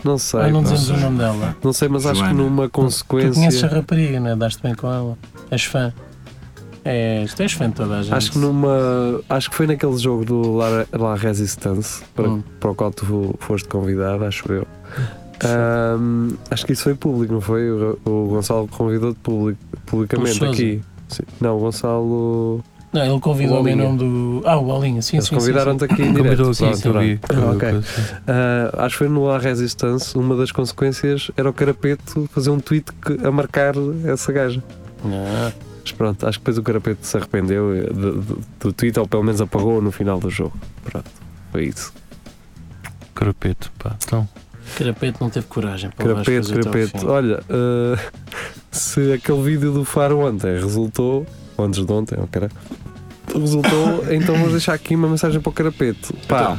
[SPEAKER 2] Não sei.
[SPEAKER 4] Ah, não
[SPEAKER 2] pá.
[SPEAKER 4] dizemos
[SPEAKER 6] sei.
[SPEAKER 4] o nome dela.
[SPEAKER 2] Não sei, mas acho que
[SPEAKER 6] Joana.
[SPEAKER 2] numa
[SPEAKER 4] Tu conheces a
[SPEAKER 2] consequência.
[SPEAKER 4] rapariga, não é? Daste bem com ela. És fã. É, És, tu és fã de toda a gente.
[SPEAKER 2] Acho que numa. Acho que foi naquele jogo do La, La Resistance, para,
[SPEAKER 4] Hum.
[SPEAKER 2] para o qual tu foste convidado, acho eu. Ahm, acho que isso foi público, não foi? O, o Gonçalo convidou-te public,
[SPEAKER 4] O
[SPEAKER 2] publicamente
[SPEAKER 4] Sousa.
[SPEAKER 2] aqui. Sim. Não, o Gonçalo.
[SPEAKER 4] Não, ele convidou-me em
[SPEAKER 2] Bolinha.
[SPEAKER 4] nome do. Ah, o Bolinha, sim,
[SPEAKER 2] Eles
[SPEAKER 4] sim. sim, sim.
[SPEAKER 2] convidaram-te aqui em direto.
[SPEAKER 5] Convidou aqui,
[SPEAKER 2] Pronto,
[SPEAKER 5] sim, eu
[SPEAKER 2] pronto.
[SPEAKER 5] vi.
[SPEAKER 2] Ok. Ah, acho que foi no La Resistance. Uma das consequências era o Carapeto fazer um tweet que- a marcar essa gaja.
[SPEAKER 4] Ah,
[SPEAKER 2] Mas pronto, acho que depois o Carapeto se arrependeu eh, do, do, do tweet, ou pelo menos apagou no final do jogo. Pronto, foi isso.
[SPEAKER 5] Carapeto, pá. Então,
[SPEAKER 4] Carapeto não teve coragem. Pá, vais
[SPEAKER 2] Carapeto,
[SPEAKER 4] fazer até ao
[SPEAKER 2] carapeto.
[SPEAKER 4] fim.
[SPEAKER 2] Olha, eh, *laughs* se aquele vídeo do Faro ontem resultou, ou antes de ontem, ou caralho, resultou, então vamos deixar aqui uma mensagem para o Carapeto. Pá,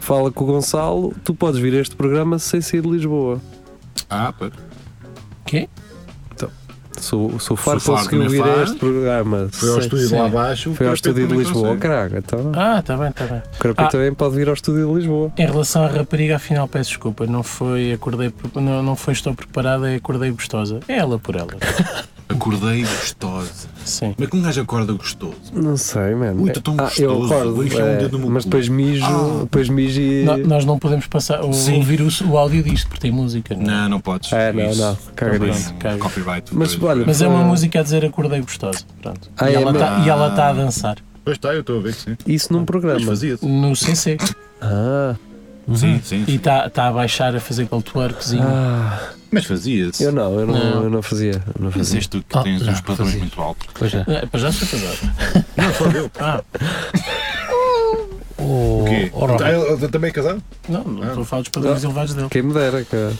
[SPEAKER 2] fala com o Gonçalo, tu podes vir a este programa sem sair de Lisboa.
[SPEAKER 6] Ah, pois.
[SPEAKER 2] Oh.
[SPEAKER 4] Quê?
[SPEAKER 2] Se o, se o Faro
[SPEAKER 6] Se o Faro
[SPEAKER 2] conseguiu vir
[SPEAKER 6] também
[SPEAKER 2] a
[SPEAKER 6] faz.
[SPEAKER 2] este programa
[SPEAKER 3] Foi ao
[SPEAKER 2] sem-
[SPEAKER 3] estúdio de
[SPEAKER 4] sim.
[SPEAKER 3] lá abaixo.
[SPEAKER 2] foi ao
[SPEAKER 6] Carapeto
[SPEAKER 2] estúdio de
[SPEAKER 6] também
[SPEAKER 2] Lisboa,
[SPEAKER 6] consegue.
[SPEAKER 2] caralho. Então,
[SPEAKER 4] Ah, está bem, está bem.
[SPEAKER 2] o Carapeto
[SPEAKER 4] Ah.
[SPEAKER 2] também pode vir ao estúdio de Lisboa.
[SPEAKER 4] Em relação à rapariga, afinal peço desculpa, não foi acordei pre- não, não foi estou preparada, é acordei gostosa. É ela
[SPEAKER 2] *laughs*
[SPEAKER 4] por ela.
[SPEAKER 6] Acordei gostosa.
[SPEAKER 4] Sim.
[SPEAKER 6] Como é que um gajo acorda gostoso?
[SPEAKER 2] Não sei, mano.
[SPEAKER 6] Ui, tô tão
[SPEAKER 2] ah, eu
[SPEAKER 6] gostoso.
[SPEAKER 2] acordo,
[SPEAKER 6] Vou enfiar um
[SPEAKER 2] é,
[SPEAKER 6] dedo no meu
[SPEAKER 2] mas
[SPEAKER 6] cu. Ah.
[SPEAKER 2] depois mijo, depois mijo e...
[SPEAKER 4] No- nós não podemos passar ou-
[SPEAKER 6] Sim.
[SPEAKER 4] ouvir o, o áudio disto porque tem música, não, é?
[SPEAKER 6] Não, não podes.
[SPEAKER 2] É, não,
[SPEAKER 6] Isso.
[SPEAKER 2] não, caga
[SPEAKER 4] Tá
[SPEAKER 2] nisso.
[SPEAKER 4] bem.
[SPEAKER 6] Não,
[SPEAKER 4] caga.
[SPEAKER 6] Copyright.
[SPEAKER 2] Mas,
[SPEAKER 6] depois.
[SPEAKER 2] olha,
[SPEAKER 4] Mas é uma
[SPEAKER 2] Ah.
[SPEAKER 4] música a dizer acordei gostosa. Pronto.
[SPEAKER 2] Ah,
[SPEAKER 4] e,
[SPEAKER 2] é,
[SPEAKER 4] ela
[SPEAKER 2] mas-
[SPEAKER 4] tá- e ela está a dançar
[SPEAKER 3] Pois está, eu estou a ver que sim.
[SPEAKER 2] Isso num
[SPEAKER 3] Mas
[SPEAKER 2] programa.
[SPEAKER 3] fazia-se.
[SPEAKER 4] no CC
[SPEAKER 2] Ah,
[SPEAKER 6] Sim, sim.
[SPEAKER 4] e
[SPEAKER 6] sim.
[SPEAKER 4] está tá a baixar a fazer aquele twerkzinho.
[SPEAKER 2] ah,
[SPEAKER 6] Mas fazia-se.
[SPEAKER 2] eu não, eu não,
[SPEAKER 4] Não.
[SPEAKER 2] Eu não fazia. eu Não
[SPEAKER 6] Mas
[SPEAKER 2] fazia.
[SPEAKER 6] és tu que
[SPEAKER 4] Ah,
[SPEAKER 6] tens
[SPEAKER 5] não,
[SPEAKER 6] uns padrões
[SPEAKER 5] fazia.
[SPEAKER 6] muito altos.
[SPEAKER 5] pois é.
[SPEAKER 4] É, Para já sou casado.
[SPEAKER 3] Não, só eu.
[SPEAKER 6] *laughs*
[SPEAKER 4] Ah,
[SPEAKER 5] O
[SPEAKER 6] quê?
[SPEAKER 5] oh, Rafa,
[SPEAKER 3] Ah, ele- ele também é casado?
[SPEAKER 4] não,
[SPEAKER 2] Ah.
[SPEAKER 4] não estou a falar dos padrões elevados dele.
[SPEAKER 2] Quem me dera, cara.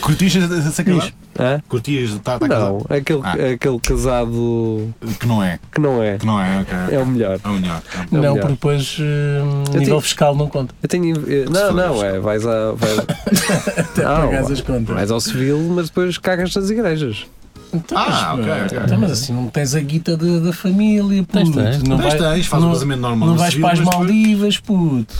[SPEAKER 6] Curtias essa casada?
[SPEAKER 2] Hã?
[SPEAKER 6] Curtias de estar
[SPEAKER 2] Não, aquele,
[SPEAKER 6] Tá Ah.
[SPEAKER 2] aquele casado
[SPEAKER 6] Que não é.
[SPEAKER 2] que não é.
[SPEAKER 6] Que não é, ok.
[SPEAKER 2] É o melhor.
[SPEAKER 6] É o melhor.
[SPEAKER 2] É o
[SPEAKER 4] Não,
[SPEAKER 2] melhor.
[SPEAKER 4] porque depois hum,
[SPEAKER 2] Eu
[SPEAKER 4] nível
[SPEAKER 2] tenho-
[SPEAKER 4] fiscal não conta.
[SPEAKER 2] Eu tenho. eh, Não, não, é. Vais a. Vais,
[SPEAKER 4] Pagas
[SPEAKER 2] não,
[SPEAKER 4] as contas.
[SPEAKER 2] vais ao civil, mas depois cagas nas igrejas.
[SPEAKER 4] Então,
[SPEAKER 6] Ah,
[SPEAKER 4] mas,
[SPEAKER 6] ok,
[SPEAKER 4] eh,
[SPEAKER 6] ok.
[SPEAKER 4] então, mas assim, não tens a guita da, da família, puto.
[SPEAKER 5] Tens, tens.
[SPEAKER 4] Não
[SPEAKER 6] Mas
[SPEAKER 4] vai-
[SPEAKER 6] tens, faz
[SPEAKER 4] não-
[SPEAKER 6] um casamento normal.
[SPEAKER 4] Não
[SPEAKER 6] no
[SPEAKER 4] vais
[SPEAKER 6] civil,
[SPEAKER 4] para as
[SPEAKER 6] mas depois-
[SPEAKER 4] Maldivas, puto.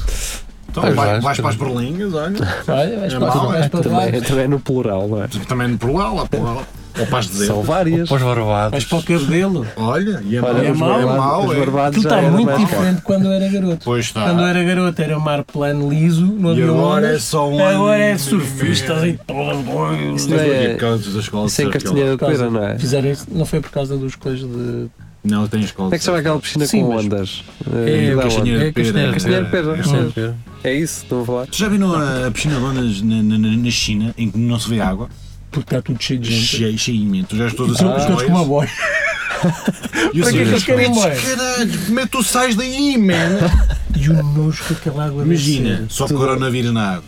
[SPEAKER 6] Então,
[SPEAKER 5] Pois
[SPEAKER 6] vai-
[SPEAKER 5] vais,
[SPEAKER 6] vais para as
[SPEAKER 5] também.
[SPEAKER 6] berlingas, olha.
[SPEAKER 4] *laughs* Olha, vais
[SPEAKER 6] É
[SPEAKER 4] para,
[SPEAKER 6] mau,
[SPEAKER 4] vais
[SPEAKER 6] é?
[SPEAKER 4] para lá.
[SPEAKER 2] Também, também é no plural, não é?
[SPEAKER 6] Também por lá, lá por lá. Ou para as
[SPEAKER 2] São
[SPEAKER 6] dezenas.
[SPEAKER 2] várias.
[SPEAKER 5] Para os barbados.
[SPEAKER 4] Vais para o cabelo.
[SPEAKER 6] Olha, e é mau.
[SPEAKER 2] Olha,
[SPEAKER 4] É
[SPEAKER 2] os
[SPEAKER 4] mau,
[SPEAKER 2] barbados-
[SPEAKER 6] mau,
[SPEAKER 2] os
[SPEAKER 6] é.
[SPEAKER 2] barbados
[SPEAKER 4] Aquilo
[SPEAKER 2] já
[SPEAKER 4] está
[SPEAKER 2] era
[SPEAKER 4] muito
[SPEAKER 2] mais caro.
[SPEAKER 4] diferente de quando era garoto.
[SPEAKER 6] Pois está.
[SPEAKER 4] Quando era garoto era um mar plano liso, não
[SPEAKER 6] E
[SPEAKER 4] havia
[SPEAKER 6] agora
[SPEAKER 4] ondas.
[SPEAKER 6] é só um
[SPEAKER 4] Agora é assim.
[SPEAKER 6] ano
[SPEAKER 4] surfistas
[SPEAKER 6] e
[SPEAKER 4] e tudo.
[SPEAKER 6] Isso
[SPEAKER 2] Não é-
[SPEAKER 6] é por causa da escola de
[SPEAKER 2] Sem
[SPEAKER 6] surf que
[SPEAKER 2] Castilheira de
[SPEAKER 4] Por causa-
[SPEAKER 2] Coira, não é?
[SPEAKER 4] Fizeram isso, não foi por causa dos coisas de.
[SPEAKER 6] ele- Não, tem escola
[SPEAKER 2] Como é
[SPEAKER 6] de
[SPEAKER 2] que chama
[SPEAKER 6] surf.
[SPEAKER 2] aquela piscina
[SPEAKER 4] Sim,
[SPEAKER 2] com
[SPEAKER 4] mas-
[SPEAKER 2] ondas?
[SPEAKER 5] É,
[SPEAKER 2] Eh,
[SPEAKER 5] o
[SPEAKER 2] dá
[SPEAKER 5] Castanheiro.
[SPEAKER 2] ondas.
[SPEAKER 5] É, Castanheiro de
[SPEAKER 2] Castanheiro de Pedra.
[SPEAKER 6] É,
[SPEAKER 5] Sim.
[SPEAKER 6] é.
[SPEAKER 2] É isso, estão a falar?
[SPEAKER 6] Tu já viram a, a piscina de ondas na, na- na- na China em que não se vê água?
[SPEAKER 4] Porque está tudo cheio de gente. Então,
[SPEAKER 6] Então, Cheia, cheinha. Tu já estás todas
[SPEAKER 4] Todos com uma boia.
[SPEAKER 6] E eu
[SPEAKER 4] Para que é que eles
[SPEAKER 6] assim,
[SPEAKER 4] querem mais?
[SPEAKER 6] caralho, como é que tu sais daí, man?
[SPEAKER 4] E o nojo que aquela água deve
[SPEAKER 6] Imagina,
[SPEAKER 4] ser.
[SPEAKER 6] só coronavírus na água.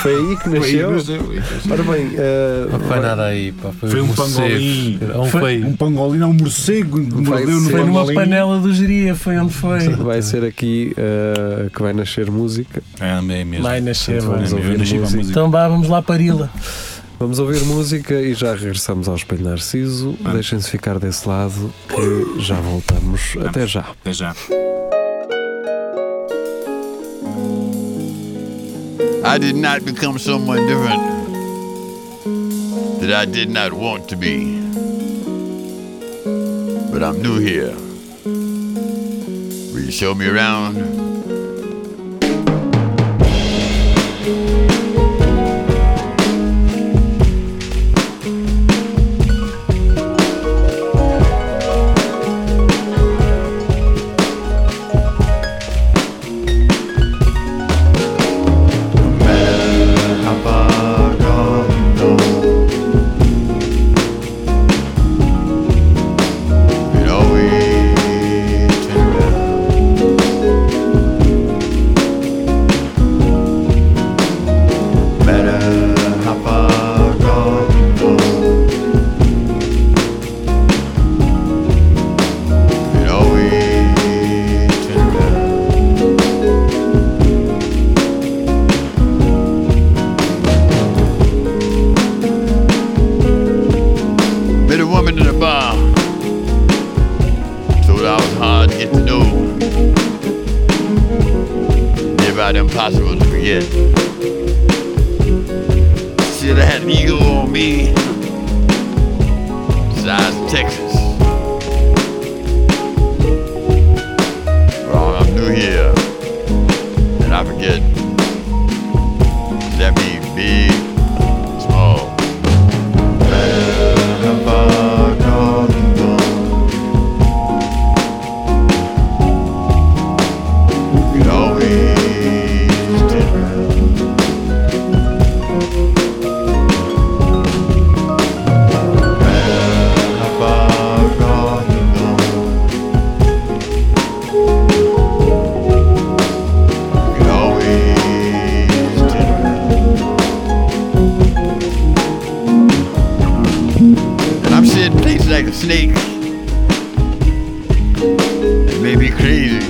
[SPEAKER 2] Foi aí que
[SPEAKER 6] Foi aí,
[SPEAKER 2] nasceu.
[SPEAKER 6] mas eu-
[SPEAKER 2] Ora bem, eh,
[SPEAKER 5] Não foi nada aí, pá. Foi,
[SPEAKER 6] Foi um
[SPEAKER 5] morcego.
[SPEAKER 6] pangolim.
[SPEAKER 5] Era Um
[SPEAKER 6] Foi
[SPEAKER 5] feio.
[SPEAKER 6] um pangolim, não, um morcego que mordeu no
[SPEAKER 2] ser.
[SPEAKER 4] Foi
[SPEAKER 6] pangolim.
[SPEAKER 4] numa panela do geria, foi onde foi.
[SPEAKER 2] vai ser aqui eh, que vai nascer música.
[SPEAKER 6] É, é mesmo.
[SPEAKER 4] Vai nascer,
[SPEAKER 6] É
[SPEAKER 4] vai.
[SPEAKER 2] Vamos
[SPEAKER 6] mesmo,
[SPEAKER 2] ouvir
[SPEAKER 6] eu nasci para a
[SPEAKER 2] música.
[SPEAKER 6] música.
[SPEAKER 4] Então vá, vamos lá parila.
[SPEAKER 2] Vamos ouvir música e já regressamos ao Espelho Narciso. Deixem-se ficar desse lado que já voltamos. Até já.
[SPEAKER 6] Até já.
[SPEAKER 8] I did not become someone different that I did not want to be. But I'm new here. Will you show me around? You know, we turn around. Better hop a gondola. You know, we turn around. Met a woman in a bar. Told her I was hard to get to know. Nearby impossible to forget. She said I had an eagle on me. Size of Texas. Well, I'm new here. And I forget. Does that mean big, small? And I'm seeing things like a snake. It may be crazy.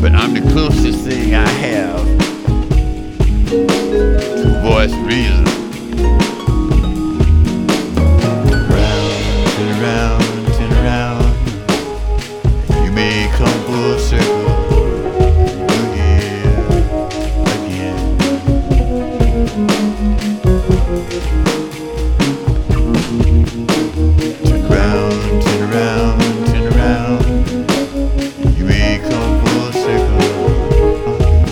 [SPEAKER 8] But I'm the closest thing I have to voice reason. Round and around and around. You may come full circle. You're here again. Turn around, turn around, turn around. You may come full circle.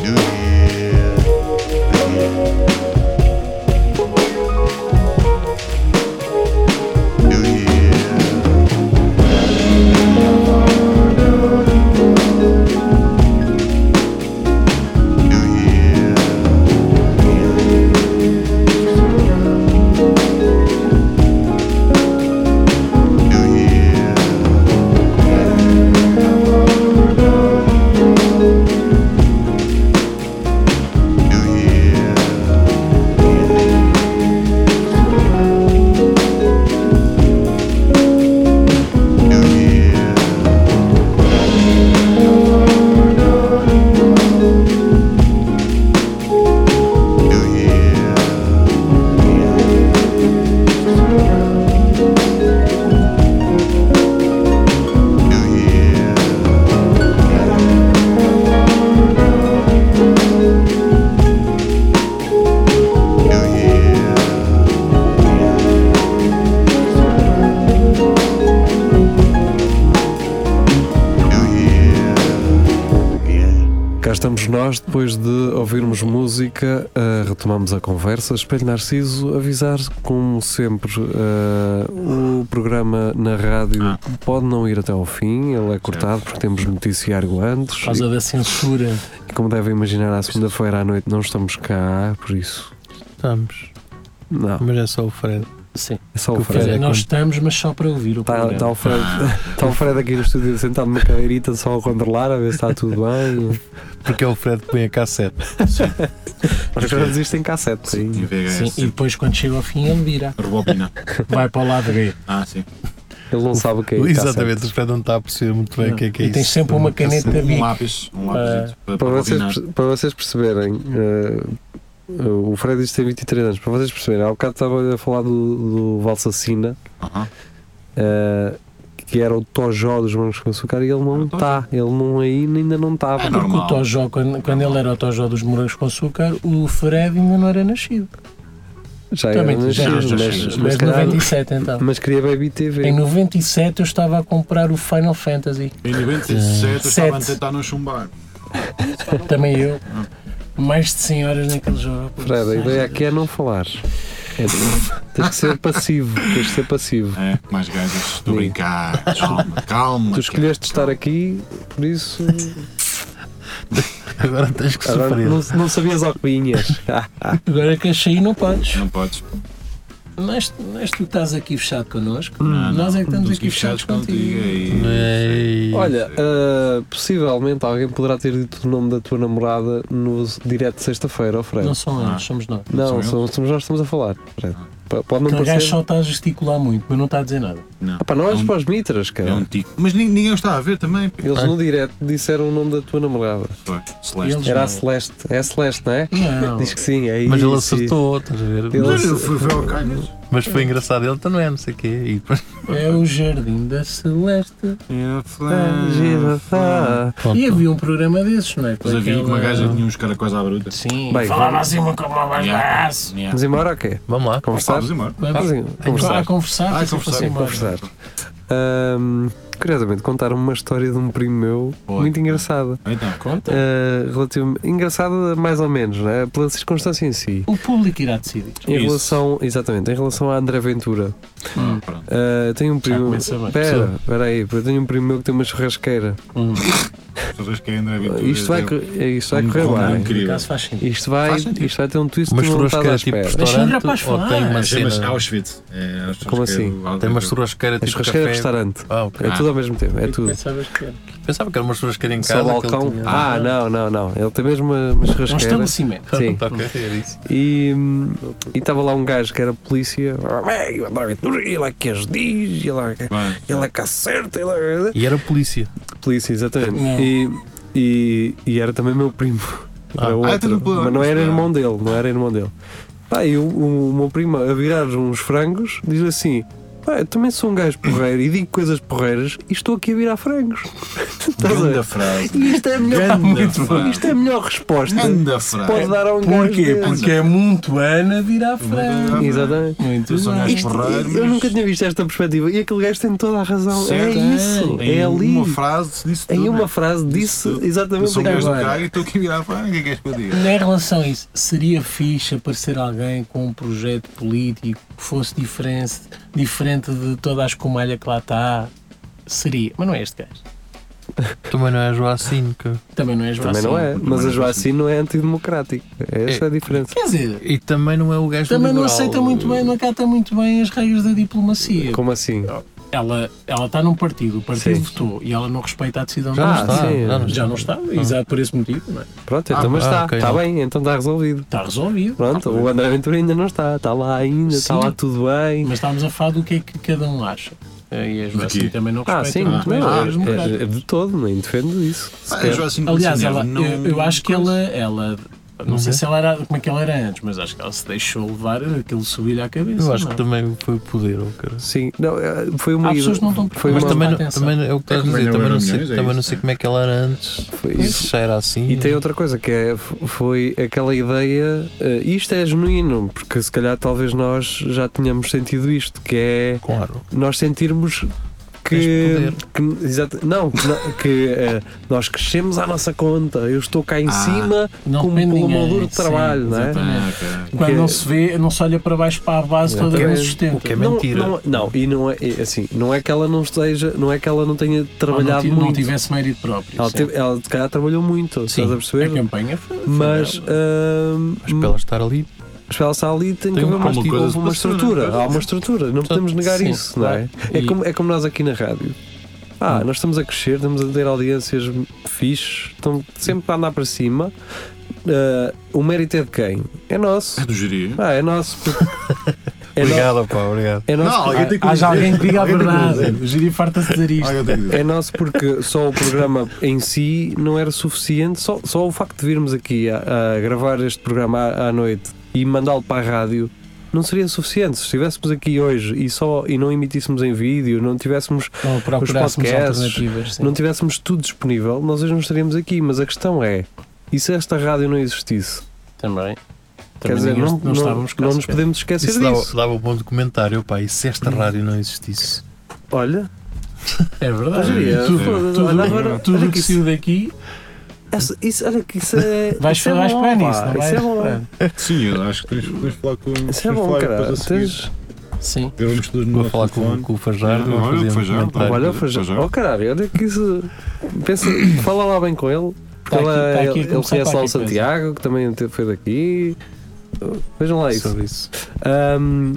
[SPEAKER 8] You do here again. Do here. Do here. again. Do here. Do here. Do here. Do here. Do here. Do here. Do here. Again.
[SPEAKER 2] Cá estamos nós, depois de ouvirmos música, eh, retomamos a conversa. Espelho Narciso, avisar como sempre, eh, o programa na rádio
[SPEAKER 6] Ah.
[SPEAKER 2] pode não ir até ao fim, ele é cortado porque temos noticiário
[SPEAKER 4] Por
[SPEAKER 2] antes.
[SPEAKER 4] causa da censura.
[SPEAKER 2] E como devem imaginar, à segunda-feira à noite não estamos cá, por isso.
[SPEAKER 5] Estamos.
[SPEAKER 2] Não,
[SPEAKER 5] Mas é só o Fred.
[SPEAKER 4] Sim.
[SPEAKER 2] É só o
[SPEAKER 5] Que
[SPEAKER 4] Quer
[SPEAKER 2] Fred.
[SPEAKER 4] dizer,
[SPEAKER 5] é
[SPEAKER 4] nós
[SPEAKER 5] quando-
[SPEAKER 4] estamos, mas só para ouvir o
[SPEAKER 2] Está
[SPEAKER 4] programa.
[SPEAKER 2] o, Fred- tá o Fred aqui no estúdio sentado numa cadeirita só a controlar, a ver se está tudo bem.
[SPEAKER 5] Porque é o Fred que põe a cassete.
[SPEAKER 2] Nós fazemos isto em cassete.
[SPEAKER 3] Em
[SPEAKER 2] Sim.
[SPEAKER 3] VHS.
[SPEAKER 4] Sim, e depois quando chega ao fim ele vira.
[SPEAKER 6] Rebobina.
[SPEAKER 4] Vai para o lado B.
[SPEAKER 6] Ah, sim.
[SPEAKER 2] Ele não sabe o que é.
[SPEAKER 5] *laughs* Exatamente,
[SPEAKER 2] cassete.
[SPEAKER 5] o Fred não está a perceber muito bem o que é que é
[SPEAKER 4] e
[SPEAKER 5] isso.
[SPEAKER 4] tens sempre uma caneta
[SPEAKER 5] Cassete.
[SPEAKER 4] bic.
[SPEAKER 6] Um lápis. Um lápis. para,
[SPEAKER 2] Para
[SPEAKER 6] para
[SPEAKER 2] vocês,
[SPEAKER 6] bobinar.
[SPEAKER 2] perce- para vocês perceberem, eh, o Fred diz que tem 23 anos. Para vocês perceberem, há bocado estava a falar do, do Valsacina,
[SPEAKER 6] Aham.
[SPEAKER 2] eh, que era o Tojó dos Morangos com Açúcar, e ele não
[SPEAKER 6] o Tojó.
[SPEAKER 2] está. Ele não aí ainda não estava.
[SPEAKER 6] É
[SPEAKER 4] Porque
[SPEAKER 6] normal.
[SPEAKER 4] o Tojó, quando, quando ele era o Tojó dos Morangos com Açúcar, o Fred ainda não era nascido.
[SPEAKER 2] Já era
[SPEAKER 4] Também
[SPEAKER 2] nascido,
[SPEAKER 4] já
[SPEAKER 6] era nascido,
[SPEAKER 2] mas-
[SPEAKER 4] nascido.
[SPEAKER 2] mas
[SPEAKER 4] Mas
[SPEAKER 2] calhar-
[SPEAKER 4] 97 então.
[SPEAKER 2] mas queria Baby TV.
[SPEAKER 4] Em 97 eu estava a comprar o Final Fantasy.
[SPEAKER 6] Em 97 eu estava a
[SPEAKER 4] Sete.
[SPEAKER 6] tentar não tá chumbar.
[SPEAKER 4] Também eu. Mais de 100 horas naquele jogo.
[SPEAKER 2] Fred, a ideia aqui é não falar. É, tens que ser passivo, tens que ser passivo.
[SPEAKER 6] É, mais gajas. Estou a
[SPEAKER 2] Sim.
[SPEAKER 6] brincar. Calma, calma.
[SPEAKER 2] Tu escolheste estar aqui, por
[SPEAKER 4] *laughs*
[SPEAKER 2] isso
[SPEAKER 5] *laughs* Agora tens que
[SPEAKER 2] agora
[SPEAKER 5] sofrer.
[SPEAKER 2] não, não sabias ao que vinhas. Ah,
[SPEAKER 4] Agora que achei não podes.
[SPEAKER 6] Não podes.
[SPEAKER 4] Mas, mas tu estás aqui fechado connosco.
[SPEAKER 6] Não,
[SPEAKER 4] Nós é que
[SPEAKER 6] Estamos
[SPEAKER 4] estamos aqui fechados contigo.
[SPEAKER 6] e-
[SPEAKER 5] Ei,
[SPEAKER 2] Olha, ah, possivelmente alguém poderá ter dito o nome da tua namorada no direto de sexta-feira, ó Fred.
[SPEAKER 4] Não são eles,
[SPEAKER 6] Ah.
[SPEAKER 4] somos nós.
[SPEAKER 2] Não,
[SPEAKER 6] sou eu?
[SPEAKER 2] somos, somos nós que estamos a falar. Fred. P- Pode não
[SPEAKER 4] Aquele Então, gajo
[SPEAKER 2] parecer.
[SPEAKER 4] só está a gesticular muito, mas não está a dizer nada.
[SPEAKER 6] Não.
[SPEAKER 2] Ah, pá, não olhes
[SPEAKER 6] É um-
[SPEAKER 2] para os mitras,
[SPEAKER 6] É um
[SPEAKER 2] cara.
[SPEAKER 6] tico. Mas nin- ninguém o está a ver também. pá.
[SPEAKER 4] Ah.
[SPEAKER 2] Eles no direto disseram o nome da tua namorada.
[SPEAKER 6] Foi. Celeste.
[SPEAKER 4] Eles-
[SPEAKER 2] Era a
[SPEAKER 4] Não.
[SPEAKER 2] Celeste. É a Celeste, não é?
[SPEAKER 4] Não.
[SPEAKER 2] *laughs* Diz que sim, é isso.
[SPEAKER 5] mas ele
[SPEAKER 2] isso.
[SPEAKER 5] acertou, estás a ver?
[SPEAKER 2] Ele-
[SPEAKER 5] Mas,
[SPEAKER 6] Ele foi, foi ao calho.
[SPEAKER 5] mas foi engraçado, ele também, não sei o quê. E depois,
[SPEAKER 4] É o Jardim da Celeste.
[SPEAKER 6] É,
[SPEAKER 2] Ah, gira, tá.
[SPEAKER 5] pronto,
[SPEAKER 4] E havia um programa desses, não é? Com
[SPEAKER 6] Mas havia
[SPEAKER 4] aquela-
[SPEAKER 6] uma gaja tinha uns caracóis à bruta.
[SPEAKER 4] Sim,
[SPEAKER 2] Bem,
[SPEAKER 4] falava assim uma com uma voz
[SPEAKER 6] Yeah.
[SPEAKER 4] de
[SPEAKER 6] Yeah.
[SPEAKER 2] Vamos embora ou quê?
[SPEAKER 5] *laughs* vamos lá.
[SPEAKER 2] Conversar?
[SPEAKER 6] Vamos embora.
[SPEAKER 4] Vamos
[SPEAKER 2] Sim,
[SPEAKER 4] conversar.
[SPEAKER 2] assim, conversar.
[SPEAKER 4] Ah, conversar,
[SPEAKER 6] Ah,
[SPEAKER 4] foi sempre
[SPEAKER 6] conversar,
[SPEAKER 4] assim, mano.
[SPEAKER 2] conversar. Ahm, curiosamente, contaram-me uma história de um primo meu
[SPEAKER 6] Oi.
[SPEAKER 2] muito engraçada.
[SPEAKER 6] Então,
[SPEAKER 4] Conta.
[SPEAKER 2] Ah, relativamente, engraçada, mais ou menos, né? pela circunstância em si.
[SPEAKER 4] O público irá decidir.
[SPEAKER 2] Em
[SPEAKER 6] Isso.
[SPEAKER 2] relação, exatamente, em relação à André Ventura,
[SPEAKER 4] Hum.
[SPEAKER 6] pronto.
[SPEAKER 2] ah, eu tenho um
[SPEAKER 4] Já
[SPEAKER 2] primo.
[SPEAKER 4] começa bem.
[SPEAKER 2] Espera, espera aí, eu tenho um primo meu que tem uma churrasqueira.
[SPEAKER 4] Hum.
[SPEAKER 6] Pessoas que ainda é
[SPEAKER 2] Isto vai, co- eh, isto vai
[SPEAKER 6] um
[SPEAKER 2] correr
[SPEAKER 6] bom
[SPEAKER 2] bem.
[SPEAKER 6] nome. Incrível.
[SPEAKER 4] Caso faz sentido.
[SPEAKER 2] Isto vai,
[SPEAKER 6] Faz sentido.
[SPEAKER 2] isto vai ter um twist que
[SPEAKER 5] Mas
[SPEAKER 2] tu não estás à
[SPEAKER 5] churrasqueira tipo
[SPEAKER 2] espera.
[SPEAKER 4] Deixa o rapaz
[SPEAKER 5] restaurante ou
[SPEAKER 4] falar.
[SPEAKER 5] tem uma
[SPEAKER 3] Chamas
[SPEAKER 5] cena?
[SPEAKER 3] Auschwitz. É, Auschwitz
[SPEAKER 2] Como
[SPEAKER 3] que é
[SPEAKER 2] assim?
[SPEAKER 3] do-
[SPEAKER 5] Tem uma churrasqueira
[SPEAKER 2] A
[SPEAKER 5] tipo
[SPEAKER 2] churrasqueira é
[SPEAKER 5] café?
[SPEAKER 2] restaurante.
[SPEAKER 5] Ah, ok.
[SPEAKER 2] É tudo ao mesmo tempo, é tudo.
[SPEAKER 4] Pensavas que era. Um
[SPEAKER 5] Pensava que era uma churrasqueira em
[SPEAKER 2] Só
[SPEAKER 5] casa. que ele
[SPEAKER 2] balcão?
[SPEAKER 5] tinha- *laughs*
[SPEAKER 2] Ah, não, não, não. Ele tem mesmo uma, uma
[SPEAKER 4] Um
[SPEAKER 2] churrasqueira.
[SPEAKER 4] estabelecimento.
[SPEAKER 2] Sim.
[SPEAKER 5] Ok, era Tá isso.
[SPEAKER 2] E hum, e estava lá um gajo que era polícia. "Ei, o André Ventura, Ele é que as diz, ele é, que-
[SPEAKER 6] Vai.
[SPEAKER 2] ele é que acerta. Ele é...
[SPEAKER 5] E era polícia.
[SPEAKER 2] Polícia, exatamente.
[SPEAKER 6] É.
[SPEAKER 4] Não.
[SPEAKER 2] E, e, e era também meu primo.
[SPEAKER 5] Ah.
[SPEAKER 2] Era
[SPEAKER 5] Ah,
[SPEAKER 2] outro.
[SPEAKER 6] então não-
[SPEAKER 2] mas não era irmão dele. Não era irmão dele. Pá, e o, o, meu primo, a virar uns frangos, diz assim. "Pá, eu também sou um gajo porreiro e digo coisas porreiras e estou aqui a virar frangos. *laughs* Estás a ver?
[SPEAKER 6] Ganda frase.
[SPEAKER 2] E isto é a melhor,
[SPEAKER 6] Ganda
[SPEAKER 2] Muito bom.
[SPEAKER 6] frase.
[SPEAKER 2] isto é a melhor resposta.
[SPEAKER 6] Ganda
[SPEAKER 2] que Pode
[SPEAKER 6] frase.
[SPEAKER 2] dar a um gajo
[SPEAKER 4] Porquê?
[SPEAKER 2] desse.
[SPEAKER 4] Porque é muito Ana virar frente.
[SPEAKER 2] Exatamente.
[SPEAKER 4] Muito
[SPEAKER 6] Eu sou um
[SPEAKER 4] bem.
[SPEAKER 6] é gajo
[SPEAKER 2] Isto-
[SPEAKER 6] porreiro, mas-
[SPEAKER 2] eu nunca tinha visto esta perspectiva e aquele gajo tem toda a razão.
[SPEAKER 6] Certo.
[SPEAKER 2] É isso,
[SPEAKER 6] Em
[SPEAKER 2] é ali.
[SPEAKER 6] uma frase disse tudo.
[SPEAKER 2] Em uma
[SPEAKER 6] né?
[SPEAKER 2] frase disse
[SPEAKER 6] Isso- Eu
[SPEAKER 2] exatamente
[SPEAKER 6] sou um gajo do
[SPEAKER 4] Agora.
[SPEAKER 6] caralho e estou aqui a virar a frase. O que é que és que eu diga?
[SPEAKER 4] Na relação a isso, seria fixe aparecer alguém com um projeto político que fosse diferente, diferente de toda a escumalha que lá está? Seria, mas não é este gajo.
[SPEAKER 5] Também não é Joacim, que...
[SPEAKER 4] Também não é Joacim.
[SPEAKER 2] Também não é, mas a
[SPEAKER 6] não é
[SPEAKER 2] Joacim não é antidemocrático. Essa é a diferença.
[SPEAKER 4] Quer dizer,
[SPEAKER 5] E também não é o gajo
[SPEAKER 4] também não
[SPEAKER 5] liberal.
[SPEAKER 4] aceita muito bem, não acata muito bem as regras da diplomacia.
[SPEAKER 2] Como assim?
[SPEAKER 4] Ela, ela está num partido, o partido
[SPEAKER 2] Sim.
[SPEAKER 4] votou e ela não respeita a decisão
[SPEAKER 5] Já
[SPEAKER 4] dela.
[SPEAKER 5] não
[SPEAKER 2] Ah,
[SPEAKER 5] está.
[SPEAKER 2] sim.
[SPEAKER 5] Já não está.
[SPEAKER 4] Já não está,
[SPEAKER 2] Ah.
[SPEAKER 4] exato por esse motivo, não é?
[SPEAKER 2] Pronto, então, mas
[SPEAKER 5] ah,
[SPEAKER 2] está.
[SPEAKER 5] ok,
[SPEAKER 2] está
[SPEAKER 5] não.
[SPEAKER 2] bem, então está resolvido.
[SPEAKER 4] Está resolvido.
[SPEAKER 2] Pronto, o André Ventura ainda não está. Está lá ainda, está
[SPEAKER 4] Sim.
[SPEAKER 2] lá tudo bem.
[SPEAKER 4] Mas estávamos a falar do que é que cada um acha. E a Joacim
[SPEAKER 6] quê?
[SPEAKER 4] também não respeita
[SPEAKER 2] Ah, sim,
[SPEAKER 4] muito bem as
[SPEAKER 2] não,
[SPEAKER 4] regras democráticas.
[SPEAKER 2] é, é de todo, nem defendo isso.
[SPEAKER 6] Ah, eu
[SPEAKER 2] sequer.
[SPEAKER 6] já assim
[SPEAKER 4] Aliás,
[SPEAKER 6] assim,
[SPEAKER 4] ela,
[SPEAKER 6] não-
[SPEAKER 4] eu, eu acho que ela, ela não sei se ela era como é que ela era antes, mas acho que ela se deixou levar aquilo subir à cabeça.
[SPEAKER 5] Eu acho
[SPEAKER 4] não
[SPEAKER 5] que
[SPEAKER 4] é?
[SPEAKER 5] também foi o poder, oh, cara.
[SPEAKER 2] Sim, não, é, foi uma
[SPEAKER 4] Há pessoas que não estão
[SPEAKER 2] foi
[SPEAKER 4] Mas
[SPEAKER 2] uma-
[SPEAKER 5] Mas também, não-
[SPEAKER 4] atenção.
[SPEAKER 5] também não- é o que estás a
[SPEAKER 3] Também
[SPEAKER 5] dizer,
[SPEAKER 3] não
[SPEAKER 5] também
[SPEAKER 3] era
[SPEAKER 5] não sei,
[SPEAKER 3] milhões, é
[SPEAKER 5] também não
[SPEAKER 3] isso,
[SPEAKER 5] sei como é que ela era antes.
[SPEAKER 2] Foi isso.
[SPEAKER 5] Se era assim.
[SPEAKER 2] E tem outra coisa que é, f- foi aquela ideia, eh, isto é genuíno, porque se calhar talvez nós já tínhamos sentido isto, que é
[SPEAKER 5] Claro.
[SPEAKER 2] nós sentirmos que,
[SPEAKER 5] Tens
[SPEAKER 2] que exato, não, que não- que eh, nós crescemos à nossa conta, eu estou cá em
[SPEAKER 6] Ah,
[SPEAKER 2] cima
[SPEAKER 4] não
[SPEAKER 2] com
[SPEAKER 4] depende de
[SPEAKER 2] pelo meu
[SPEAKER 4] ninguém,
[SPEAKER 2] duro
[SPEAKER 4] sim,
[SPEAKER 2] trabalho, não é?
[SPEAKER 6] Ah, ok.
[SPEAKER 4] Quando
[SPEAKER 2] que-
[SPEAKER 4] não se vê, não se olha para baixo para a base toda
[SPEAKER 2] Exatamente.
[SPEAKER 4] que sustenta.
[SPEAKER 5] O que é
[SPEAKER 2] Não-
[SPEAKER 5] mentira.
[SPEAKER 2] Não, não, e não é é assim, não é que ela não esteja, não é que ela não tenha
[SPEAKER 4] Ou não,
[SPEAKER 2] trabalhado
[SPEAKER 4] ti- não
[SPEAKER 2] muito.
[SPEAKER 4] tivesse mérito próprio.
[SPEAKER 2] ela,
[SPEAKER 4] sim.
[SPEAKER 2] teve- ela se calhar trabalhou muito,
[SPEAKER 5] Sim,
[SPEAKER 2] estás a
[SPEAKER 4] a
[SPEAKER 2] perceber?
[SPEAKER 4] campanha foi. foi
[SPEAKER 2] Mas, ah,
[SPEAKER 4] dela.
[SPEAKER 2] ahm,
[SPEAKER 5] Mas para ela estar ali,
[SPEAKER 2] Mas para ela estar ali tem,
[SPEAKER 5] Tem
[SPEAKER 2] que haver
[SPEAKER 5] uma-
[SPEAKER 2] uma,
[SPEAKER 6] alguma coisa
[SPEAKER 2] houve uma
[SPEAKER 6] de passiva,
[SPEAKER 2] estrutura.
[SPEAKER 6] não é?
[SPEAKER 2] Há uma estrutura, não podemos negar
[SPEAKER 5] sim,
[SPEAKER 2] isso, não é?
[SPEAKER 5] claro.
[SPEAKER 2] É,
[SPEAKER 5] E- Hum.
[SPEAKER 2] como, é como nós aqui na rádio. Ah, nós estamos a crescer, estamos a ter audiências fixes, estão sempre a andar para cima. Ah, o mérito é de quem? É
[SPEAKER 5] *laughs*
[SPEAKER 2] nosso.
[SPEAKER 6] É do geria.
[SPEAKER 2] Ah, é nosso. porque- É, no-
[SPEAKER 5] Obrigado, pá, obrigado.
[SPEAKER 2] é nosso. porque-
[SPEAKER 3] tem
[SPEAKER 4] Haja alguém que diga a
[SPEAKER 3] Alguém tem que
[SPEAKER 4] verdade.
[SPEAKER 3] dizer.
[SPEAKER 4] O Giri farta-se de dizer isto.
[SPEAKER 3] Alguém tem que dizer.
[SPEAKER 2] É nosso porque só o programa em si não era suficiente, só, só o facto de virmos aqui a, a gravar este programa à, à noite e mandá-lo para a rádio não seria suficiente. Se estivéssemos aqui hoje e, só, e não emitíssemos em vídeo, não tivéssemos,
[SPEAKER 4] Não, procurássemos
[SPEAKER 2] podcasts,
[SPEAKER 4] Então, alternativas. sim.
[SPEAKER 2] não tivéssemos tudo disponível, nós hoje não estaríamos aqui. Mas a questão é, e se esta rádio não existisse?
[SPEAKER 4] Também.
[SPEAKER 2] Quer
[SPEAKER 4] Também
[SPEAKER 2] dizer,
[SPEAKER 4] ninguém-
[SPEAKER 2] não,
[SPEAKER 4] não
[SPEAKER 2] não,
[SPEAKER 4] estávamos cá
[SPEAKER 2] não nos
[SPEAKER 4] sequer.
[SPEAKER 2] podemos esquecer
[SPEAKER 5] Isso dava,
[SPEAKER 2] disso.
[SPEAKER 5] dava um bom documentário, pá, e se
[SPEAKER 2] Hum.
[SPEAKER 5] esta rádio não existisse?
[SPEAKER 2] Olha,
[SPEAKER 4] É verdade.
[SPEAKER 2] Geria,
[SPEAKER 4] Tudo-
[SPEAKER 2] foda-se,
[SPEAKER 4] tudo-
[SPEAKER 2] olha agora,
[SPEAKER 4] Tudo
[SPEAKER 2] olha
[SPEAKER 4] o que
[SPEAKER 2] que
[SPEAKER 4] saiu daqui,
[SPEAKER 2] essa- isso, olha que isso é.
[SPEAKER 4] *laughs* vais
[SPEAKER 2] isso é
[SPEAKER 4] falar
[SPEAKER 2] bom,
[SPEAKER 4] para
[SPEAKER 2] pá,
[SPEAKER 4] nisso, não
[SPEAKER 2] isso
[SPEAKER 4] vais?
[SPEAKER 2] é bom.
[SPEAKER 4] Pronto.
[SPEAKER 3] Sim, eu acho que tens tens de falar com tens
[SPEAKER 2] Isso é
[SPEAKER 3] de
[SPEAKER 2] bom,
[SPEAKER 3] falar
[SPEAKER 2] cara.
[SPEAKER 3] depois a seguir.
[SPEAKER 2] Tens-
[SPEAKER 4] Sim.
[SPEAKER 3] Viramos tudo no
[SPEAKER 5] Vou falar com,
[SPEAKER 3] telefone.
[SPEAKER 5] com o Fajardo.
[SPEAKER 6] Não,
[SPEAKER 5] vou
[SPEAKER 6] olha o
[SPEAKER 5] fazer um
[SPEAKER 6] Fajardo,
[SPEAKER 5] documentário.
[SPEAKER 2] Olha, o
[SPEAKER 6] Pois
[SPEAKER 2] feijão.
[SPEAKER 6] é.
[SPEAKER 2] Oh, caralho, olha que isso. Pensa, fala lá bem com ele. Porque
[SPEAKER 4] Tá aqui-
[SPEAKER 2] ela-
[SPEAKER 4] tá aqui a
[SPEAKER 2] ele
[SPEAKER 4] começar
[SPEAKER 2] conhece lá o
[SPEAKER 4] qualquer coisa.
[SPEAKER 2] Santiago, que também te- foi daqui. Vejam lá isso.
[SPEAKER 5] Sobre isso.
[SPEAKER 2] Ahm,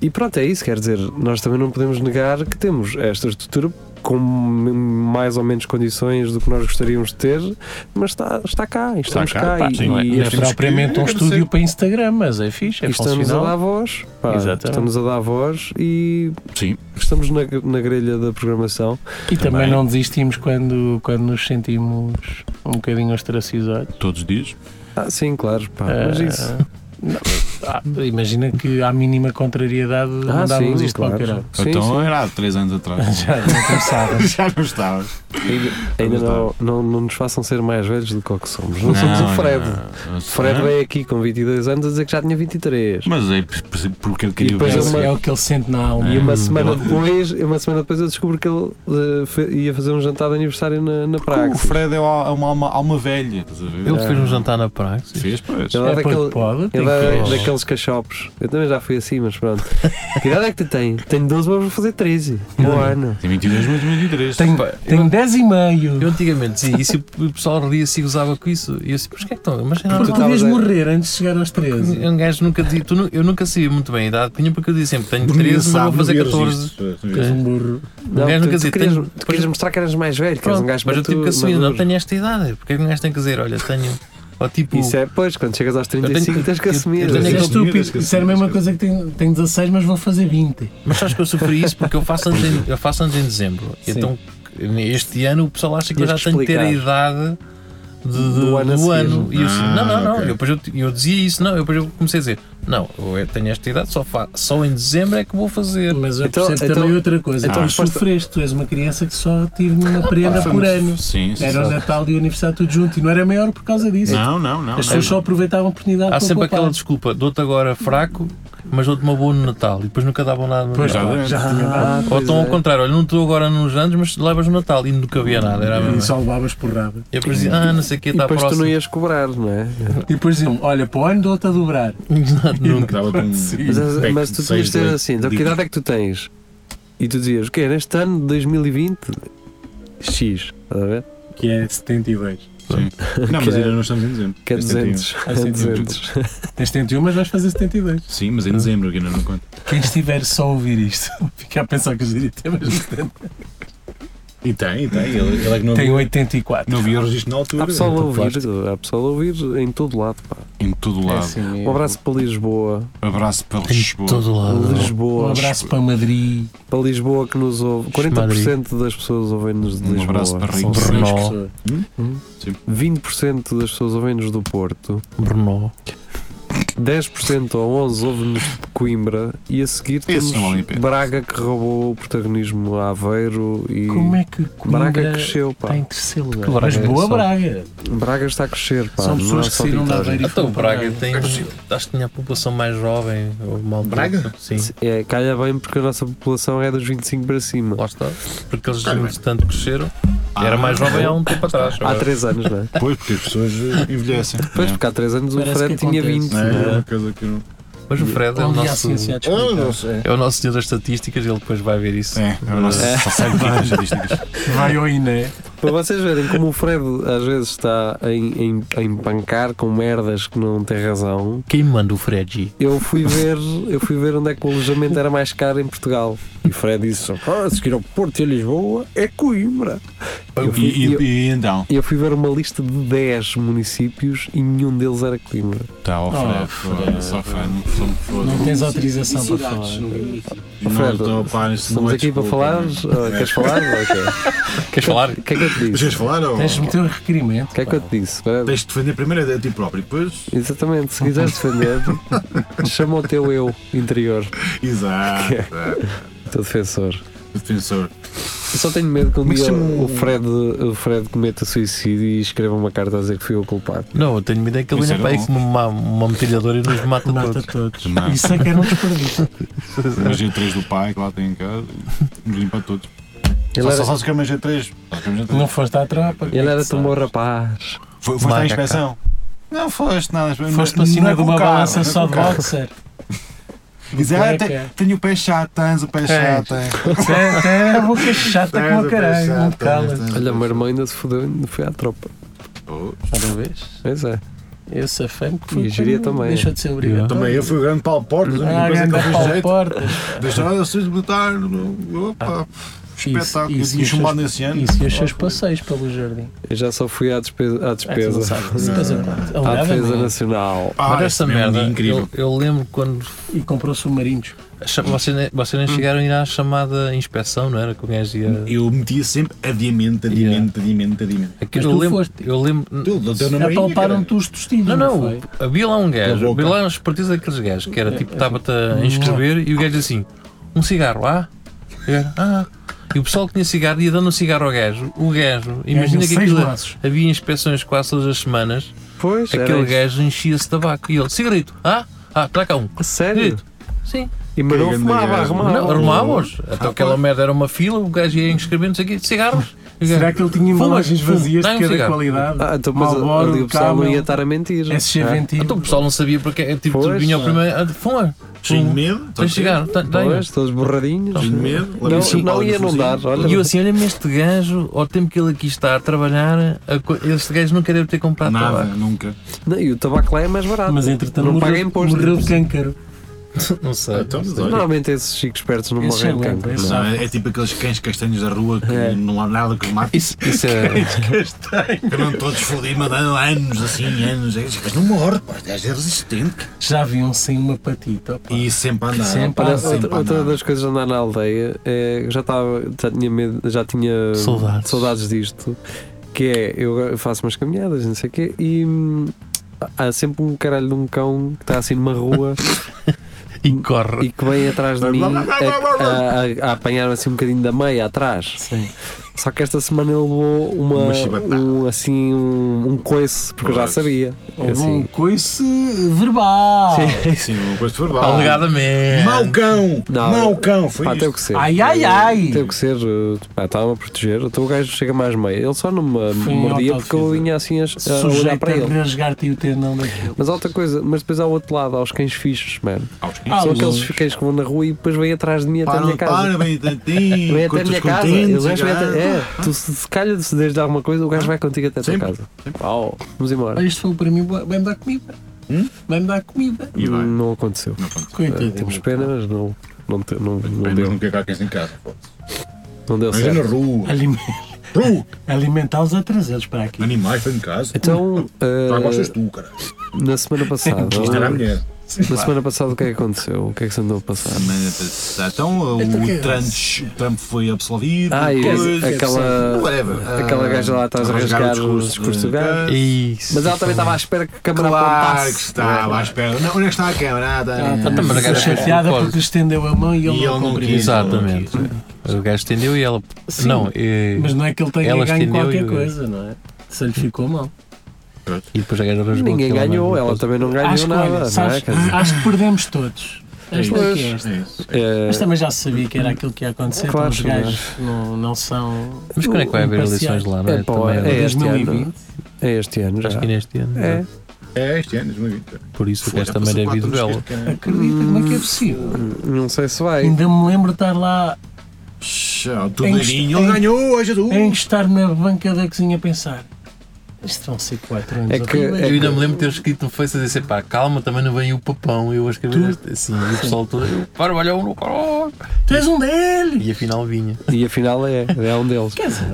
[SPEAKER 2] e pronto, é isso. Quer dizer, nós também não podemos negar que temos esta estrutura com mais ou menos condições do que nós gostaríamos de ter, mas está, está cá, e estamos
[SPEAKER 6] cá,
[SPEAKER 2] cá,
[SPEAKER 6] pá,
[SPEAKER 2] e,
[SPEAKER 6] sim, não é?
[SPEAKER 2] e
[SPEAKER 4] Não é
[SPEAKER 2] este-
[SPEAKER 4] propriamente um estúdio para Instagram, mas é fixe, é
[SPEAKER 2] e estamos a dar
[SPEAKER 4] funcional.
[SPEAKER 2] voz. Pá,
[SPEAKER 4] Exatamente.
[SPEAKER 2] estamos a dar voz e
[SPEAKER 6] Sim.
[SPEAKER 2] estamos na, na grelha da programação.
[SPEAKER 4] E também
[SPEAKER 6] Também.
[SPEAKER 4] não desistimos quando, quando nos sentimos um bocadinho ostracizados.
[SPEAKER 6] Todos os dias.
[SPEAKER 2] Ah, sim, claro, pá, mas
[SPEAKER 4] Ah,
[SPEAKER 2] isso.
[SPEAKER 4] não, ah, imagina que à mínima contrariedade
[SPEAKER 2] Ah,
[SPEAKER 4] mandávamos
[SPEAKER 2] sim,
[SPEAKER 4] isto
[SPEAKER 2] claro.
[SPEAKER 4] para o caralho.
[SPEAKER 2] Sim,
[SPEAKER 6] então
[SPEAKER 2] sim.
[SPEAKER 6] era há 3 anos *laughs* atrás.
[SPEAKER 4] Já não
[SPEAKER 6] *laughs*
[SPEAKER 4] começava.
[SPEAKER 6] Já não estavas.
[SPEAKER 2] Ainda, ainda não, não, não nos façam ser mais velhos do que o que somos. Não, somos o Fred.
[SPEAKER 6] não.
[SPEAKER 2] O Fred veio aqui com 22 anos a dizer que já tinha 23.
[SPEAKER 6] Mas é por- por- porque ele
[SPEAKER 2] E
[SPEAKER 6] queria
[SPEAKER 2] depois
[SPEAKER 6] ver.
[SPEAKER 2] é uma-
[SPEAKER 4] É o que ele sente na alma.
[SPEAKER 2] E
[SPEAKER 5] Ah,
[SPEAKER 2] uma semana,
[SPEAKER 6] ele-
[SPEAKER 2] depois, uma semana depois eu descubro que ele eh, fe- ia fazer um jantar de aniversário na, na Praga.
[SPEAKER 6] O Fred é uma uma alma, alma velha. estás a ver?
[SPEAKER 5] Ele fez um jantar na Praxis.
[SPEAKER 6] Fez, pois.
[SPEAKER 2] Ele
[SPEAKER 4] É
[SPEAKER 2] é
[SPEAKER 4] porque
[SPEAKER 2] daquele-
[SPEAKER 4] pode, tem
[SPEAKER 2] Ele é
[SPEAKER 4] que
[SPEAKER 2] daqueles cachopos. Eu também já fui assim, mas pronto. que idade é que tu tens? Tenho 12, mas vou fazer 13. Um ano.
[SPEAKER 6] Tem 22, mas 23.
[SPEAKER 4] Tem-
[SPEAKER 5] Pá,
[SPEAKER 4] Tenho 10 e meio.
[SPEAKER 5] Eu antigamente dizia isso e o pessoal ria-se e gozava com isso. E eu assim, mas que é que estão? Mas é
[SPEAKER 4] Porque
[SPEAKER 5] normal.
[SPEAKER 2] tu estavas
[SPEAKER 4] podias
[SPEAKER 2] a-
[SPEAKER 4] morrer antes de chegar aos 13.
[SPEAKER 5] Um gajo nunca dizia, tu nu- eu nunca sabia muito bem a idade que tinha porque eu dizia sempre, tenho 13, mas vou fazer 14.
[SPEAKER 4] Tens um burro.
[SPEAKER 2] Não,
[SPEAKER 5] gajo
[SPEAKER 2] tu,
[SPEAKER 5] nunca dizia,
[SPEAKER 2] tu querias,
[SPEAKER 5] tenho-
[SPEAKER 2] tu querias mostrar que eras mais velho, que eras um gajo
[SPEAKER 5] mas eu
[SPEAKER 2] muito
[SPEAKER 5] tipo que assumia,
[SPEAKER 2] maduro.
[SPEAKER 5] não tenho esta idade. Porque é que um gajo tem que dizer, olha, tenho. Ou tipo,
[SPEAKER 2] Isso é, pois, quando chegas aos
[SPEAKER 5] tenho-
[SPEAKER 2] 35 tens que
[SPEAKER 5] eu- eu
[SPEAKER 2] assumir.
[SPEAKER 5] tenho
[SPEAKER 4] Isso é
[SPEAKER 5] aquele-
[SPEAKER 4] estúpido. Isso era a mesma coisa que tenho, tenho 16, mas vou fazer 20.
[SPEAKER 5] mas sabes que eu sofri isso porque eu faço anos em, eu faço anos em dezembro.
[SPEAKER 4] Sim.
[SPEAKER 5] Então este ano o pessoal acha que eu já
[SPEAKER 2] Tinhas que
[SPEAKER 5] tenho que ter a
[SPEAKER 2] explicar.
[SPEAKER 5] idade. de- de-
[SPEAKER 2] Do ano
[SPEAKER 5] do
[SPEAKER 2] a
[SPEAKER 5] ano,
[SPEAKER 2] seguir.
[SPEAKER 5] e eu assim,
[SPEAKER 6] Ah,
[SPEAKER 5] não, não, não,
[SPEAKER 6] ok.
[SPEAKER 5] eu, depois eu, eu dizia isso, não, eu depois eu comecei a dizer, não, eu é, tenho esta idade, só, fa- só em dezembro é que vou fazer.
[SPEAKER 4] Mas eu
[SPEAKER 2] Então-
[SPEAKER 4] percebo
[SPEAKER 2] então-
[SPEAKER 4] também outra coisa.
[SPEAKER 2] então
[SPEAKER 4] tu
[SPEAKER 2] resposta- Ah,
[SPEAKER 4] sofreste, tu és uma criança que só tive uma prenda por ano.
[SPEAKER 6] Sim, sim.
[SPEAKER 4] Era o Natal e o aniversário tudo junto e não era maior por causa disso.
[SPEAKER 6] Não, não, não.
[SPEAKER 4] As
[SPEAKER 6] não,
[SPEAKER 4] pessoas só aproveitavam a oportunidade
[SPEAKER 5] Há
[SPEAKER 4] para
[SPEAKER 5] sempre
[SPEAKER 4] poupar.
[SPEAKER 5] aquela desculpa, dou-te agora fraco, mas dou-te uma boa no Natal e depois nunca davam nada no
[SPEAKER 4] Pois,
[SPEAKER 5] Natal.
[SPEAKER 4] claro, já tinha
[SPEAKER 2] Ah,
[SPEAKER 4] dado.
[SPEAKER 5] Ou
[SPEAKER 2] pois
[SPEAKER 5] estão ao
[SPEAKER 2] é.
[SPEAKER 5] contrário, olha, não estou agora nos anos, mas levas no Natal e nunca havia nada. Era a
[SPEAKER 4] E
[SPEAKER 5] mesma.
[SPEAKER 4] só levavas por rabo.
[SPEAKER 5] Eu depois dizia, ah, não sei o que,
[SPEAKER 2] E
[SPEAKER 5] está
[SPEAKER 2] depois tu
[SPEAKER 5] próximo.
[SPEAKER 2] não
[SPEAKER 5] *laughs*
[SPEAKER 2] ias cobrar, não é?
[SPEAKER 4] E depois diziam: Olha, para o ano dou-te a dobrar.
[SPEAKER 2] *laughs*
[SPEAKER 5] Nunca.
[SPEAKER 2] Mas, mas tu tinhas de ser assim, então que idade é que tu tens? E tu dizias, o quê? Neste ano de 2020, X, estás a ver?
[SPEAKER 4] Que é 72.
[SPEAKER 3] Não, mas ainda não estamos em dezembro.
[SPEAKER 2] Que é
[SPEAKER 3] Este é
[SPEAKER 2] 200.
[SPEAKER 4] É
[SPEAKER 2] 200.
[SPEAKER 4] Tens 71, mas vais fazer 72.
[SPEAKER 6] Sim, mas em dezembro, que ainda não conta.
[SPEAKER 4] Quem estiver só a ouvir isto, *laughs* fica a pensar que eu diria até mesmo
[SPEAKER 3] E tem, e tem. Ele, ele é que não,
[SPEAKER 4] Tem 84.
[SPEAKER 3] não viu o registro na altura.
[SPEAKER 2] Há pessoal a
[SPEAKER 3] Então,
[SPEAKER 2] ouvir,
[SPEAKER 3] claro.
[SPEAKER 2] há pessoal a ouvir em todo lado. Pá.
[SPEAKER 6] Em todo lado.
[SPEAKER 2] Um abraço para Lisboa,
[SPEAKER 6] Abraço para
[SPEAKER 5] Em
[SPEAKER 6] Lisboa.
[SPEAKER 5] todo lado.
[SPEAKER 4] Um
[SPEAKER 2] Lisboa,
[SPEAKER 4] abraço para Madrid.
[SPEAKER 2] para Lisboa que nos ouve. 40% das pessoas ouvem-nos de
[SPEAKER 6] Um abraço
[SPEAKER 2] Lisboa.
[SPEAKER 6] para
[SPEAKER 5] São
[SPEAKER 6] Rico.
[SPEAKER 5] Brno,
[SPEAKER 2] 20% das pessoas ouvem-nos do Porto.
[SPEAKER 5] Brno.
[SPEAKER 2] 10% ou 11% ouve-nos de Coimbra e a seguir temos
[SPEAKER 6] Esse não vale a pena.
[SPEAKER 2] Braga que roubou o protagonismo a Aveiro e
[SPEAKER 4] Como é que
[SPEAKER 2] Braga
[SPEAKER 4] Coimbra
[SPEAKER 2] cresceu, pá.
[SPEAKER 4] está Tá em terceiro lugar?
[SPEAKER 5] Que Braga
[SPEAKER 4] Mas
[SPEAKER 5] é
[SPEAKER 4] boa
[SPEAKER 5] só-
[SPEAKER 4] Braga.
[SPEAKER 2] Braga está a crescer, pá.
[SPEAKER 4] São
[SPEAKER 2] não
[SPEAKER 4] pessoas
[SPEAKER 2] é
[SPEAKER 4] que
[SPEAKER 2] só
[SPEAKER 4] saíram da
[SPEAKER 2] vitórias.
[SPEAKER 4] Aveiro.
[SPEAKER 5] Então o Braga
[SPEAKER 4] Braga. é
[SPEAKER 5] tem. Acho que tinha a população mais jovem. ou mal-
[SPEAKER 3] Braga?
[SPEAKER 5] Sim.
[SPEAKER 2] É, calha bem porque a nossa população é dos 25 para cima.
[SPEAKER 5] Lá está. Porque eles entretanto cresceram. E era mais jovem há um tempo atrás.
[SPEAKER 2] Há 3 anos, não é?
[SPEAKER 6] Pois, porque as pessoas eh, envelhecem.
[SPEAKER 2] Pois,
[SPEAKER 6] É.
[SPEAKER 2] porque há 3 anos o
[SPEAKER 4] Parece
[SPEAKER 2] Fred
[SPEAKER 4] que
[SPEAKER 2] tinha
[SPEAKER 4] acontece.
[SPEAKER 2] 20.
[SPEAKER 3] Não é? É
[SPEAKER 2] não é?
[SPEAKER 3] uma coisa que eu não.
[SPEAKER 5] Mas o Fred é o
[SPEAKER 4] Onde há
[SPEAKER 5] nosso.
[SPEAKER 4] ciência a
[SPEAKER 3] Ah,
[SPEAKER 4] descobrir.
[SPEAKER 3] não sei.
[SPEAKER 5] É o nosso senhor das estatísticas, ele depois vai ver isso.
[SPEAKER 6] É, é o nosso só sabe o que é que as estatísticas.
[SPEAKER 4] Vai né? ao Iné.
[SPEAKER 2] Para vocês verem como o Fred às vezes está a em- em- a empancar com merdas que não tem razão,
[SPEAKER 5] Quem manda o Fredgy?
[SPEAKER 2] eu fui ver, eu fui ver onde é que o alojamento era mais caro em Portugal. E o Fred disse: "Ah, se ir ao Porto e a Lisboa, é Coimbra. E eu
[SPEAKER 6] E,
[SPEAKER 2] fui- e eu-
[SPEAKER 6] e- e então?
[SPEAKER 2] e eu fui ver uma lista de 10 municípios e nenhum deles era Coimbra.
[SPEAKER 6] Está ao Fred,
[SPEAKER 4] Oh,
[SPEAKER 6] foda-se, ao Fred, não me
[SPEAKER 4] Não
[SPEAKER 6] foda.
[SPEAKER 4] tens autorização para falar.
[SPEAKER 7] Cidades, não municípios.
[SPEAKER 6] Não
[SPEAKER 2] Fred,
[SPEAKER 6] estou a par, isso não
[SPEAKER 2] Estamos
[SPEAKER 6] é
[SPEAKER 2] aqui para
[SPEAKER 6] desculpa,
[SPEAKER 2] falar?
[SPEAKER 6] mano.
[SPEAKER 2] Ah, Queres falar? Ok.
[SPEAKER 5] Queres falar?
[SPEAKER 2] O que é que eu te disse?
[SPEAKER 3] Vocês falaram?
[SPEAKER 4] Tens de meter o requerimento.
[SPEAKER 2] O que é que eu te disse? Fred?
[SPEAKER 3] Tens de defender primeiro a ti próprio, depois.
[SPEAKER 2] Exatamente, se quiseres defender, chama o teu eu interior, *laughs*
[SPEAKER 3] Exato.
[SPEAKER 6] é.
[SPEAKER 2] o teu defensor.
[SPEAKER 3] Defensor.
[SPEAKER 2] Eu só tenho medo que um
[SPEAKER 3] Como é que
[SPEAKER 2] dia
[SPEAKER 3] se chama
[SPEAKER 2] o
[SPEAKER 3] o-
[SPEAKER 2] Fred, o Fred cometa suicídio e escreva uma carta a dizer que fui eu o culpado.
[SPEAKER 5] Não, eu tenho uma ideia que ele
[SPEAKER 6] Isso
[SPEAKER 5] vem
[SPEAKER 6] era
[SPEAKER 5] para aí
[SPEAKER 6] bom.
[SPEAKER 5] com uma, uma metralhadora e nos mata
[SPEAKER 4] Mata
[SPEAKER 5] todos.
[SPEAKER 4] todos.
[SPEAKER 6] Não.
[SPEAKER 4] Isso é que era um desperdício.
[SPEAKER 2] é.
[SPEAKER 6] Mas G3 do pai que lá tem em casa, *laughs* nos limpa todos.
[SPEAKER 2] Ele
[SPEAKER 6] Só,
[SPEAKER 2] era,
[SPEAKER 6] só, só se quer uma G3. Só se quer uma G3.
[SPEAKER 4] Não foste à tropa. como é
[SPEAKER 2] ele
[SPEAKER 4] que
[SPEAKER 2] era
[SPEAKER 4] sabes?
[SPEAKER 2] tão bom rapaz.
[SPEAKER 6] Foi, foste à
[SPEAKER 5] Macaca.
[SPEAKER 6] inspeção? Não foste nada.
[SPEAKER 4] Foste
[SPEAKER 6] não
[SPEAKER 4] para cima
[SPEAKER 6] é
[SPEAKER 4] de
[SPEAKER 6] com
[SPEAKER 4] uma
[SPEAKER 6] o carro,
[SPEAKER 4] balança
[SPEAKER 6] não é
[SPEAKER 4] só
[SPEAKER 6] com
[SPEAKER 4] de
[SPEAKER 6] o carro.
[SPEAKER 4] *laughs* boxer.
[SPEAKER 6] Diz, ah,
[SPEAKER 4] Cueca.
[SPEAKER 6] te- tenho o pé chato, tens
[SPEAKER 4] É.
[SPEAKER 6] o pé chato. tens.
[SPEAKER 4] Certo, é a boca chata
[SPEAKER 6] Tens
[SPEAKER 4] como
[SPEAKER 6] o pé
[SPEAKER 4] a caralho.
[SPEAKER 6] chato,
[SPEAKER 4] Não
[SPEAKER 6] tens,
[SPEAKER 4] cala.
[SPEAKER 6] tens o
[SPEAKER 2] Olha, o
[SPEAKER 6] pé
[SPEAKER 2] meu irmão ainda se fodeu, ainda foi à tropa.
[SPEAKER 4] Outra vez.
[SPEAKER 2] Pois é.
[SPEAKER 4] Eu safei-me
[SPEAKER 2] E
[SPEAKER 4] que foi.
[SPEAKER 2] geria
[SPEAKER 4] quando
[SPEAKER 2] também.
[SPEAKER 4] Deixou de ser obrigado.
[SPEAKER 3] Também eu fui o grande pau porco, a única
[SPEAKER 4] Ah,
[SPEAKER 3] coisa que
[SPEAKER 4] grande
[SPEAKER 3] eu fiz
[SPEAKER 4] pau
[SPEAKER 3] jeito.
[SPEAKER 4] portas.
[SPEAKER 6] Deixaram vocês de botar. Opa, espetáculo.
[SPEAKER 4] Ah, isso,
[SPEAKER 6] Eu tinha
[SPEAKER 4] isso,
[SPEAKER 6] chumbado nesse ano.
[SPEAKER 4] Isso e os seus passeios pelo jardim.
[SPEAKER 2] Eu já só fui à despesa, à
[SPEAKER 4] Ah, tu não
[SPEAKER 2] despesa,
[SPEAKER 4] sabes. Depois eu conto.
[SPEAKER 2] *laughs* à
[SPEAKER 4] Alugava,
[SPEAKER 2] defesa
[SPEAKER 4] não é?
[SPEAKER 2] nacional.
[SPEAKER 6] Ah,
[SPEAKER 5] Mas
[SPEAKER 6] esse
[SPEAKER 5] essa
[SPEAKER 6] mesmo
[SPEAKER 2] é
[SPEAKER 5] merda,
[SPEAKER 6] dia incrível.
[SPEAKER 5] eu, eu lembro quando
[SPEAKER 4] E comprou submarinos.
[SPEAKER 5] cha- vocês nem, vocês
[SPEAKER 2] Hum.
[SPEAKER 5] nem chegaram a ir à chamada inspeção, não era? Que o gajo ia.
[SPEAKER 3] Eu metia sempre adiamento, adiamento, adiamento, adiamento.
[SPEAKER 4] Mas
[SPEAKER 5] Aquilo eu
[SPEAKER 4] tu
[SPEAKER 5] lembro.
[SPEAKER 4] foste.
[SPEAKER 5] Eu lembro
[SPEAKER 3] Tu, deu
[SPEAKER 4] É
[SPEAKER 3] na marinha,
[SPEAKER 4] Apalparam-te os testinos.
[SPEAKER 5] não, não,
[SPEAKER 4] foi? É,
[SPEAKER 5] havia lá um gajo,
[SPEAKER 3] boca.
[SPEAKER 5] havia lá uns partidos daqueles gajos que era tipo, estava-te a inscrever e o gajo assim: um cigarro, ah? E o gajo, ah. E o pessoal que tinha cigarro ia dando um cigarro ao gajo. O gajo, imagina que
[SPEAKER 4] seis
[SPEAKER 5] aquilo
[SPEAKER 4] maços.
[SPEAKER 5] havia inspeções quase todas as semanas,
[SPEAKER 2] Pois, era
[SPEAKER 5] aquele
[SPEAKER 2] isso.
[SPEAKER 5] gajo enchia-se de tabaco e ele, cigarrito, ah? Ah, traga cá um.
[SPEAKER 2] A Sério?
[SPEAKER 5] Sim. Sim.
[SPEAKER 2] E mas não
[SPEAKER 6] Que grande
[SPEAKER 2] fumava,
[SPEAKER 6] gajo.
[SPEAKER 2] arrumava.
[SPEAKER 5] Não, arrumávamos. Até Então aquela merda era uma fila, o gajo ia inscrevendo-se aqui, cigarros. E o gajo,
[SPEAKER 4] Será que ele tinha embalagens
[SPEAKER 5] Fumas,
[SPEAKER 4] vazias
[SPEAKER 5] dá
[SPEAKER 4] de
[SPEAKER 5] um
[SPEAKER 4] cada
[SPEAKER 5] cigarro.
[SPEAKER 4] qualidade?
[SPEAKER 2] Ah, então, mas
[SPEAKER 4] Marlboro,
[SPEAKER 2] ali o pessoal não
[SPEAKER 4] Camel,
[SPEAKER 2] ia estar a mentir. Ah.
[SPEAKER 4] SG21.
[SPEAKER 5] Então o pessoal não sabia porque é tipo,
[SPEAKER 2] Pois,
[SPEAKER 5] vinha ao
[SPEAKER 2] é.
[SPEAKER 5] primeiro. ah, Fuma,
[SPEAKER 3] Cheio de medo.
[SPEAKER 5] tens cigarro, tá- dá aí.
[SPEAKER 2] Ah, Pois, todos borradinhos.
[SPEAKER 3] Cheio de medo.
[SPEAKER 2] Não, não ia não dar, olha.
[SPEAKER 5] E eu assim, olha-me este gajo, ao tempo que ele aqui está a trabalhar, a co- este gajo nunca deve ter
[SPEAKER 2] Ah, tá
[SPEAKER 5] comprado
[SPEAKER 6] Nada,
[SPEAKER 5] tabaco.
[SPEAKER 6] nunca.
[SPEAKER 2] Não, e o tabaco lá é mais barato.
[SPEAKER 4] Mas entretanto
[SPEAKER 2] não é paga
[SPEAKER 4] morreu,
[SPEAKER 2] imposto.
[SPEAKER 4] morreu de cancro.
[SPEAKER 5] Não sei.
[SPEAKER 3] Então, mas olha,
[SPEAKER 2] Normalmente esses chicos espertos não
[SPEAKER 4] Esse é
[SPEAKER 2] morrem de
[SPEAKER 4] bom,
[SPEAKER 2] cancro.
[SPEAKER 4] esse
[SPEAKER 2] não é?
[SPEAKER 3] não, é tipo aqueles cães castanhos da rua que não há nada que os mate.
[SPEAKER 5] Isso, isso
[SPEAKER 2] *laughs*
[SPEAKER 5] é.
[SPEAKER 3] Não todos fodidos, mas há anos, assim, anos. Este gajo não morre, pá, este gajo é resistente.
[SPEAKER 4] Já viam sem uma patita. pá.
[SPEAKER 3] E sempre a andar.
[SPEAKER 4] Sempre
[SPEAKER 2] Olha,
[SPEAKER 4] Ah,
[SPEAKER 2] outra-
[SPEAKER 3] sempre a
[SPEAKER 2] outra
[SPEAKER 3] andar.
[SPEAKER 2] das coisas de andar na aldeia é que já, estava, já tinha, medo, já tinha
[SPEAKER 5] Saudades.
[SPEAKER 2] saudades disto. Que é, eu faço umas caminhadas, não sei o quê, e hum, há sempre um caralho de um cão que está assim
[SPEAKER 3] *laughs*
[SPEAKER 2] numa rua
[SPEAKER 5] E corre.
[SPEAKER 2] e que vem atrás de mim a, a- a apanhar assim um bocadinho da meia atrás.
[SPEAKER 4] Sim.
[SPEAKER 2] Só que esta semana ele levou uma,
[SPEAKER 3] Uma chibatada.
[SPEAKER 2] um, assim, um, um coice, porque eu já
[SPEAKER 3] Pois.
[SPEAKER 2] sabia.
[SPEAKER 4] Houve
[SPEAKER 2] Assim,
[SPEAKER 4] um coice verbal.
[SPEAKER 3] Ah, Sim, uma coisa de
[SPEAKER 2] Tá
[SPEAKER 3] verbal.
[SPEAKER 5] Alegadamente.
[SPEAKER 3] Mau cão!
[SPEAKER 2] Não.
[SPEAKER 3] Mau cão! Foi
[SPEAKER 2] Pá,
[SPEAKER 3] isto.
[SPEAKER 2] teve que ser.
[SPEAKER 4] Ai, ai, ai.
[SPEAKER 2] Teve que ser. eh, Pá, estava a proteger. Então o gajo chega mais meio. Ele só não me
[SPEAKER 4] Foi em
[SPEAKER 2] mordia porque eu
[SPEAKER 4] autodefesa.
[SPEAKER 2] vinha assim a, a olhar
[SPEAKER 4] Sujeito
[SPEAKER 2] para
[SPEAKER 4] a
[SPEAKER 2] ele.
[SPEAKER 4] rasgar-te o tendão daquilo.
[SPEAKER 2] Mas há outra coisa, mas depois há o outro lado, há os cães fixos, mano.
[SPEAKER 3] Aos
[SPEAKER 4] Ah,
[SPEAKER 2] São
[SPEAKER 4] os-
[SPEAKER 2] aqueles cães que vão na rua e depois vêm atrás de mim até a minha casa.
[SPEAKER 3] para, vem tantinho,
[SPEAKER 2] *laughs* Vem até a
[SPEAKER 3] curtas
[SPEAKER 2] minha casa.
[SPEAKER 3] contentes,
[SPEAKER 2] Eles vêm
[SPEAKER 3] já.
[SPEAKER 2] até. É, tu se se calhar se desde alguma coisa, o gajo vai contigo até a tua
[SPEAKER 3] Sempre,
[SPEAKER 2] casa. Pau, vamos embora.
[SPEAKER 4] Olha, isto foi para mim, vai-me dar comida.
[SPEAKER 2] Hum?
[SPEAKER 4] Vai-me dar comida.
[SPEAKER 3] E vai.
[SPEAKER 2] Não aconteceu.
[SPEAKER 4] Coitadinho.
[SPEAKER 2] Temos pena, mas não. Não, te- não, não
[SPEAKER 3] Bem, mas
[SPEAKER 2] deu,
[SPEAKER 3] não quer cá cães em casa. pô.
[SPEAKER 2] não deu
[SPEAKER 3] Mas é na
[SPEAKER 2] certo.
[SPEAKER 3] rua.
[SPEAKER 4] Alime-
[SPEAKER 3] Rua!
[SPEAKER 4] Alimentá-los a trazê-los para aqui.
[SPEAKER 3] Animais, foi em casa.
[SPEAKER 2] Então,
[SPEAKER 3] Já Tá, gostas
[SPEAKER 2] eh,
[SPEAKER 3] tu, cara.
[SPEAKER 2] na semana passada,
[SPEAKER 3] Isto era a mulher.
[SPEAKER 2] Na semana passada o que é que aconteceu? O que é que se andou a passar?
[SPEAKER 6] Então o,
[SPEAKER 4] Então, que é?
[SPEAKER 6] o Trump, Trump foi absolvido.
[SPEAKER 2] Ah, e
[SPEAKER 6] depois-
[SPEAKER 2] aquela,
[SPEAKER 6] Whatever.
[SPEAKER 2] aquela gaja lá atrás a
[SPEAKER 6] rasgar o
[SPEAKER 2] rasgar o
[SPEAKER 6] discurso
[SPEAKER 2] discurso do
[SPEAKER 6] de-
[SPEAKER 2] gajo.
[SPEAKER 5] Isso.
[SPEAKER 2] Mas ela também estava à espera que a câmara
[SPEAKER 6] Claro que
[SPEAKER 2] apontasse.
[SPEAKER 6] estava à espera. Não, Onde é que está a câmera? Ah, tá.
[SPEAKER 4] Ah, tá,
[SPEAKER 5] Então,
[SPEAKER 2] é
[SPEAKER 5] mas a
[SPEAKER 4] Ficou
[SPEAKER 5] gaja fez de
[SPEAKER 4] chateada
[SPEAKER 5] propósito.
[SPEAKER 4] porque lhe estendeu a mão e ele
[SPEAKER 6] E
[SPEAKER 4] não
[SPEAKER 6] ele não
[SPEAKER 4] cumpriu.
[SPEAKER 6] quis.
[SPEAKER 5] Exatamente. O gajo estendeu e ela.
[SPEAKER 4] Sim,
[SPEAKER 5] não, e,
[SPEAKER 4] Mas não é que ele tenha
[SPEAKER 5] Ela
[SPEAKER 4] ganho
[SPEAKER 5] estendeu e
[SPEAKER 4] qualquer
[SPEAKER 5] eu-
[SPEAKER 4] coisa, não é? Se ele ficou mal.
[SPEAKER 5] e depois a gaja rasgou.
[SPEAKER 2] Ninguém
[SPEAKER 5] aquilo,
[SPEAKER 2] ganhou,
[SPEAKER 5] mas não
[SPEAKER 2] ela
[SPEAKER 5] pôs.
[SPEAKER 2] também não ganhou
[SPEAKER 4] Acho que,
[SPEAKER 2] nada.
[SPEAKER 4] olha,
[SPEAKER 2] não é?
[SPEAKER 4] sabes,
[SPEAKER 2] Quer dizer,
[SPEAKER 4] acho que perdemos todos. Esta é que é esta.
[SPEAKER 6] É isso.
[SPEAKER 2] eh,
[SPEAKER 4] Mas também já se sabia que era aquilo que ia acontecer.
[SPEAKER 2] Claro,
[SPEAKER 4] Claro, os gajos não, não são.
[SPEAKER 5] Mas quando é que vai haver
[SPEAKER 4] Imparciais.
[SPEAKER 5] eleições lá, não é?
[SPEAKER 2] É, pá,
[SPEAKER 5] Também,
[SPEAKER 2] é. este
[SPEAKER 4] 2020.
[SPEAKER 2] é este ano já.
[SPEAKER 5] Acho que neste ano.
[SPEAKER 2] É,
[SPEAKER 3] É este ano, 2020.
[SPEAKER 5] Por isso o
[SPEAKER 3] Foi,
[SPEAKER 5] gajo também
[SPEAKER 3] passou
[SPEAKER 5] deve ir
[SPEAKER 3] quatro
[SPEAKER 5] de
[SPEAKER 3] anos que
[SPEAKER 5] vela.
[SPEAKER 3] este cara-
[SPEAKER 4] Acredita, como é que é possível?
[SPEAKER 2] não sei se vai.
[SPEAKER 4] Ainda me lembro de estar lá
[SPEAKER 6] Chá,
[SPEAKER 4] Em-
[SPEAKER 6] Tudeirinho
[SPEAKER 4] em-
[SPEAKER 6] ganhou hoje, tu.
[SPEAKER 4] Em estar na banca da cozinha a pensar. Isto vão ser 4 anos.
[SPEAKER 2] É que-
[SPEAKER 5] Eu ainda me lembro de ter escrito no Face a dizer pá, calma, também não vem o papão. Eu a escrever este- assim, e o pessoal todo, eu, para, olha um no colo.
[SPEAKER 2] é
[SPEAKER 4] Tu és um deles!
[SPEAKER 5] E afinal vinha.
[SPEAKER 2] E afinal é, é um deles.
[SPEAKER 4] Quer dizer, não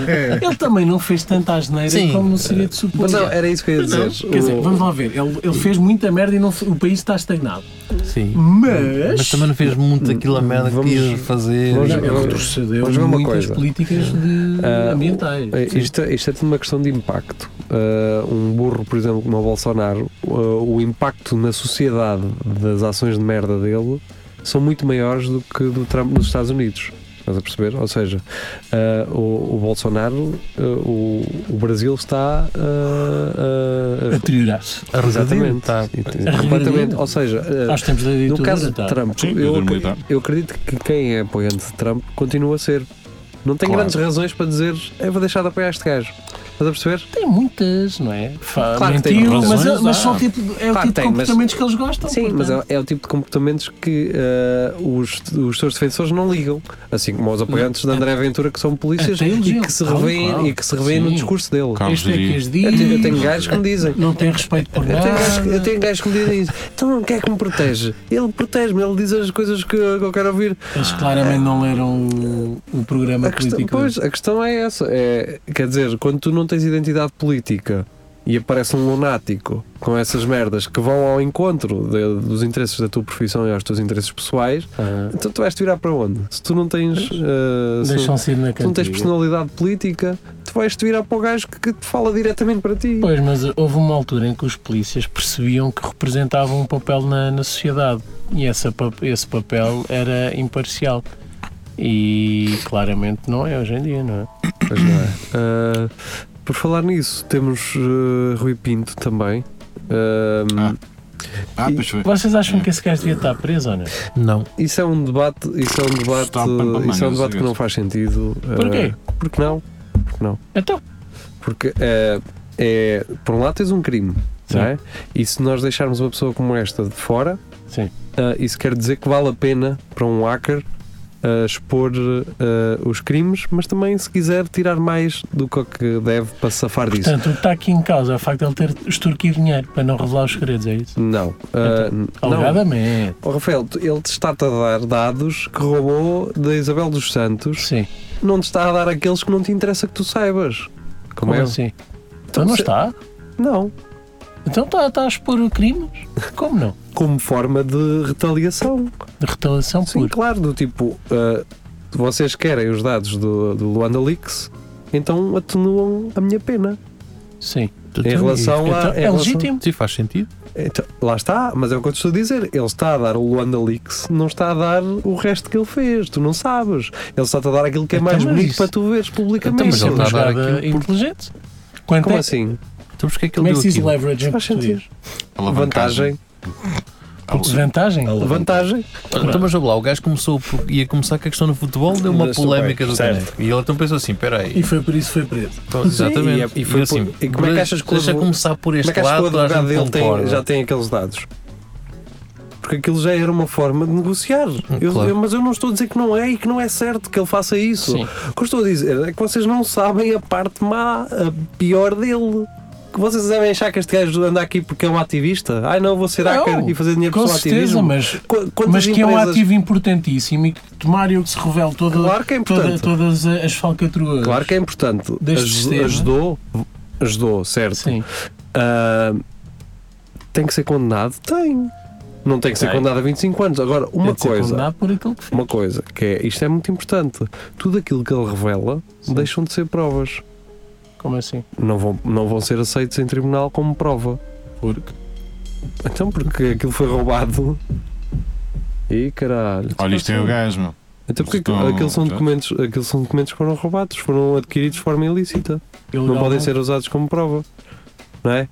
[SPEAKER 2] *laughs*
[SPEAKER 4] é ele também não fez tanta asneira
[SPEAKER 5] Sim.
[SPEAKER 4] como seria de supor.
[SPEAKER 2] Mas não, é era isso que eu ia
[SPEAKER 4] Mas não,
[SPEAKER 2] dizer.
[SPEAKER 4] Quer dizer, vamos lá ver, ele, ele fez muita merda e não, fe- o país está estagnado.
[SPEAKER 5] Sim.
[SPEAKER 4] Mas,
[SPEAKER 5] Mas também não fez muito aquilo a merda
[SPEAKER 2] Vamos-
[SPEAKER 5] que ia fazer.
[SPEAKER 2] vamos-
[SPEAKER 5] E-
[SPEAKER 4] ele retrocedeu
[SPEAKER 2] Vamos ver uma
[SPEAKER 4] muitas
[SPEAKER 2] coisa.
[SPEAKER 4] políticas de-
[SPEAKER 2] Ah,
[SPEAKER 4] ambientais.
[SPEAKER 2] É, Isto, isto é tudo uma questão de impacto. Uh, um burro, por exemplo, como o Bolsonaro, uh, o impacto na sociedade das ações de merda dele são muito maiores do que do Trump nos Estados Unidos. Estás a perceber? Ou seja, uh, o, o Bolsonaro, uh, o, o Brasil está uh, uh,
[SPEAKER 4] Deteriorar-se.
[SPEAKER 5] a
[SPEAKER 2] Exatamente.
[SPEAKER 5] Tá.
[SPEAKER 2] E- e- Completamente. Ou seja, uh,
[SPEAKER 4] Aos tempos da
[SPEAKER 2] no
[SPEAKER 4] ditadura.
[SPEAKER 2] caso de
[SPEAKER 4] tá.
[SPEAKER 2] Trump,
[SPEAKER 6] Sim,
[SPEAKER 2] eu,
[SPEAKER 6] ditadura
[SPEAKER 2] acre-
[SPEAKER 6] militar.
[SPEAKER 2] eu acredito que quem é apoiante de Trump continua a ser. Não tem
[SPEAKER 5] Claro.
[SPEAKER 2] grandes razões para dizer eu vou deixar de apoiar este gajo. Estás a perceber?
[SPEAKER 4] Tem muitas, não é? Fa-
[SPEAKER 2] Claro que tem
[SPEAKER 4] mentiu,
[SPEAKER 6] razões,
[SPEAKER 4] mas, é- mas
[SPEAKER 6] há.
[SPEAKER 4] são o tipo, de- é o
[SPEAKER 2] Claro
[SPEAKER 4] tipo
[SPEAKER 2] que tem,
[SPEAKER 4] de
[SPEAKER 2] mas-
[SPEAKER 4] comportamentos que eles gostam.
[SPEAKER 2] Sim, mas é, é o tipo de comportamentos que ah, os, os seus defensores não ligam. Assim como os apoiantes de André Ventura que são polícias
[SPEAKER 4] Até eles
[SPEAKER 2] e
[SPEAKER 4] ligam.
[SPEAKER 2] que se
[SPEAKER 4] Claro,
[SPEAKER 2] revêem,
[SPEAKER 4] claro.
[SPEAKER 2] E que se revêem no
[SPEAKER 4] Sim.
[SPEAKER 2] discurso dele.
[SPEAKER 6] Carlos
[SPEAKER 4] Este é que
[SPEAKER 6] diria.
[SPEAKER 4] as
[SPEAKER 2] um- Eu
[SPEAKER 4] diz,
[SPEAKER 2] tenho, eu tenho gajos que me dizem.
[SPEAKER 4] não tem respeito por
[SPEAKER 2] Eu tenho,
[SPEAKER 4] nada.
[SPEAKER 2] gajos, eu tenho gajos que me dizem isso. Então quem é que me protege? Ele protege-me, ele diz as coisas que eu quero ouvir.
[SPEAKER 4] Eles claramente não leram o, o programa
[SPEAKER 2] A questão,
[SPEAKER 4] político.
[SPEAKER 2] pois, a questão é essa. É, quer dizer, quando tu não tens identidade política e aparece um lunático com essas merdas que vão ao encontro de- dos interesses da tua profissão e aos teus interesses pessoais,
[SPEAKER 4] Ah,
[SPEAKER 2] então tu vais te virar para onde? Se tu não tens. eh, se,
[SPEAKER 4] Deixam-se ir na
[SPEAKER 2] se não tens
[SPEAKER 4] cantiga.
[SPEAKER 2] personalidade política, tu vais te virar para o gajo que, que te fala diretamente para ti.
[SPEAKER 4] Pois, mas houve uma altura em que os polícias percebiam que representavam um papel na, na sociedade e essa, pa- esse papel era imparcial. E claramente não é hoje em dia, não é?
[SPEAKER 2] Pois não é. Ah, por falar nisso, temos eh, Rui Pinto também. Ah,
[SPEAKER 6] Ah. Ah, pois foi.
[SPEAKER 4] Vocês acham que esse gajo devia estar preso ou não?
[SPEAKER 5] Não.
[SPEAKER 2] Isso é um debate, isso é um debate,
[SPEAKER 6] Está a pampa
[SPEAKER 2] isso é um
[SPEAKER 6] mangas,
[SPEAKER 2] debate que não
[SPEAKER 6] isso.
[SPEAKER 2] faz sentido.
[SPEAKER 4] é. Porquê?
[SPEAKER 2] Eh, Porque não?
[SPEAKER 4] Então,
[SPEAKER 2] Porque eh, é, por um lado tens um crime,
[SPEAKER 4] Sim.
[SPEAKER 2] não é? E se nós deixarmos uma pessoa como esta de fora,
[SPEAKER 4] Sim.
[SPEAKER 2] eh, isso quer dizer que vale a pena para um hacker eh, expor eh, os crimes, mas também se quiser tirar mais do que o que deve para se safar disso.
[SPEAKER 4] portanto, o que está aqui em causa é o facto de ele ter extorquido dinheiro para não revelar os segredos, é isso?
[SPEAKER 2] não. Eh,
[SPEAKER 4] então,
[SPEAKER 2] n- não.
[SPEAKER 4] Alegadamente.
[SPEAKER 2] Oh, Rafael, tu- ele te está-te a dar dados que roubou da Isabel dos Santos
[SPEAKER 4] Sim.
[SPEAKER 2] não te está a dar aqueles que não te interessa que tu saibas. Como,
[SPEAKER 4] Como
[SPEAKER 2] é?
[SPEAKER 4] assim? Então não
[SPEAKER 2] se-
[SPEAKER 4] está?
[SPEAKER 2] Não.
[SPEAKER 4] Então está está a expor crimes? Como não?
[SPEAKER 2] Como forma de retaliação.
[SPEAKER 4] De retaliação
[SPEAKER 2] Sim,
[SPEAKER 4] pura.
[SPEAKER 2] claro, do tipo, ah, vocês querem os dados do, do Luanda Leaks, então atenuam a minha pena.
[SPEAKER 4] Sim.
[SPEAKER 2] Em relação a.
[SPEAKER 4] Então,
[SPEAKER 2] em
[SPEAKER 4] é
[SPEAKER 2] relação-
[SPEAKER 4] legítimo.
[SPEAKER 5] Tá. Sim, faz sentido.
[SPEAKER 2] Então, lá está, mas é o que eu te estou a dizer. Ele está a dar o Luanda Leaks, não está a dar o resto que ele fez. Tu não sabes. Ele está a dar aquilo que é
[SPEAKER 5] Então,
[SPEAKER 2] mais
[SPEAKER 5] mas
[SPEAKER 2] bonito
[SPEAKER 5] isso-
[SPEAKER 2] para tu veres
[SPEAKER 5] Então,
[SPEAKER 2] publicamente.
[SPEAKER 5] mas
[SPEAKER 4] Isso é
[SPEAKER 5] ele
[SPEAKER 4] uma
[SPEAKER 5] está a dar
[SPEAKER 4] jogada
[SPEAKER 5] aquilo por-
[SPEAKER 4] inteligente. Quanto
[SPEAKER 2] Como
[SPEAKER 4] é,
[SPEAKER 2] assim?
[SPEAKER 5] Então porquê é que
[SPEAKER 4] como
[SPEAKER 5] ele
[SPEAKER 4] é que
[SPEAKER 5] deu
[SPEAKER 4] se diz
[SPEAKER 5] aquilo?
[SPEAKER 4] leverage em
[SPEAKER 2] Faz
[SPEAKER 4] português?
[SPEAKER 2] Vantagem.
[SPEAKER 4] Vantagem?
[SPEAKER 2] Vantagem.
[SPEAKER 5] Então, mas ouve lá, o gajo começou, por- ia começar com a questão do futebol, deu uma
[SPEAKER 2] Ainda
[SPEAKER 5] polémica do
[SPEAKER 4] super, certo.
[SPEAKER 5] tempo. E ele então pensou assim: peraí,
[SPEAKER 4] E foi por isso que foi preso.
[SPEAKER 5] então, exatamente.
[SPEAKER 2] e é- e foi
[SPEAKER 5] assim,
[SPEAKER 2] por- e como é que achas que o
[SPEAKER 5] deixa
[SPEAKER 2] advo-
[SPEAKER 5] começar por
[SPEAKER 2] Como é
[SPEAKER 5] este
[SPEAKER 2] que acho que o
[SPEAKER 5] lado, toda a
[SPEAKER 2] advogado
[SPEAKER 5] gente
[SPEAKER 2] dele tem,
[SPEAKER 5] concorda.
[SPEAKER 2] já tem aqueles dados? Porque aquilo já era uma forma de negociar. Eu-
[SPEAKER 5] Claro.
[SPEAKER 2] eu- mas eu não estou a dizer que não é e que não é certo que ele faça isso.
[SPEAKER 4] Sim.
[SPEAKER 2] O que eu estou a dizer é que vocês não sabem a parte má, a pior dele. Que vocês devem achar que este gajo anda aqui porque é um ativista. Ai não, vou ser
[SPEAKER 4] Não,
[SPEAKER 2] hacker e fazer dinheiro
[SPEAKER 4] Com
[SPEAKER 2] pelo
[SPEAKER 4] certeza,
[SPEAKER 2] ativismo.
[SPEAKER 4] mas.
[SPEAKER 2] Qu- quantas
[SPEAKER 4] Mas que é um
[SPEAKER 2] empresas-
[SPEAKER 4] ativo importantíssimo e que tomário que se revele toda,
[SPEAKER 2] Claro que é
[SPEAKER 4] toda,
[SPEAKER 2] importante.
[SPEAKER 4] todas as falcatruas.
[SPEAKER 2] Claro que é importante.
[SPEAKER 4] Deste
[SPEAKER 2] Aju-
[SPEAKER 4] sistema.
[SPEAKER 2] Ajudou, ajudou, certo.
[SPEAKER 4] é? Sim.
[SPEAKER 2] Ah, tem que ser condenado? Tem. Não tem que ser
[SPEAKER 4] Tem.
[SPEAKER 2] condenado a 25 anos. Agora, uma
[SPEAKER 4] Deve ser
[SPEAKER 2] coisa.
[SPEAKER 4] condenado por aquilo que fez.
[SPEAKER 2] Uma coisa, que é, isto é muito importante. Tudo aquilo que ele revela deixam de ser provas.
[SPEAKER 4] Como assim?
[SPEAKER 2] Não vão, não vão ser aceitos em tribunal como prova.
[SPEAKER 4] Porque.
[SPEAKER 2] Então, porque aquilo foi roubado. E caralho.
[SPEAKER 6] Olha, isto é o gajo, meu.
[SPEAKER 2] Então, porque
[SPEAKER 6] Estão-
[SPEAKER 2] aquilo são, documentos, aquilo são documentos que foram roubados, foram adquiridos de forma ilícita. Não podem ser usados como prova. Não é?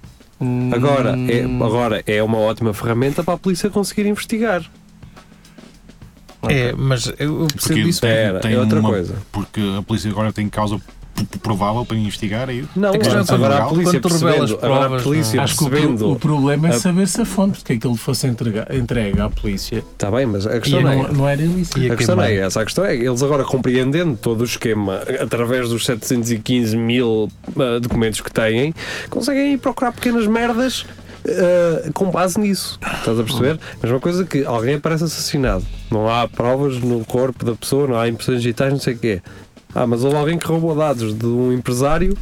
[SPEAKER 2] Agora, é,
[SPEAKER 4] Hum.
[SPEAKER 2] agora é uma ótima ferramenta para a polícia conseguir investigar.
[SPEAKER 5] É, mas eu eu percebo
[SPEAKER 6] Porque
[SPEAKER 5] isso.
[SPEAKER 6] tem-
[SPEAKER 2] Espera,
[SPEAKER 6] tem
[SPEAKER 2] é outra
[SPEAKER 6] uma-
[SPEAKER 2] coisa.
[SPEAKER 6] Porque a polícia agora tem causa tipo provável para investigar aí.
[SPEAKER 2] Não,
[SPEAKER 5] A questão é
[SPEAKER 2] agora,
[SPEAKER 5] quando-
[SPEAKER 2] a polícia
[SPEAKER 5] quando tu revelas
[SPEAKER 2] percebendo, agora a
[SPEAKER 5] provas,
[SPEAKER 2] polícia
[SPEAKER 5] não é?
[SPEAKER 4] Acho que o, pro-
[SPEAKER 2] percebendo.
[SPEAKER 4] o problema é
[SPEAKER 2] a-
[SPEAKER 4] saber se a fonte, porque aquilo fosse entrega, entregue à polícia
[SPEAKER 2] Está Tá bem, mas a
[SPEAKER 4] e
[SPEAKER 2] questão não é.
[SPEAKER 4] não, não era ilícito.
[SPEAKER 5] E
[SPEAKER 2] A questão não é
[SPEAKER 5] queimar.
[SPEAKER 2] essa, a questão é que eles agora compreendendo todo o esquema através dos 715 mil ah, documentos que têm, conseguem ir procurar pequenas merdas ah, com base nisso. Estás a perceber? Mesma coisa que alguém aparece assassinado, não há provas no corpo da pessoa, não há impressões digitais, não sei o quê. Ah, mas houve alguém que roubou dados de um empresário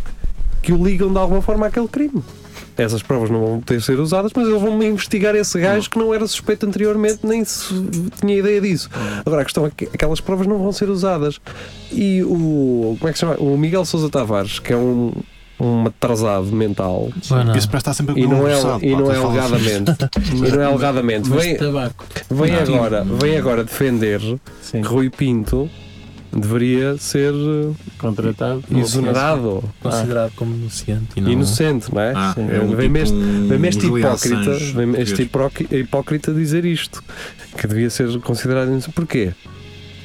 [SPEAKER 2] que o ligam de alguma forma àquele crime. Essas provas não vão ter de ser usadas, mas eles vão investigar esse gajo que não era suspeito anteriormente, nem se tinha ideia disso. Agora a questão é que aquelas provas não vão ser usadas. E o. Como é que se chama? O Miguel Sousa Tavares, que é um, um atrasado mental,
[SPEAKER 5] Bueno,
[SPEAKER 6] Isso parece estar sempre
[SPEAKER 2] e não é,
[SPEAKER 6] conversado,
[SPEAKER 2] e
[SPEAKER 6] pá,
[SPEAKER 2] não
[SPEAKER 6] tu
[SPEAKER 2] é
[SPEAKER 6] falas-
[SPEAKER 2] alegadamente. e não é alegadamente.
[SPEAKER 4] Mas
[SPEAKER 2] Vem,
[SPEAKER 4] tabaco.
[SPEAKER 2] vem, agora, vem agora defender
[SPEAKER 4] Sim,
[SPEAKER 2] que Rui Pinto deveria ser eh,
[SPEAKER 4] contratado.
[SPEAKER 2] exonerado,
[SPEAKER 5] é considerado como inocente e não.
[SPEAKER 2] inocente, não é?
[SPEAKER 6] Ah,
[SPEAKER 2] Sim.
[SPEAKER 6] é um
[SPEAKER 2] Vem-me este-
[SPEAKER 6] tipo um
[SPEAKER 2] Vem-me este
[SPEAKER 6] Julian
[SPEAKER 2] hipócrita,
[SPEAKER 6] Assange
[SPEAKER 2] vem-me este
[SPEAKER 6] português.
[SPEAKER 2] hipócrita, hipócrita dizer isto, que devia ser considerado inocente. Porquê?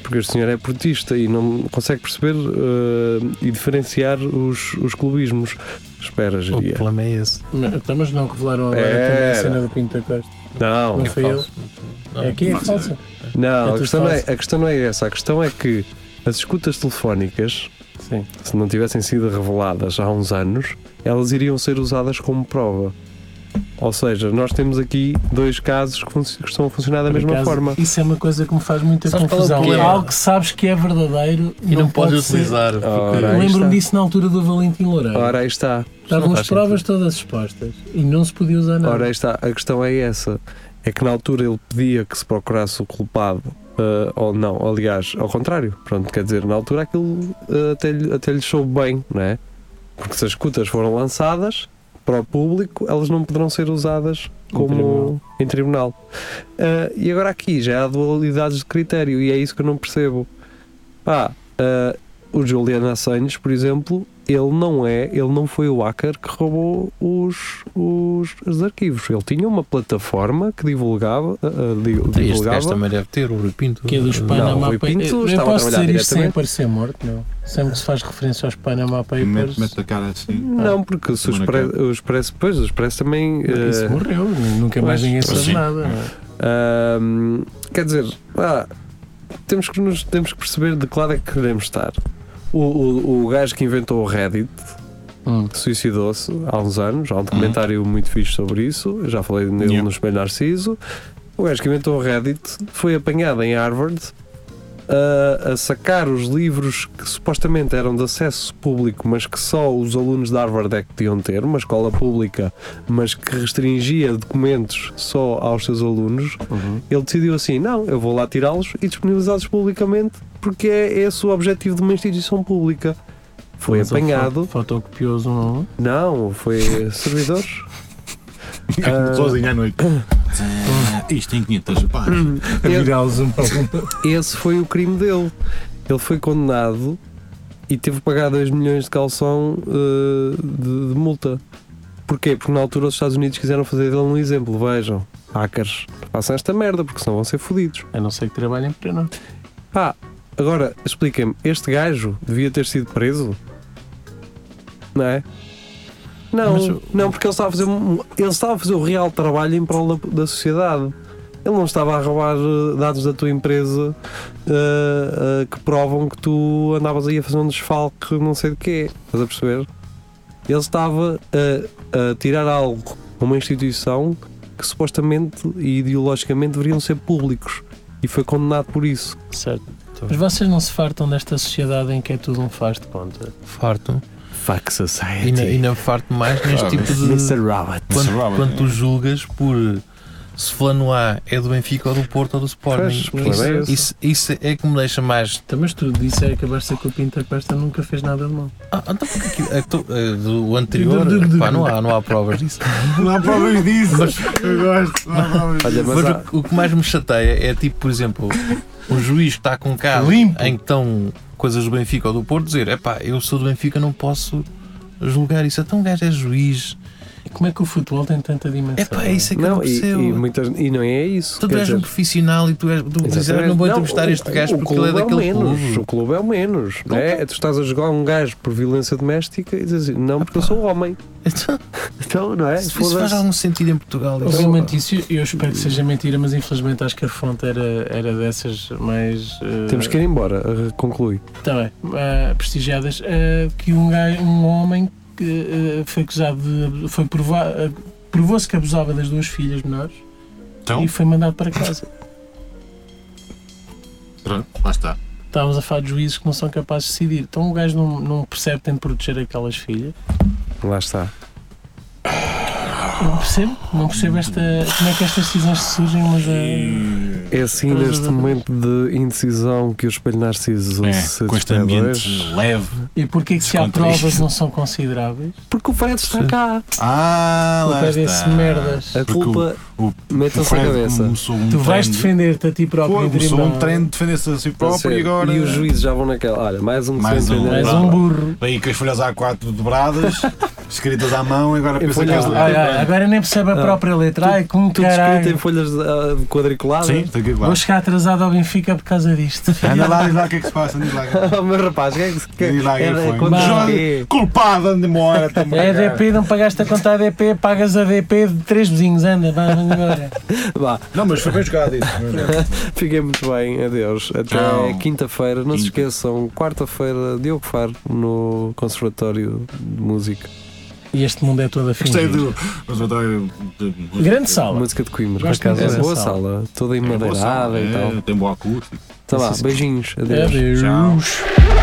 [SPEAKER 2] Porque este senhor é portista e não consegue perceber eh, e diferenciar os, os clubismos. Espera,
[SPEAKER 5] O
[SPEAKER 2] geria.
[SPEAKER 5] problema é esse.
[SPEAKER 4] Não, então, mas não revelaram agora
[SPEAKER 2] Era.
[SPEAKER 4] a cena do Pinto da Costa.
[SPEAKER 2] Não, é
[SPEAKER 4] Não foi ele.
[SPEAKER 5] Não.
[SPEAKER 4] É aqui é falsa. É
[SPEAKER 2] não, a
[SPEAKER 4] tudo
[SPEAKER 2] questão não é,
[SPEAKER 4] falso.
[SPEAKER 2] a questão não é essa. A questão é que as escutas telefónicas,
[SPEAKER 4] Sim.
[SPEAKER 2] se não tivessem sido reveladas há uns anos, elas iriam ser usadas como prova. Ou seja, nós temos aqui dois casos que, func- que estão a funcionar da
[SPEAKER 4] Por
[SPEAKER 2] mesma
[SPEAKER 4] acaso,
[SPEAKER 2] forma.
[SPEAKER 4] Isso é uma coisa que me faz muita
[SPEAKER 5] Sabes qual é o
[SPEAKER 4] confusão.
[SPEAKER 5] problema?
[SPEAKER 4] Algo que sabes que é verdadeiro
[SPEAKER 5] E não, podes
[SPEAKER 4] pode ser.
[SPEAKER 5] utilizar. porque-
[SPEAKER 2] Ora,
[SPEAKER 4] Eu
[SPEAKER 2] aí
[SPEAKER 4] lembro-me
[SPEAKER 2] está.
[SPEAKER 4] disso na altura do Valentim Loureiro.
[SPEAKER 2] Ora, aí está.
[SPEAKER 5] não
[SPEAKER 4] Estavam
[SPEAKER 5] faz
[SPEAKER 4] as provas todas expostas e não se podia usar nada.
[SPEAKER 2] Ora, aí está. A questão é essa. É que na altura ele pedia que se procurasse o culpado. eh, ou não, aliás, ao contrário. Pronto, quer dizer, na altura aquilo eh, até, lhe, até lhe soube bem, não é? Porque se as escutas foram lançadas para o público, elas não poderão ser usadas como em tribunal. Eh, e agora aqui já há dualidades de critério e é isso que eu não percebo. Ah, eh, o Julian Assange, por exemplo, ele não é, ele não foi o hacker que roubou os, os, os arquivos. Ele tinha uma plataforma que divulgava, ah, ah, di-
[SPEAKER 5] Este gajo
[SPEAKER 2] divulgava
[SPEAKER 5] também deve ter o Rui Pinto.
[SPEAKER 4] Que é dos
[SPEAKER 5] Não,
[SPEAKER 4] Panama
[SPEAKER 2] o Rui
[SPEAKER 4] Papers.
[SPEAKER 2] Pinto
[SPEAKER 4] Eu, eu
[SPEAKER 2] estava a
[SPEAKER 4] posso
[SPEAKER 2] trabalhar
[SPEAKER 4] dizer isto sem
[SPEAKER 2] diretamente.
[SPEAKER 4] parecer morto, não? Sempre que se faz referência aos Panama Papers.
[SPEAKER 6] Mete, mete a cara assim.
[SPEAKER 2] não, porque se o
[SPEAKER 6] Também não
[SPEAKER 2] Expresso, o Expresso, pois, o Expresso também.
[SPEAKER 4] Isso
[SPEAKER 2] ah,
[SPEAKER 4] morreu, nunca mais
[SPEAKER 2] pois,
[SPEAKER 4] ninguém sabe
[SPEAKER 6] sim.
[SPEAKER 4] nada. não é?
[SPEAKER 2] Ahm, quer dizer, ah, temos, que nos, temos que perceber de que lado é que queremos estar. O, o, o gajo que inventou o Reddit
[SPEAKER 4] Hum.
[SPEAKER 2] suicidou-se há uns anos. Há um documentário
[SPEAKER 4] Uhum.
[SPEAKER 2] muito fixe sobre isso. Eu já falei nele
[SPEAKER 6] Yeah.
[SPEAKER 2] no Espelho Narciso. O gajo que inventou o Reddit foi apanhado em Harvard uh, a, a sacar os livros que supostamente eram de acesso público, mas que só os alunos de Harvard é que podiam ter, uma escola pública, mas que restringia documentos só aos seus alunos,
[SPEAKER 4] Uhum.
[SPEAKER 2] ele decidiu assim: não, eu vou lá tirá-los e disponibilizá-los publicamente, porque é esse o objetivo de uma instituição pública. Foi
[SPEAKER 4] Mas ele
[SPEAKER 2] apanhado,
[SPEAKER 4] fo- Fotocopiou-os um a um.
[SPEAKER 2] não, foi servidores. Ah.
[SPEAKER 6] Sozinho à noite. Hum. Ah, Isto tem 500 páginas.
[SPEAKER 4] A virá-los um para um.
[SPEAKER 2] esse foi o crime dele. Ele foi condenado e teve que pagar 2 milhões de calção eh, de, de multa. Porquê? Porque na altura os Estados Unidos quiseram fazer dele um exemplo. Vejam, hackers, façam esta merda porque senão vão ser fodidos.
[SPEAKER 4] A não ser que trabalhem para não.
[SPEAKER 2] Tá Pá, agora expliquem-me, este gajo devia ter sido preso? Não é? Não,
[SPEAKER 4] Mas o-
[SPEAKER 2] não, porque ele estava, a fazer, um- ele estava a fazer o real trabalho em prol da, da sociedade. Ele não estava a roubar eh, dados da tua empresa eh, eh, que provam que tu andavas aí a fazer um desfalque, não sei de quê. Estás a perceber? Ele estava eh, a, a tirar algo a uma instituição que supostamente e ideologicamente deveriam ser públicos e foi condenado por isso.
[SPEAKER 4] Certo. Mas vocês não se fartam desta sociedade em que é tudo um faz de conta.
[SPEAKER 5] Farto.
[SPEAKER 2] Fuck
[SPEAKER 5] E na-
[SPEAKER 2] society.
[SPEAKER 5] e não farto mais
[SPEAKER 2] Ah,
[SPEAKER 5] neste tipo de.
[SPEAKER 2] Mr. Robert.
[SPEAKER 5] Quando,
[SPEAKER 6] Robert,
[SPEAKER 5] quando tu
[SPEAKER 6] é.
[SPEAKER 5] julgas por se fulano A é do Benfica ou do Porto ou do Sporting.
[SPEAKER 2] Pois, pois é
[SPEAKER 5] isso, isso, isso é que me deixa mais.
[SPEAKER 4] Então, mas tu disse é que acabaste de dizer que o Pinta Costa nunca fez nada de mal.
[SPEAKER 5] Ah, então porque aquilo- é que tu- é, do anterior, pá, não, há, não há provas disso.
[SPEAKER 6] Não há provas disso. Eu gosto. Não há provas
[SPEAKER 2] Olha,
[SPEAKER 5] Mas
[SPEAKER 2] mas
[SPEAKER 5] o
[SPEAKER 2] há,
[SPEAKER 5] que- o, que mais me chateia é tipo, por exemplo, um juiz que está com um caso
[SPEAKER 6] Limpo.
[SPEAKER 5] em que estão coisas do Benfica ou do Porto dizer: é pá, eu sou do Benfica, não posso julgar isso. Então um gajo é juiz
[SPEAKER 4] Como é que o futebol tem tanta dimensão?
[SPEAKER 5] É pá, é isso é que eu não
[SPEAKER 2] Não, e,
[SPEAKER 5] percebo.
[SPEAKER 2] e muitas, e não é isso.
[SPEAKER 5] Tu
[SPEAKER 2] quer
[SPEAKER 5] és um
[SPEAKER 2] dizer-
[SPEAKER 5] profissional e tu és. Tu dizes,
[SPEAKER 2] Exatamente.
[SPEAKER 5] "Ah, não vou
[SPEAKER 2] Não,
[SPEAKER 5] entrevistar
[SPEAKER 2] o-
[SPEAKER 5] este gajo
[SPEAKER 2] o
[SPEAKER 5] porque ele é
[SPEAKER 2] clube o
[SPEAKER 5] daquele
[SPEAKER 2] menos,
[SPEAKER 5] clube.
[SPEAKER 2] O clube é o menos. não é? Tu estás a jogar um gajo por violência doméstica e dizes assim, não, porque eu sou homem.
[SPEAKER 5] Então,
[SPEAKER 2] Então, não é?
[SPEAKER 5] se isso faz algum sentido em Portugal. isso-
[SPEAKER 4] Obviamente isso, é eu espero que seja mentira, mas infelizmente acho que a fonte era, era dessas mais... eh,
[SPEAKER 2] Temos que ir embora, eh, conclui.
[SPEAKER 4] Tá bem, ah, prestigiadas, ah, que um, gajo, um homem que ah, foi acusado de. Foi provar, ah, provou-se que abusava das duas filhas menores
[SPEAKER 6] Então?
[SPEAKER 4] e foi mandado para casa.
[SPEAKER 6] Pronto, lá está.
[SPEAKER 4] Estávamos a falar de juízes que não são capazes de decidir. Então o gajo não, não percebe que tem de proteger aquelas filhas.
[SPEAKER 2] Lá está.
[SPEAKER 4] Não percebo, não percebo esta, como é que estas decisões surgem, mas ah,
[SPEAKER 2] É assim,
[SPEAKER 4] Todas as
[SPEAKER 2] neste
[SPEAKER 4] outras.
[SPEAKER 2] momento de indecisão que o Espelho Narciso se
[SPEAKER 6] É, com este
[SPEAKER 2] despede
[SPEAKER 6] ambiente
[SPEAKER 2] hoje.
[SPEAKER 6] leve.
[SPEAKER 4] e porquê que se há
[SPEAKER 6] Descontra
[SPEAKER 4] provas
[SPEAKER 6] isto.
[SPEAKER 4] não são consideráveis?
[SPEAKER 2] Porque o Fred está cá.
[SPEAKER 6] Ah,
[SPEAKER 4] Por
[SPEAKER 6] lá
[SPEAKER 4] causa desse
[SPEAKER 6] está. Um
[SPEAKER 4] merdas.
[SPEAKER 2] A
[SPEAKER 6] Porque
[SPEAKER 2] culpa
[SPEAKER 6] o-
[SPEAKER 2] mete-se na
[SPEAKER 6] Fred
[SPEAKER 2] cabeça.
[SPEAKER 6] começou um
[SPEAKER 4] Tu vais
[SPEAKER 6] trend.
[SPEAKER 4] defender-te a ti próprio
[SPEAKER 6] Pô,
[SPEAKER 4] em
[SPEAKER 6] começou
[SPEAKER 4] tribunal.
[SPEAKER 6] um trem de defender-se a si
[SPEAKER 2] Sim.
[SPEAKER 6] próprio e agora.
[SPEAKER 2] E os juízes já vão naquela. Olha, mais um que
[SPEAKER 6] Mais
[SPEAKER 2] se
[SPEAKER 6] um.
[SPEAKER 2] entendeu.
[SPEAKER 4] Mais
[SPEAKER 6] Bravo.
[SPEAKER 4] um burro.
[SPEAKER 6] Vem com as folhas A4 dobradas, escritas à mão, e agora pensa que
[SPEAKER 2] folhas
[SPEAKER 6] é
[SPEAKER 2] de-
[SPEAKER 6] letra.
[SPEAKER 4] Ai, ai, agora nem percebe a própria letra. Ai, como
[SPEAKER 2] Ah, Tudo escrito em
[SPEAKER 4] caralho.
[SPEAKER 2] folhas ah, quadriculadas.
[SPEAKER 6] Sim, está aqui
[SPEAKER 4] Vou
[SPEAKER 6] claro.
[SPEAKER 4] chegar atrasado ao Benfica por causa disto.
[SPEAKER 6] Anda lá, diz lá o que é que se passa, diz lá.
[SPEAKER 2] *laughs* Oh, meu rapaz, quem é que se quer?
[SPEAKER 6] Diz lá quem foi.
[SPEAKER 2] quando-
[SPEAKER 4] Mas-
[SPEAKER 2] É.
[SPEAKER 6] Culpado, ande embora também.
[SPEAKER 4] É ADP, não pagaste a conta ADP, pagas a ADP de três vizinhos, anda, vá, vamos embora.
[SPEAKER 2] *laughs* Vá,
[SPEAKER 6] Não, mas foi bem jogado isso.
[SPEAKER 2] fiquem muito bem, adeus. Até
[SPEAKER 6] Tchau.
[SPEAKER 2] quinta-feira, não se
[SPEAKER 6] Quinta.
[SPEAKER 2] esqueçam, quarta-feira, Diogo Faro no Conservatório de Música,
[SPEAKER 4] E este mundo é todo a
[SPEAKER 6] Gostei
[SPEAKER 4] fingir.
[SPEAKER 6] do. Conservatório de-
[SPEAKER 4] Grande sala.
[SPEAKER 2] Música de Coimbra.
[SPEAKER 4] Gosto muito
[SPEAKER 2] é
[SPEAKER 4] dessa
[SPEAKER 2] boa
[SPEAKER 4] sala.
[SPEAKER 2] sala, toda
[SPEAKER 6] É boa sala,
[SPEAKER 2] emadeirada e
[SPEAKER 6] é,
[SPEAKER 2] tal.
[SPEAKER 6] Tem boa acústica.
[SPEAKER 2] Tá lá, beijinhos, adeus.
[SPEAKER 4] Adeus.
[SPEAKER 6] Tchau.